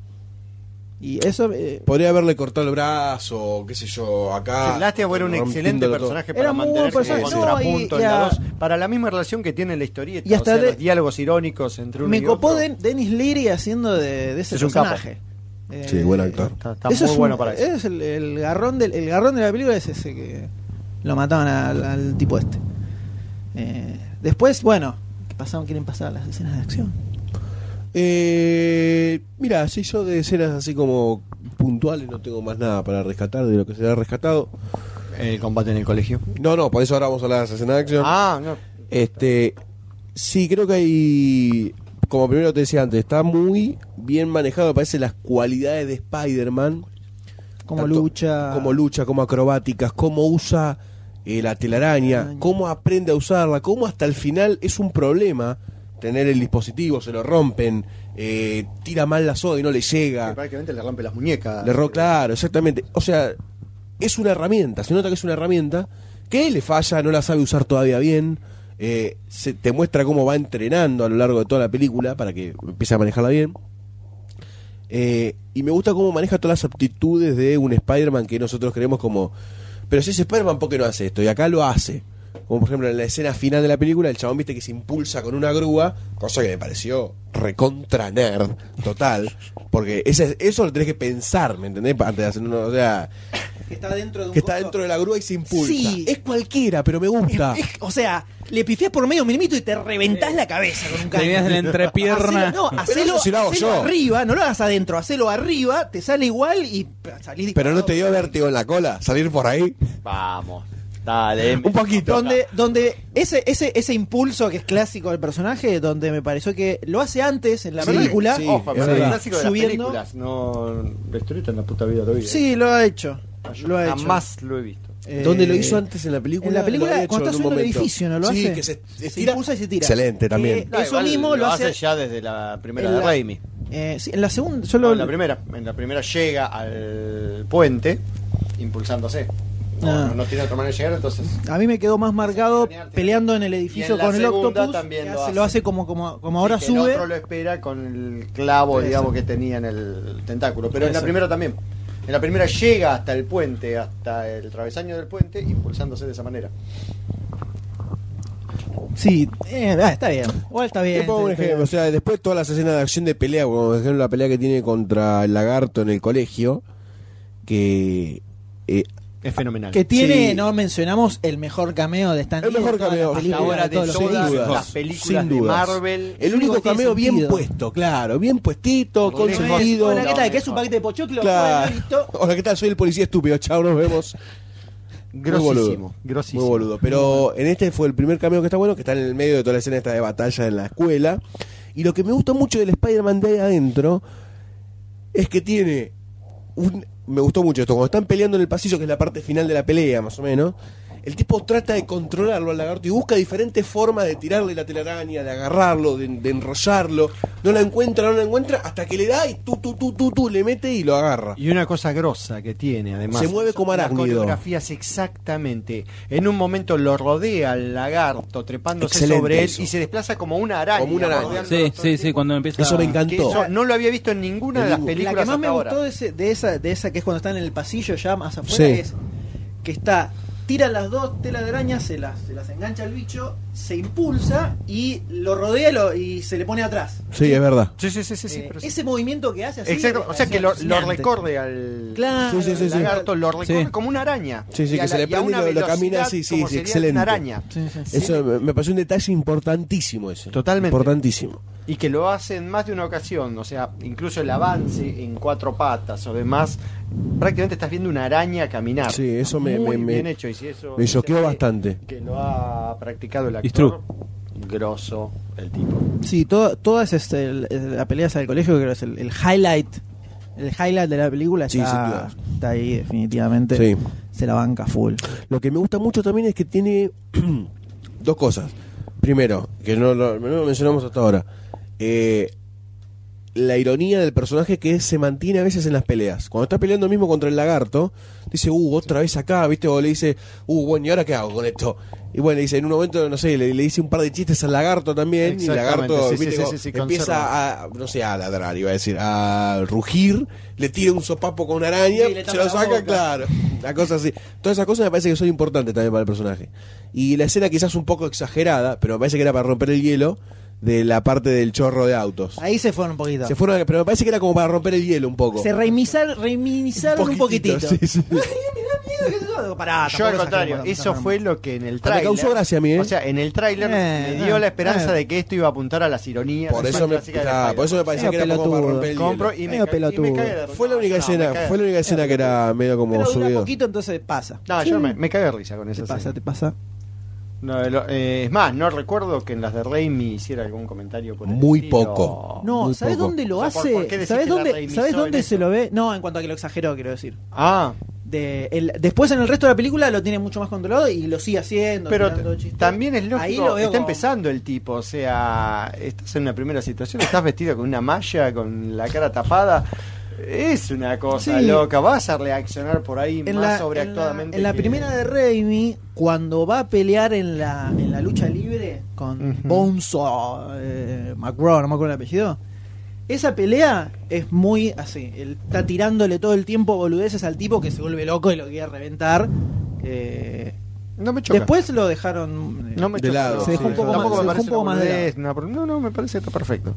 Y eso eh,
Podría haberle cortado el brazo, o qué sé yo, acá.
Celestia era un
rompiéndolo
excelente
Ah, todo.
personaje
Era
para
muy buen
mantener como
personaje, no,
contrapunto
y-
en
y a-
la dos, para la misma relación que tiene la historieta,
Y hasta
o sea,
de-
los diálogos irónicos entre uno
me
y
copó
otro.
Den- Dennis Leary haciendo de, de ese
Es un capo.
personaje. Eh,
Sí, buen actor.
Está, está
Eso
muy
es
bueno
un- eh.
para eso.
Es el, el garrón del, el garrón de la película es ese que lo mataban al, al tipo este. Eh, después, bueno, que pasaron, quieren pasar las escenas de acción.
Eh, mira, si yo de escenas así como puntuales no tengo más nada para rescatar de lo que se ha rescatado.
El combate en el colegio.
No, no, por eso ahora vamos a hablar de asesinato de acción.
Ah, no.
Este, sí, creo que hay. Como primero te decía antes, está muy bien manejado. Me parece las cualidades de Spider-Man.
Como
Tanto-
lucha.
Como lucha, como acrobáticas, cómo usa eh, la telaraña,
Telaraña.
cómo aprende a usarla, cómo hasta el final es un problema tener el dispositivo, se lo rompen, eh, tira mal la soda y no le
Que
llega.
prácticamente le rompe las muñecas.
Ah. Le erró, claro, exactamente. O sea, es una herramienta, se nota que es una herramienta que le falla, no la sabe usar todavía bien. eh, se te muestra cómo va entrenando a lo largo de toda la película para que empiece a manejarla bien. Eh, y me gusta cómo maneja todas las aptitudes de un Spider-Man que nosotros creemos como. Pero si es Spider-Man, ¿por qué no hace esto? Y acá lo hace. Como por ejemplo en la escena final de la película, el chabón viste que se impulsa con una grúa, cosa que me pareció recontra nerd, total. Porque ese- eso lo tenés que pensar, ¿me entendés? Antes de hacer uno, o sea,
Que está dentro de un
que está
coso-
dentro de la grúa y se impulsa.
Sí.
Es cualquiera, pero me gusta.
Es- o sea, le pifiás por medio milímetro y te
Eh.
reventás la cabeza con un
Te venías
caño.
de la entrepierna.
Hacelo- no,
Pero
hacelo,
eso sí lo hago
hacelo
yo.
arriba, no lo hagas adentro, hacelo arriba, te sale igual y p- salís
Pero no
disparado.
te dio vértigo en la cola, salir por ahí.
Vamos. Dale.
Un poquito.
Donde, donde ese, ese, ese impulso que es clásico del personaje, donde me pareció que lo hace antes en la
Sí,
película.
sí.
Ojo, pero
es
el
verdad.
clásico de las
Subiendo.
películas. No. La historieta en la puta vida lo vi. eh.
Sí, lo ha hecho.
Yo
Lo ha hecho.
Jamás lo he visto.
Eh,
¿Dónde lo hizo antes en la película?
En la
Lo
película,
había hecho
cuando está
en un
subiendo el
momento.
edificio, ¿no lo
Sí,
hace?
que se
se
estira.
impulsa y se tira. Eh,
Excelente también.
Que eso
igual
mismo lo hace.
ya desde la primera
en
de
la-
Raimi.
eh, sí, en la segunda. Yo
No,
lo,
en la primera. En la primera llega al puente impulsándose.
Ah.
No, no, no tiene otra manera de llegar, entonces.
A mí me quedó más marcado peleando en el
Y
edificio
en la
con el
segunda
octopus.
también
que
lo
hace-
hace.
lo hace como, como, como ahora
Sí, que
sube.
El otro lo espera con el clavo,
Eso.
digamos, que tenía en el tentáculo. Pero en la
Eso.
primera también. En la primera llega hasta el puente, hasta el travesaño del puente, impulsándose de esa manera.
Sí, eh, ah, está bien. Igual está bien.
Te pongo un
Está
ejemplo,
bien.
o sea, después todas las escenas de acción de pelea, como por ejemplo la pelea que tiene contra el lagarto en el colegio, que eh,
Es fenomenal.
que tiene,
Sí.
no mencionamos, el mejor cameo de Stan
El
Lee de
mejor
todas
cameo,
las
hasta
películas,
ahora
de todos
de
los
todas
años.
dudas,
las películas
sin
de
dudas.
Marvel.
el
Sí,
único
porque tiene
cameo bien
sentido.
puesto, claro, bien puestito, con
Porque no es,
sentido.
Hola, ¿qué tal?
Claro.
¿Qué es un paquete de pochoclo?
Claro.
Bueno, listo.
Hola, ¿qué tal? Soy el policía estúpido. Chao, nos vemos.
Grosísimo.
Muy boludo.
grosísimo.
Muy boludo. Pero en este fue el primer cameo que está bueno, que está en el medio de toda la escena esta de batalla en la escuela. Y lo que me gusta mucho del Spider-Man de ahí adentro es que tiene un... Me gustó mucho esto. Cuando están peleando en el pasillo, que es la parte final de la pelea, más o menos, el tipo trata de controlarlo al lagarto y busca diferentes formas de tirarle la telaraña, de agarrarlo, de, de enrollarlo. No la encuentra, no la encuentra, hasta que le da y tú, tú, tú, tú, tú, le mete y lo agarra.
Y una cosa grosa que tiene, además.
Se mueve como
Las
arácnido.
coreografías exactamente. En un momento lo rodea al lagarto, trepándose
Excelente
sobre él
eso.
y se desplaza como una araña.
Como una araña.
rodeándolo
Sí,
todo
sí,
el
sí,
tiempo.
cuando empieza.
Eso me
Que
encantó.
eso no lo había visto en ninguna de las
Ninguna.
películas
La que más
hasta
me
ahora.
gustó de, ese- de esa, de esa que es cuando están en el pasillo ya más afuera
Sí.
es que está, tira las dos telas de araña, se las, se las engancha al bicho, se impulsa y lo rodea y, lo- y se le pone atrás.
Sí, es verdad.
Sí, sí, sí, sí, sí,
Eh,
pero sí.
ese movimiento que hace así.
Exacto,
me
o sea que
pareció
lo, lo
alucinante.
recorre al
Claro,
Sí, sí, sí,
al
sí.
lagarto, lo recorre
Sí.
como una araña.
Sí, sí,
Y a
que se
la-
le
y a
prende
una
y lo- lo camina
velocidad
así, sí,
como
sí,
sería de
excelente.
Una araña.
Eso me, me pareció un detalle importantísimo ese.
Totalmente.
Importantísimo.
y que lo hace en más de una ocasión, o sea, incluso el avance en cuatro patas o demás, prácticamente estás viendo una araña caminar.
Sí, eso me-
Muy
me- me-
bien hecho y si eso
me choqueó
se ve
bastante.
Que lo ha practicado el
It's true.
actor. Grosso el tipo.
Sí, todas toda es este, el- el- la pelea esa del colegio creo que es el, el highlight. El highlight de la película
Sí,
está,
sin
está ahí definitivamente.
Sí.
Se la banca full.
Lo que me gusta mucho también es que tiene dos cosas. Primero, que no lo, no lo mencionamos hasta ahora, eh, la ironía del personaje que se mantiene a veces en las peleas. Cuando está peleando mismo contra el lagarto, dice, uh, otra vez acá, ¿viste? O le dice, uh, bueno, ¿y ahora qué hago con esto? Y bueno, le dice, en un momento, no sé, le, le dice un par de chistes al lagarto también, y el
Exactamente,
lagarto
sí, sí,
¿viste?
sí,
como
sí, sí,
empieza a, no sé, a ladrar, iba a decir, a rugir, le tira un sopapo con una araña,
Sí, le tapa
se lo
la
saca,
boca.
claro. Una cosa así. Todas esas cosas me parece que son importantes también para el personaje. Y la escena quizás un poco exagerada, pero me parece que era para romper el hielo de la parte del chorro de autos.
Ahí se fueron un poquito.
Se fueron, pero me parece que era como para romper el hielo un poco.
Se reimizar- reiminizaron un poquitito.
Sí, sí.
Ah,
Yo al contrario, eso fue lo que en
Ah,
el
me
tráiler
causó gracia a mí, ¿eh?
O sea, en el tráiler
Eh,
me dio
eh,
la esperanza
eh.
de que esto iba a apuntar a las ironías.
Por
las
eso
más
me,
clásicas de
claro, por eso me
Spider-Man.
parecía que era
Medio
como para
pelotudo.
romper el
Compro
hielo.
y me,
Medio
ca- y me
pelotudo.
cagué de-
Fue la
no,
única
no, me
escena,
cagué.
fue la única escena que era medio como
Pero dura
subido.
poquito, entonces pasa.
No, yo me, me cagué de risa con
Te
eso.
pasa, te pasa.
No, lo- eh, es más, no recuerdo que en las de Raimi hiciera algún comentario por el
Muy
estilo.
poco.
No,
Muy
¿sabes
poco.
dónde
O
lo
sea, ¿por- por
hace?
qué decís
¿Sabes
que la
dónde,
reinventó
¿sabes
en
dónde se
eso?
lo ve? No, en cuanto a que lo exageró, quiero decir.
Ah,
De, el, después en el resto de la película lo tiene mucho más controlado y lo sigue haciendo.
pero
tirando
t-
chistes.
también es
Ahí
lógico,
lo veo
está
como-
empezando el tipo, o sea, estás en una primera situación, estás vestido con una malla, con la cara tapada, es una cosa
Sí.
loca, vas a reaccionar por ahí
en
más
la,
sobreactuadamente.
en la- en la
que-
primera de Raimi, cuando va a pelear en la, en la lucha libre con
Ujú.
Bonzo eh, McGraw, no me acuerdo el apellido, esa pelea es muy así. Él está tirándole todo el tiempo boludeces al tipo que se vuelve loco y lo quiere reventar. eh,
No me choca.
después lo dejaron. eh,
no me
De
choca,
lado,
no,
se dejó
sí.
un poco más-
Tampoco
se
me
dejó
parece
un poco
una
más de
boludez, una- No, no, me parece que está perfecto.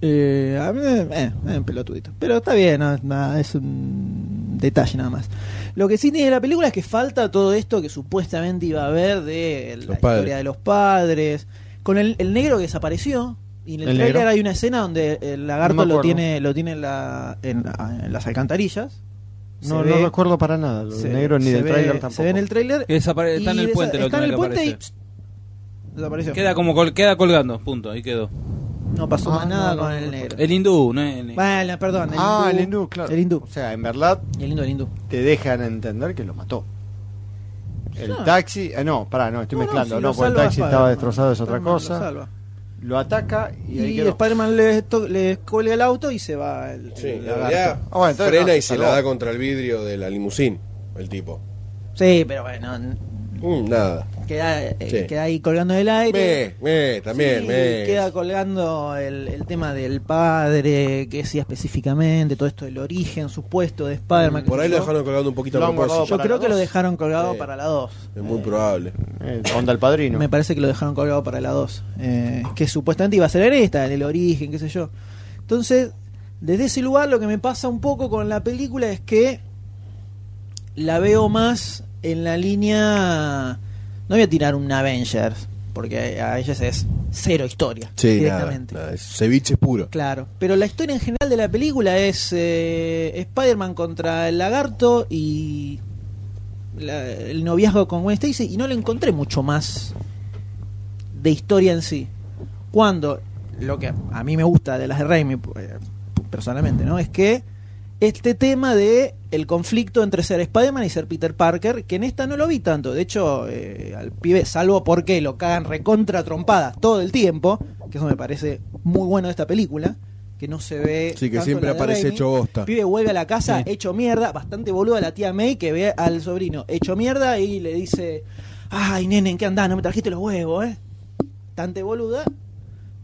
Eh, a mí, eh, eh, pelotudito. Pero está bien, no es nada, es un detalle nada más. Lo que sí tiene la película es que falta todo esto que supuestamente iba a haber de la
Los
historia
padres.
de los padres. Con el, el negro que desapareció. Y en el,
¿El
trailer
negro?
hay una escena donde el
No
lagarto
me
lo
acuerdo.
tiene, lo tiene en, la- en la- en las alcantarillas. Se
No, no
ve-
recuerdo para nada, lo
se-
negro ni
se
del
ve-
tráiler tampoco.
Se ve en el trailer.
Que desapare- está en el puente lo
está en
que
el puente
aparece.
y pss, desapareció.
Queda, como col- queda colgando, punto, ahí quedó.
no pasó
Ah,
más nada
no, no,
con
no,
el
no.
negro.
El hindú, ¿no? El-
Bueno, perdón. El
ah,
hindú,
el hindú, claro.
El hindú.
O sea, en verdad
El hindú, el hindú.
te dejan entender que lo mató. El
Ah.
taxi, ah, no, pará, no, estoy mezclando, no,
si lo
porque el
salva
taxi estaba
Spider-Man.
destrozado, es otra
Spider-Man lo
cosa. Lo,
salva.
ataca y, ahí
Y,
quedó.
Spider-Man le, to- le cuelga el auto y se va el,
Sí,
el
en
lagarto.
realidad
Ah, bueno, entonces
frena
no,
y se
salvó.
la da contra el vidrio de la limusín, el tipo.
Sí, pero bueno, n-
Mm, nada.
queda, eh,
Sí.
queda ahí colgando en el aire.
Me, me, también,
Sí,
me.
Queda colgando el, el tema del padre, que decía específicamente, todo esto del origen supuesto de Spider-Man.
Por ahí lo
Yo-
dejaron colgando un poquito
Lo
a
han guardado
propósito.
Yo
para
creo
la
que lo
dos.
dejaron colgado
Sí.
para la 2.
Es muy probable.
Eh, onda el padrino.
Me parece que lo dejaron colgado para la 2. eh, que supuestamente iba a ser esta, el origen, qué sé yo. Entonces, desde ese lugar lo que me pasa un poco con la película es que la veo más en la línea... No voy a tirar un Avengers, porque a ellas es cero historia
Sí, nada,
directamente.
nada, es ceviche puro.
Claro, pero la historia en general de la película es eh, Spider-Man contra el lagarto y la- el noviazgo con Gwen Stacy y no le encontré mucho más de historia en sí. Cuando lo que a mí me gusta de las de Raimi eh, personalmente, ¿no? Es que este tema de el conflicto entre ser Spider-Man y ser Peter Parker, que en esta no lo vi tanto. De hecho, eh, al pibe, salvo porque lo cagan recontra trompadas todo el tiempo, que eso me parece muy bueno de esta película, que no se ve.
Sí, que
tanto
siempre
la de
aparece
Raimi.
hecho bosta.
El pibe vuelve a la casa
Sí.
hecho mierda, bastante boluda la tía May que ve al sobrino hecho mierda y le dice: Ay, nene, ¿en qué andás? No me trajiste los huevos, ¿eh? Bastante boluda,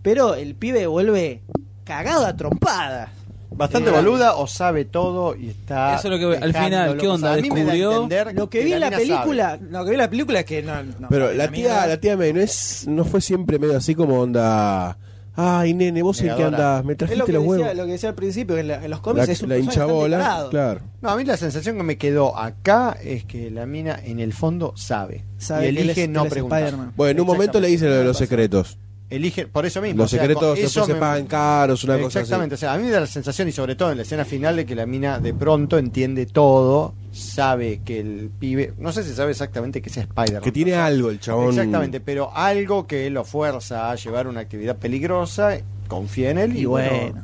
pero el pibe vuelve cagado a trompadas.
Bastante
Eh,
boluda o sabe todo y está.
Eso es lo que- al final,
dejándolo.
¿qué onda?
a mí me da a
¿Descubrió?
entender
Lo que vi en la
mina sabe.
película, lo que vi en la película es que no, no,
Pero
no,
la tía,
mierda.
la tía May no es, no fue siempre medio así como onda. Ay, nene, vos en qué
Negadora.
andás, me
es lo
trajiste
que,
los
decía,
huevos.
lo que decía al principio, que en, la- en los
La,
cómics es un
la
personaje bastante
hinchabola,
tarado.
claro.
No, a mí la sensación que me quedó acá es que la mina en el fondo sabe.
Sabe
y
que él
elige
es-
no
él es
preguntar.
Spider-Man.
Bueno, en un momento le dice lo de los
Exactamente.
secretos.
Elige, por eso mismo.
Los
o sea,
secretos
con-
después
eso
se
me-
pagan caros, una cosa así.
Exactamente, o sea, a mí me da la sensación, y sobre todo en la escena final, de que la mina de pronto entiende todo, sabe que el pibe, no sé si sabe exactamente que es Spider-Man.
Que tiene
o sea,
algo el chabón.
Exactamente, pero algo que lo fuerza a llevar una actividad peligrosa, confía en él y,
Y bueno.
bueno.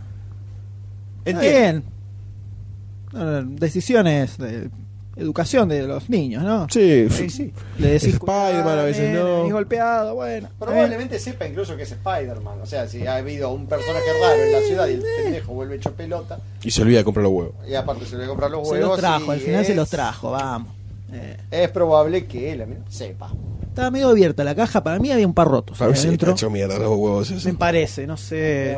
Está
Entiende.
bien. No, no, Decisiones de educación de los niños, ¿no?
Sí,
Sí, sí.
Le decís
Spider-Man, a veces
"Cuidado, nene,
no".
venís golpeado, bueno. está bien.
Probablemente sepa incluso que es Spider-Man. O sea, si ha habido un personaje raro en la ciudad y el pendejo vuelve hecho pelota,
Y se olvida de comprar los huevos.
y aparte se le compra los
Se
huevos.
los trajo,
y
al final se
es-
los trajo, vamos. Eh,
Es probable que la mina sepa.
estaba medio abierta la caja, para mí había un par rotos.
A ver
ahí
si le
adentro.
está hecho mierda los huevos. ese.
Me parece, no sé.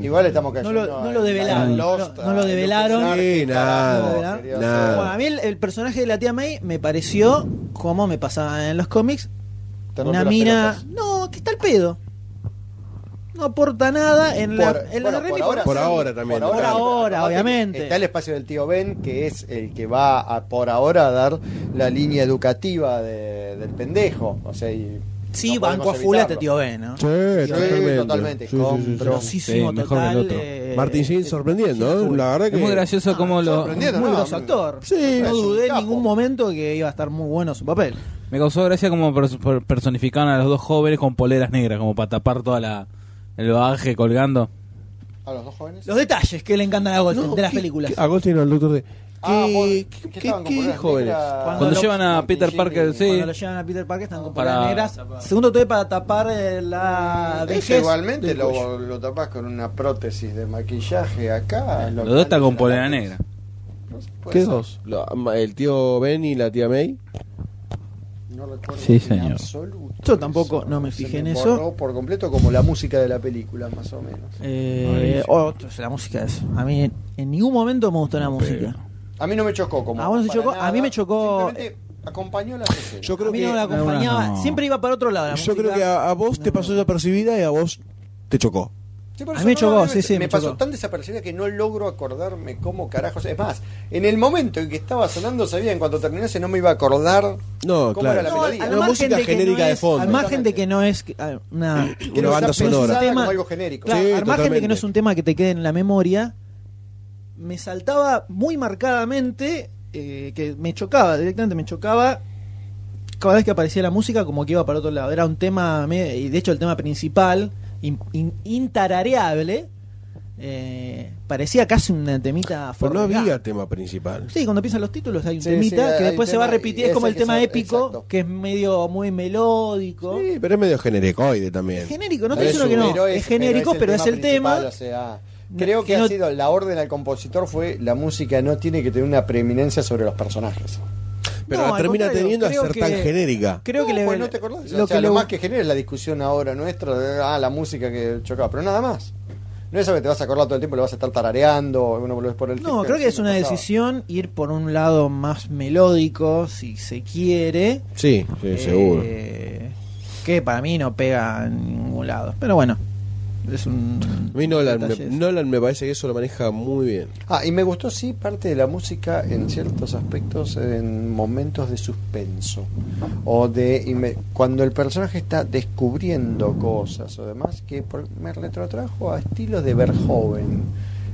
Igual
No
estamos cayendo.
lo- no
en-
lo develaron,
en
no-
Lost,
no lo
en
develaron.
Lost Ark,
Sí, nada,
carajo,
nada.
querido,
nada.
o
Bueno,
sea,
a mí el, el personaje de la tía May me pareció, como me pasaba en los cómics,
te rompió
una
las
mina.
pelotas.
No, que está el pedo. No aporta nada en la.
Por-
en la
bueno,
Remy
por ahora,
Por
sí,
ahora también,
por
sí, pero
ahora,
aparte
obviamente.
Está el espacio del tío Ben, que es el que va a, por ahora a dar la línea educativa de- del pendejo. O sea, y
Sí,
no podemos
banco a full este
evitarlo.
tío Ben, ¿no?
Sí,
Sí,
totalmente.
totalmente,
Sí, sí, sí,
compro.
sí.
Grosísimo
Sí, mejor que el
total.
otro.
eh,
Martin Sheen sorprendiendo, ¿eh? La verdad que.
Es muy gracioso
Ah,
como lo...
sorprendente. Entiendo,
Muy
no,
groso actor.
Sí,
no
es un
dudé en
capo.
ningún momento que iba a estar muy bueno su papel.
Me causó gracia como per- per- personificaban a los dos jóvenes con poleras negras, como para tapar toda la... El bagaje colgando.
A los dos jóvenes.
Los detalles que le encantan a Goldstein de las
¿qué-
películas.
qué- Agustín, no, el doctor de.
Ah, por-
¿Qué,
que
qué, qué,
estaban con
qué
poleras
jóvenes?
negras,
Cuando
Cuando
llevan a
Martin
Peter
Sheen
Parker,
y-
sí.
Cuando lo llevan a Peter Parker están con
Para-
poleras negras. Segundo toque para tapar eh, la
Eso
vejez.
Este igualmente
del cuello.
lo, lo tapás con una prótesis de maquillaje acá.
Los dos están con polera negra.
No sé, puede
¿Qué
ser.
dos? La- ma- ¿El tío Ben y la tía May?
No recuerdo
Sí,
en
señor.
absoluto
Yo tampoco no me fijé
Se me
en
borró
eso.
por completo como la música de la película, más o menos.
Eh, otro, la música es. A mí en ningún momento me gustó la música.
A mí no me chocó como.
A vos no Ah, se
para
chocó, a mí me chocó-
Simplemente acompañó la escenas.
Yo
A
creo
mí
que.
no la acompañaba.
no.
Siempre iba para otro lado. La
yo
música.
creo que a, a vos te pasó desapercibida y a vos te chocó.
Sí, por
A
eso
mí me
no,
chocó,
no,
sí, sí,
Me,
me
pasó
chocó.
tan desapercibida que no logro acordarme cómo carajos. Es más, en el momento en que estaba sonando, sabía en cuanto terminase, no me iba a acordar.
No,
¿Cómo
claro.
era la
No,
melodía?
al
Una
margen
música
de que no
genérica de
es-
fondo.
Al margen de que no es que- a ver, una,
Una banda
Está
sonora.
pensada
Tema-
Como algo genérico.
Claro,
Sí,
al margen de que
totalmente.
no es un tema que te quede en la memoria, me saltaba muy marcadamente, eh, que me chocaba, directamente me chocaba cada vez que aparecía la música como que iba para otro lado. Era un tema, me- y de hecho el tema principal, in- in- intarareable, eh, parecía casi una temita
Pero no
Forrest Gump.
había tema principal.
Sí, cuando empiezan los títulos hay un
Sí,
temita que
sí, hay
después se
tema
va a repetir,
y
es como
ese
el
que
tema
sabe-
épico,
exacto.
que es medio muy melódico.
Sí, pero es medio generecoide también.
Es genérico, no
Pero
te
es
diciendo que
un-
no,
Pero
es, genérico, pero es el tema.
principal, o sea, creo que,
que
ha
no-
sido la orden al compositor fue la música no tiene que tener una preeminencia sobre los personajes.
Pero
No,
la
al
termina
contrario,
teniendo a
creo
ser
que-
tan genérica.
Creo que
No,
le
pues no te acordás.
lo
o sea,
que
lo
le-
más que genera es la discusión ahora nuestra. de, Ah, la música que chocaba. Pero nada más. No es algo que te vas a acordar todo el tiempo, le vas a estar tarareando. o Uno volvés por el
No,
Twitter,
creo que
sí,
es
me
una
pasaba.
decisión ir por un lado más melódico, si se quiere.
Sí, sí,
eh,
seguro.
Que para mí no pega en ningún lado. Pero bueno, es un.
A mí Nolan me,
detalles.
Nolan me parece que eso lo maneja muy bien.
Ah, y me gustó, sí, parte de la música en ciertos aspectos, en momentos de suspenso. O de. inme- Cuando el personaje está descubriendo cosas o demás, que por- me retrotrajo a estilos de Verhoeven.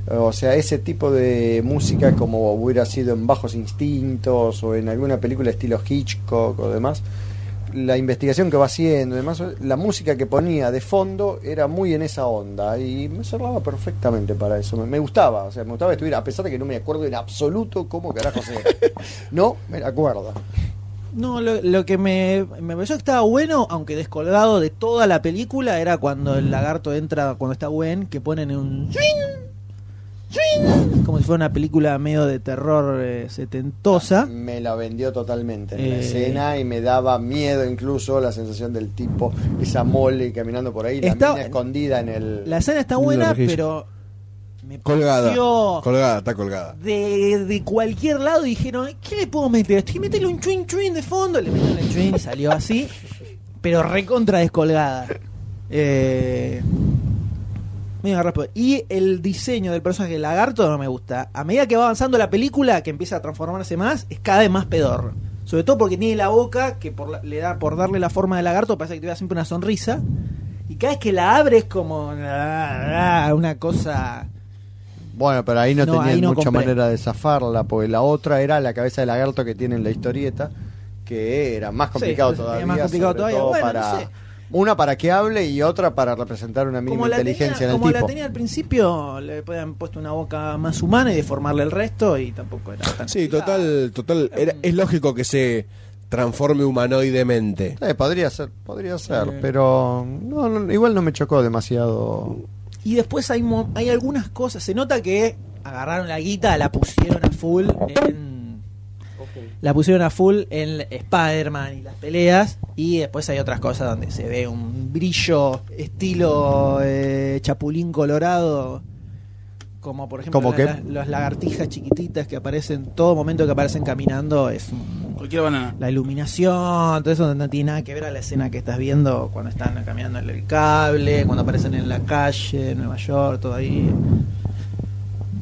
O sea, ese tipo de música como hubiera sido en Bajos Instintos o en alguna película estilo Hitchcock o demás. La investigación que va haciendo, y demás, la música que ponía de fondo era muy en esa onda y me cerraba perfectamente para eso. Me, me gustaba, o sea, me gustaba que estuviera, a pesar de que no me acuerdo en absoluto cómo carajo era. No, me la acuerdo.
No, lo, lo que me, me pareció que estaba bueno, aunque descolgado de toda la película, era cuando
Mm.
el lagarto entra, cuando está Gwen, que ponen un... swing, swing, Como si fuera una película medio de terror eh, setentosa.
Me la vendió totalmente en la
Eh.
escena y me daba miedo incluso la sensación del tipo, esa mole caminando por ahí, la
Está-
mina escondida en el...
La escena está
Una
buena,
rejilla.
pero me
Colgada.
pareció
Colgada, está colgada.
de, de cualquier lado dijeron, ¿qué le puedo meter? Estoy meterle un chuin chuin de fondo. Le metieron el chuin y salió así, pero recontra descolgada. Eh, medio garrapo. Y el diseño del personaje del lagarto no me gusta. A medida que va avanzando la película, que empieza a transformarse más, es cada vez más pedor. Sobre todo porque tiene la boca que por la- le da por darle la forma de lagarto parece que te da siempre una sonrisa. Y cada vez que la abre es como ah, ah, una cosa...
Bueno, pero ahí no,
No,
tenían
ahí no
mucha
compré.
manera de zafarla, porque la otra era la cabeza de lagarto que tiene en la historieta, que era más complicado
era
todavía.
más complicado
sobre
todavía.
todo
Bueno, no
para,
sé.
Una para que hable y otra para representar una mínima
como la
inteligencia
tenía,
en el
como la
tipo.
tenía al principio, le podían puesto una boca más humana y deformarle el resto y tampoco era tan
Sí,
complicado.
total, total. era- es lógico que se transforme humanoidemente.
Eh, podría ser, podría ser, pero no, no, igual no me chocó demasiado.
Y después hay, mo- hay algunas cosas, se nota que agarraron la guita, la pusieron a full en la pusieron a full en Spider-Man y las peleas y después hay otras cosas donde se ve un brillo estilo eh, chapulín colorado como por ejemplo
¿Cómo
la-
qué?
la- las lagartijas chiquititas que aparecen todo momento que aparecen caminando es un
Cualquier banana.
la iluminación, todo eso no tiene nada que ver a la escena que estás viendo cuando están caminando en el cable, cuando aparecen en la calle, en Nueva York, todo ahí.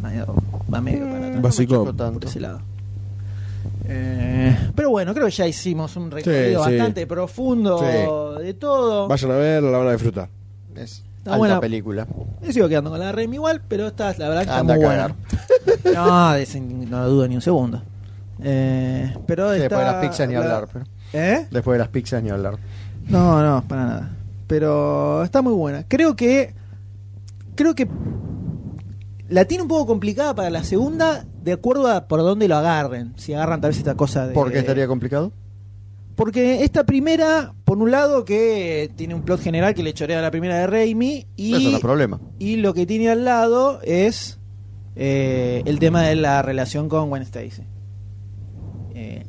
Medio- va medio para atrás
Básico.
chocó tanto.
por ese lado. Eh, pero bueno, creo que ya hicimos un recorrido
Sí, sí.
bastante profundo de todo.
Vayan a verla, la van a disfrutar.
Es
Está
alta
buena.
película.
Me sigo quedando con la rem igual, pero esta la verdad que está
Anda
muy
a
buena. No, de ese no lo dudo ni un segundo. Eh, pero
Sí,
esta-
después de las pizzas ni
la-
hablar. pero-
¿Eh?
Después de las pizzas ni hablar.
No, no, para nada. Pero está muy buena. Creo que. Creo que. La tiene un poco complicada para la segunda, de acuerdo a por dónde lo agarren. Si agarran tal vez esta cosa de.
¿Por qué estaría complicado?
Porque esta primera, por un lado, que tiene un plot general que le chorea a la primera de Raimi.
Eso no
Y,
es problema.
y lo que tiene al lado es. eh, el tema de la relación con Gwen Stacy. Eh,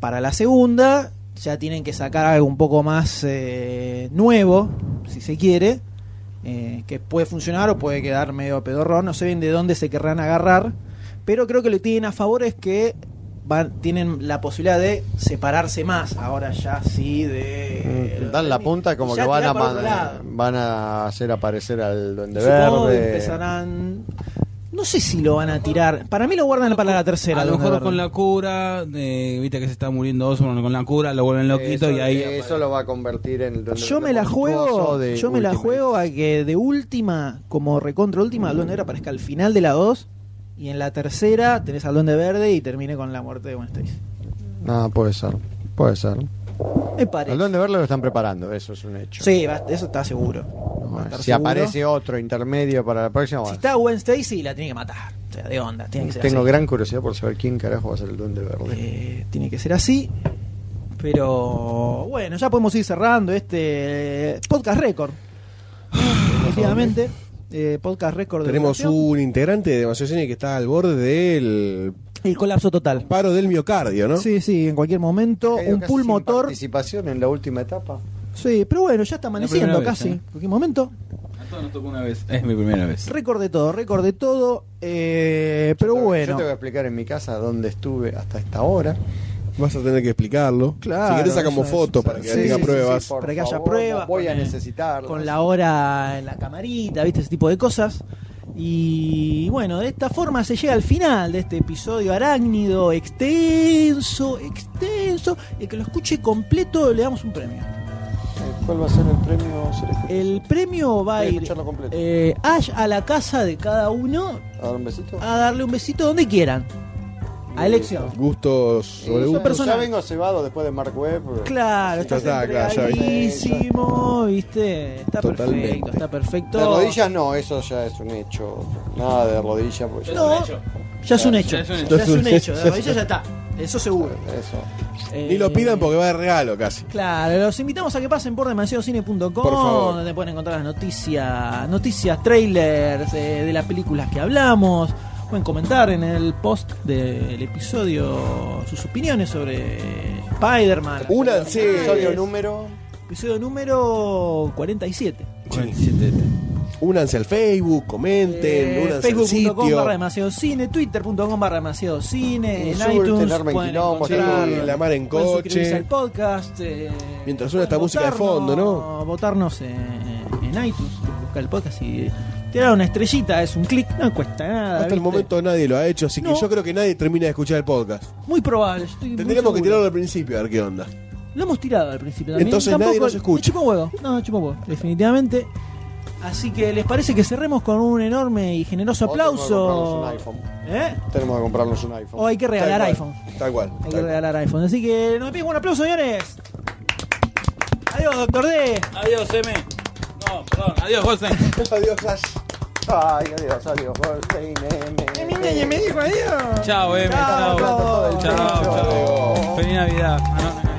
para la segunda ya tienen que sacar algo un poco más eh, nuevo, si se quiere, eh, que puede funcionar o puede quedar medio pedorrón, no sé bien de dónde se querrán agarrar, pero creo que lo que tienen a favor es que van, tienen la posibilidad de separarse más, ahora ya sí, de...
Mm, Dan la punta como
Eh, Ya
que van
tirar
a,
para
man-
otro lado.
van a hacer aparecer al Duende
Supongo que
Verde.
empezarán... No sé si lo van a tirar. Para mí lo guardan para la tercera.
a lo
Duende
mejor
Verde.
con la cura, eh, viste que se está muriendo Osborn con la cura, lo vuelven loquito
eso,
y ahí.
eso lo va a convertir en el Duende
Yo
Verde
me la
monstruoso
juego,
de
yo me la
Ultimate.
juego a que de última, como recontra última, el Duende Verde aparezca al final de la 2 y en la tercera tenés al Duende Verde y termine con la muerte de Gwen Stacy.
Ah, puede ser. Puede ser.
Me
Al
parece.
Duende Verde lo están preparando, eso es un hecho.
Sí, va- eso está seguro.
No,
va a estar
si
seguro.
aparece otro intermedio para la
Si
próxima, Ah, bueno,
está Gwen Stacy la tiene que matar. O sea, de onda, tiene que ser
tengo
así.
gran curiosidad por saber quién carajo va a ser el Duende Verde.
Eh, tiene que ser así. Pero bueno, ya podemos ir cerrando este podcast récord.
Ah,
Definitivamente. eh, podcast récord de
Tenemos
duración.
un integrante de Demasiado Cine que está al borde del
El colapso total.
Paro del miocardio, ¿no?
Sí, sí, en cualquier momento.
Caído
Un
casi sin
pulmotor.
Participación en la última etapa.
Sí, pero bueno, ya está amaneciendo
primera vez,
casi.
¿eh?
En cualquier momento.
A todos nos tocó una vez. Es mi primera vez.
Récord de todo, récord de todo. eh, pero
Yo te-
bueno.
Yo te voy a explicar en mi casa dónde estuve hasta esta hora.
Vas a tener que explicarlo.
Claro,
si querés sacamos
eso es-
fotos para que
sí,
tenga
sí, sí,
pruebas.
por
Para que haya
favor,
pruebas,
Voy a
con-
necesitarlas.
con la hora en la camarita, viste, ese tipo de cosas. Y bueno, de esta forma se llega al final de este episodio arácnido, extenso, extenso. El que lo escuche completo le damos un premio.
Eh, ¿Cuál va a ser el premio? Celeste?
El premio va a
Voy a
ir
escucharlo completo.
eh, Ash a la casa de cada uno
¿A dar un besito?
a darle un besito donde quieran. A elección.
Gustos
Y
sobre
ya-
gustos.
Ya
personal.
vengo cebado después de Mark Webb.
Claro,
Ya
estás
está, claro, ya vi.
entregadísimo, viste, está
Totalmente.
perfecto, está perfecto.
De rodillas no, eso ya es un hecho. Nada de rodillas. Porque yo-
No, ya es un hecho. Ya es un hecho.
Ya es un hecho.
De rodillas ya está. Eso seguro.
Eso.
Ni lo
Eh,
pidan porque va de regalo casi.
Claro, los invitamos a que pasen por demasiadocine.com,
Por favor.
donde pueden encontrar las noticias, noticias, trailers eh, de las películas que hablamos. Pueden comentar en el post del episodio sus opiniones sobre Spider-Man.
Únanse.
Episodio número.
Episodio número 47.
Únanse al Facebook, comenten,
Eh,
únanse al
Facebook.com
sitio.
barra demasiado cine, Twitter.com barra demasiado cine, en
Insulten,
iTunes.
armen
pueden
quilombo,
Sí,
encontrar-
Claro.
la mar en
pueden suscribirse
coche.
al podcast. eh,
Mientras suena esta
pueden
música de fondo, ¿no?
Votarnos en, en iTunes, buscar el podcast y tirar una estrellita, es un clic, no cuesta nada.
Hasta
¿viste?
el momento nadie lo ha hecho, así
No.
que yo creo que nadie termina de escuchar el podcast.
Muy probable. estoy muy
Tendríamos que
seguro.
tirarlo al principio a ver qué onda.
Lo hemos tirado al principio también.
Entonces nadie nos escucha.
me chupa huevo. No, me chupa huevo, definitivamente. Así que les parece que cerremos con un enorme y generoso aplauso.
Tenemos que comprarnos un iPhone.
¿Eh?
Tenemos que comprarnos un iPhone.
O hay que regalar
Tal
iPhone.
cual, Tal cual.
Hay que
tal cual.
regalar iPhone. Así que nos piden un aplauso, señores. Adiós, doctor D.
Adiós, M. No, perdón. Adiós, Goldstein.
Adiós, Ash. Ay, adiós, adiós, Goldstein.
me dijo adiós.
Chao, M. Chao.
Chao,
Chao,
chao.
chao. Feliz Navidad. Ah, no, no, no.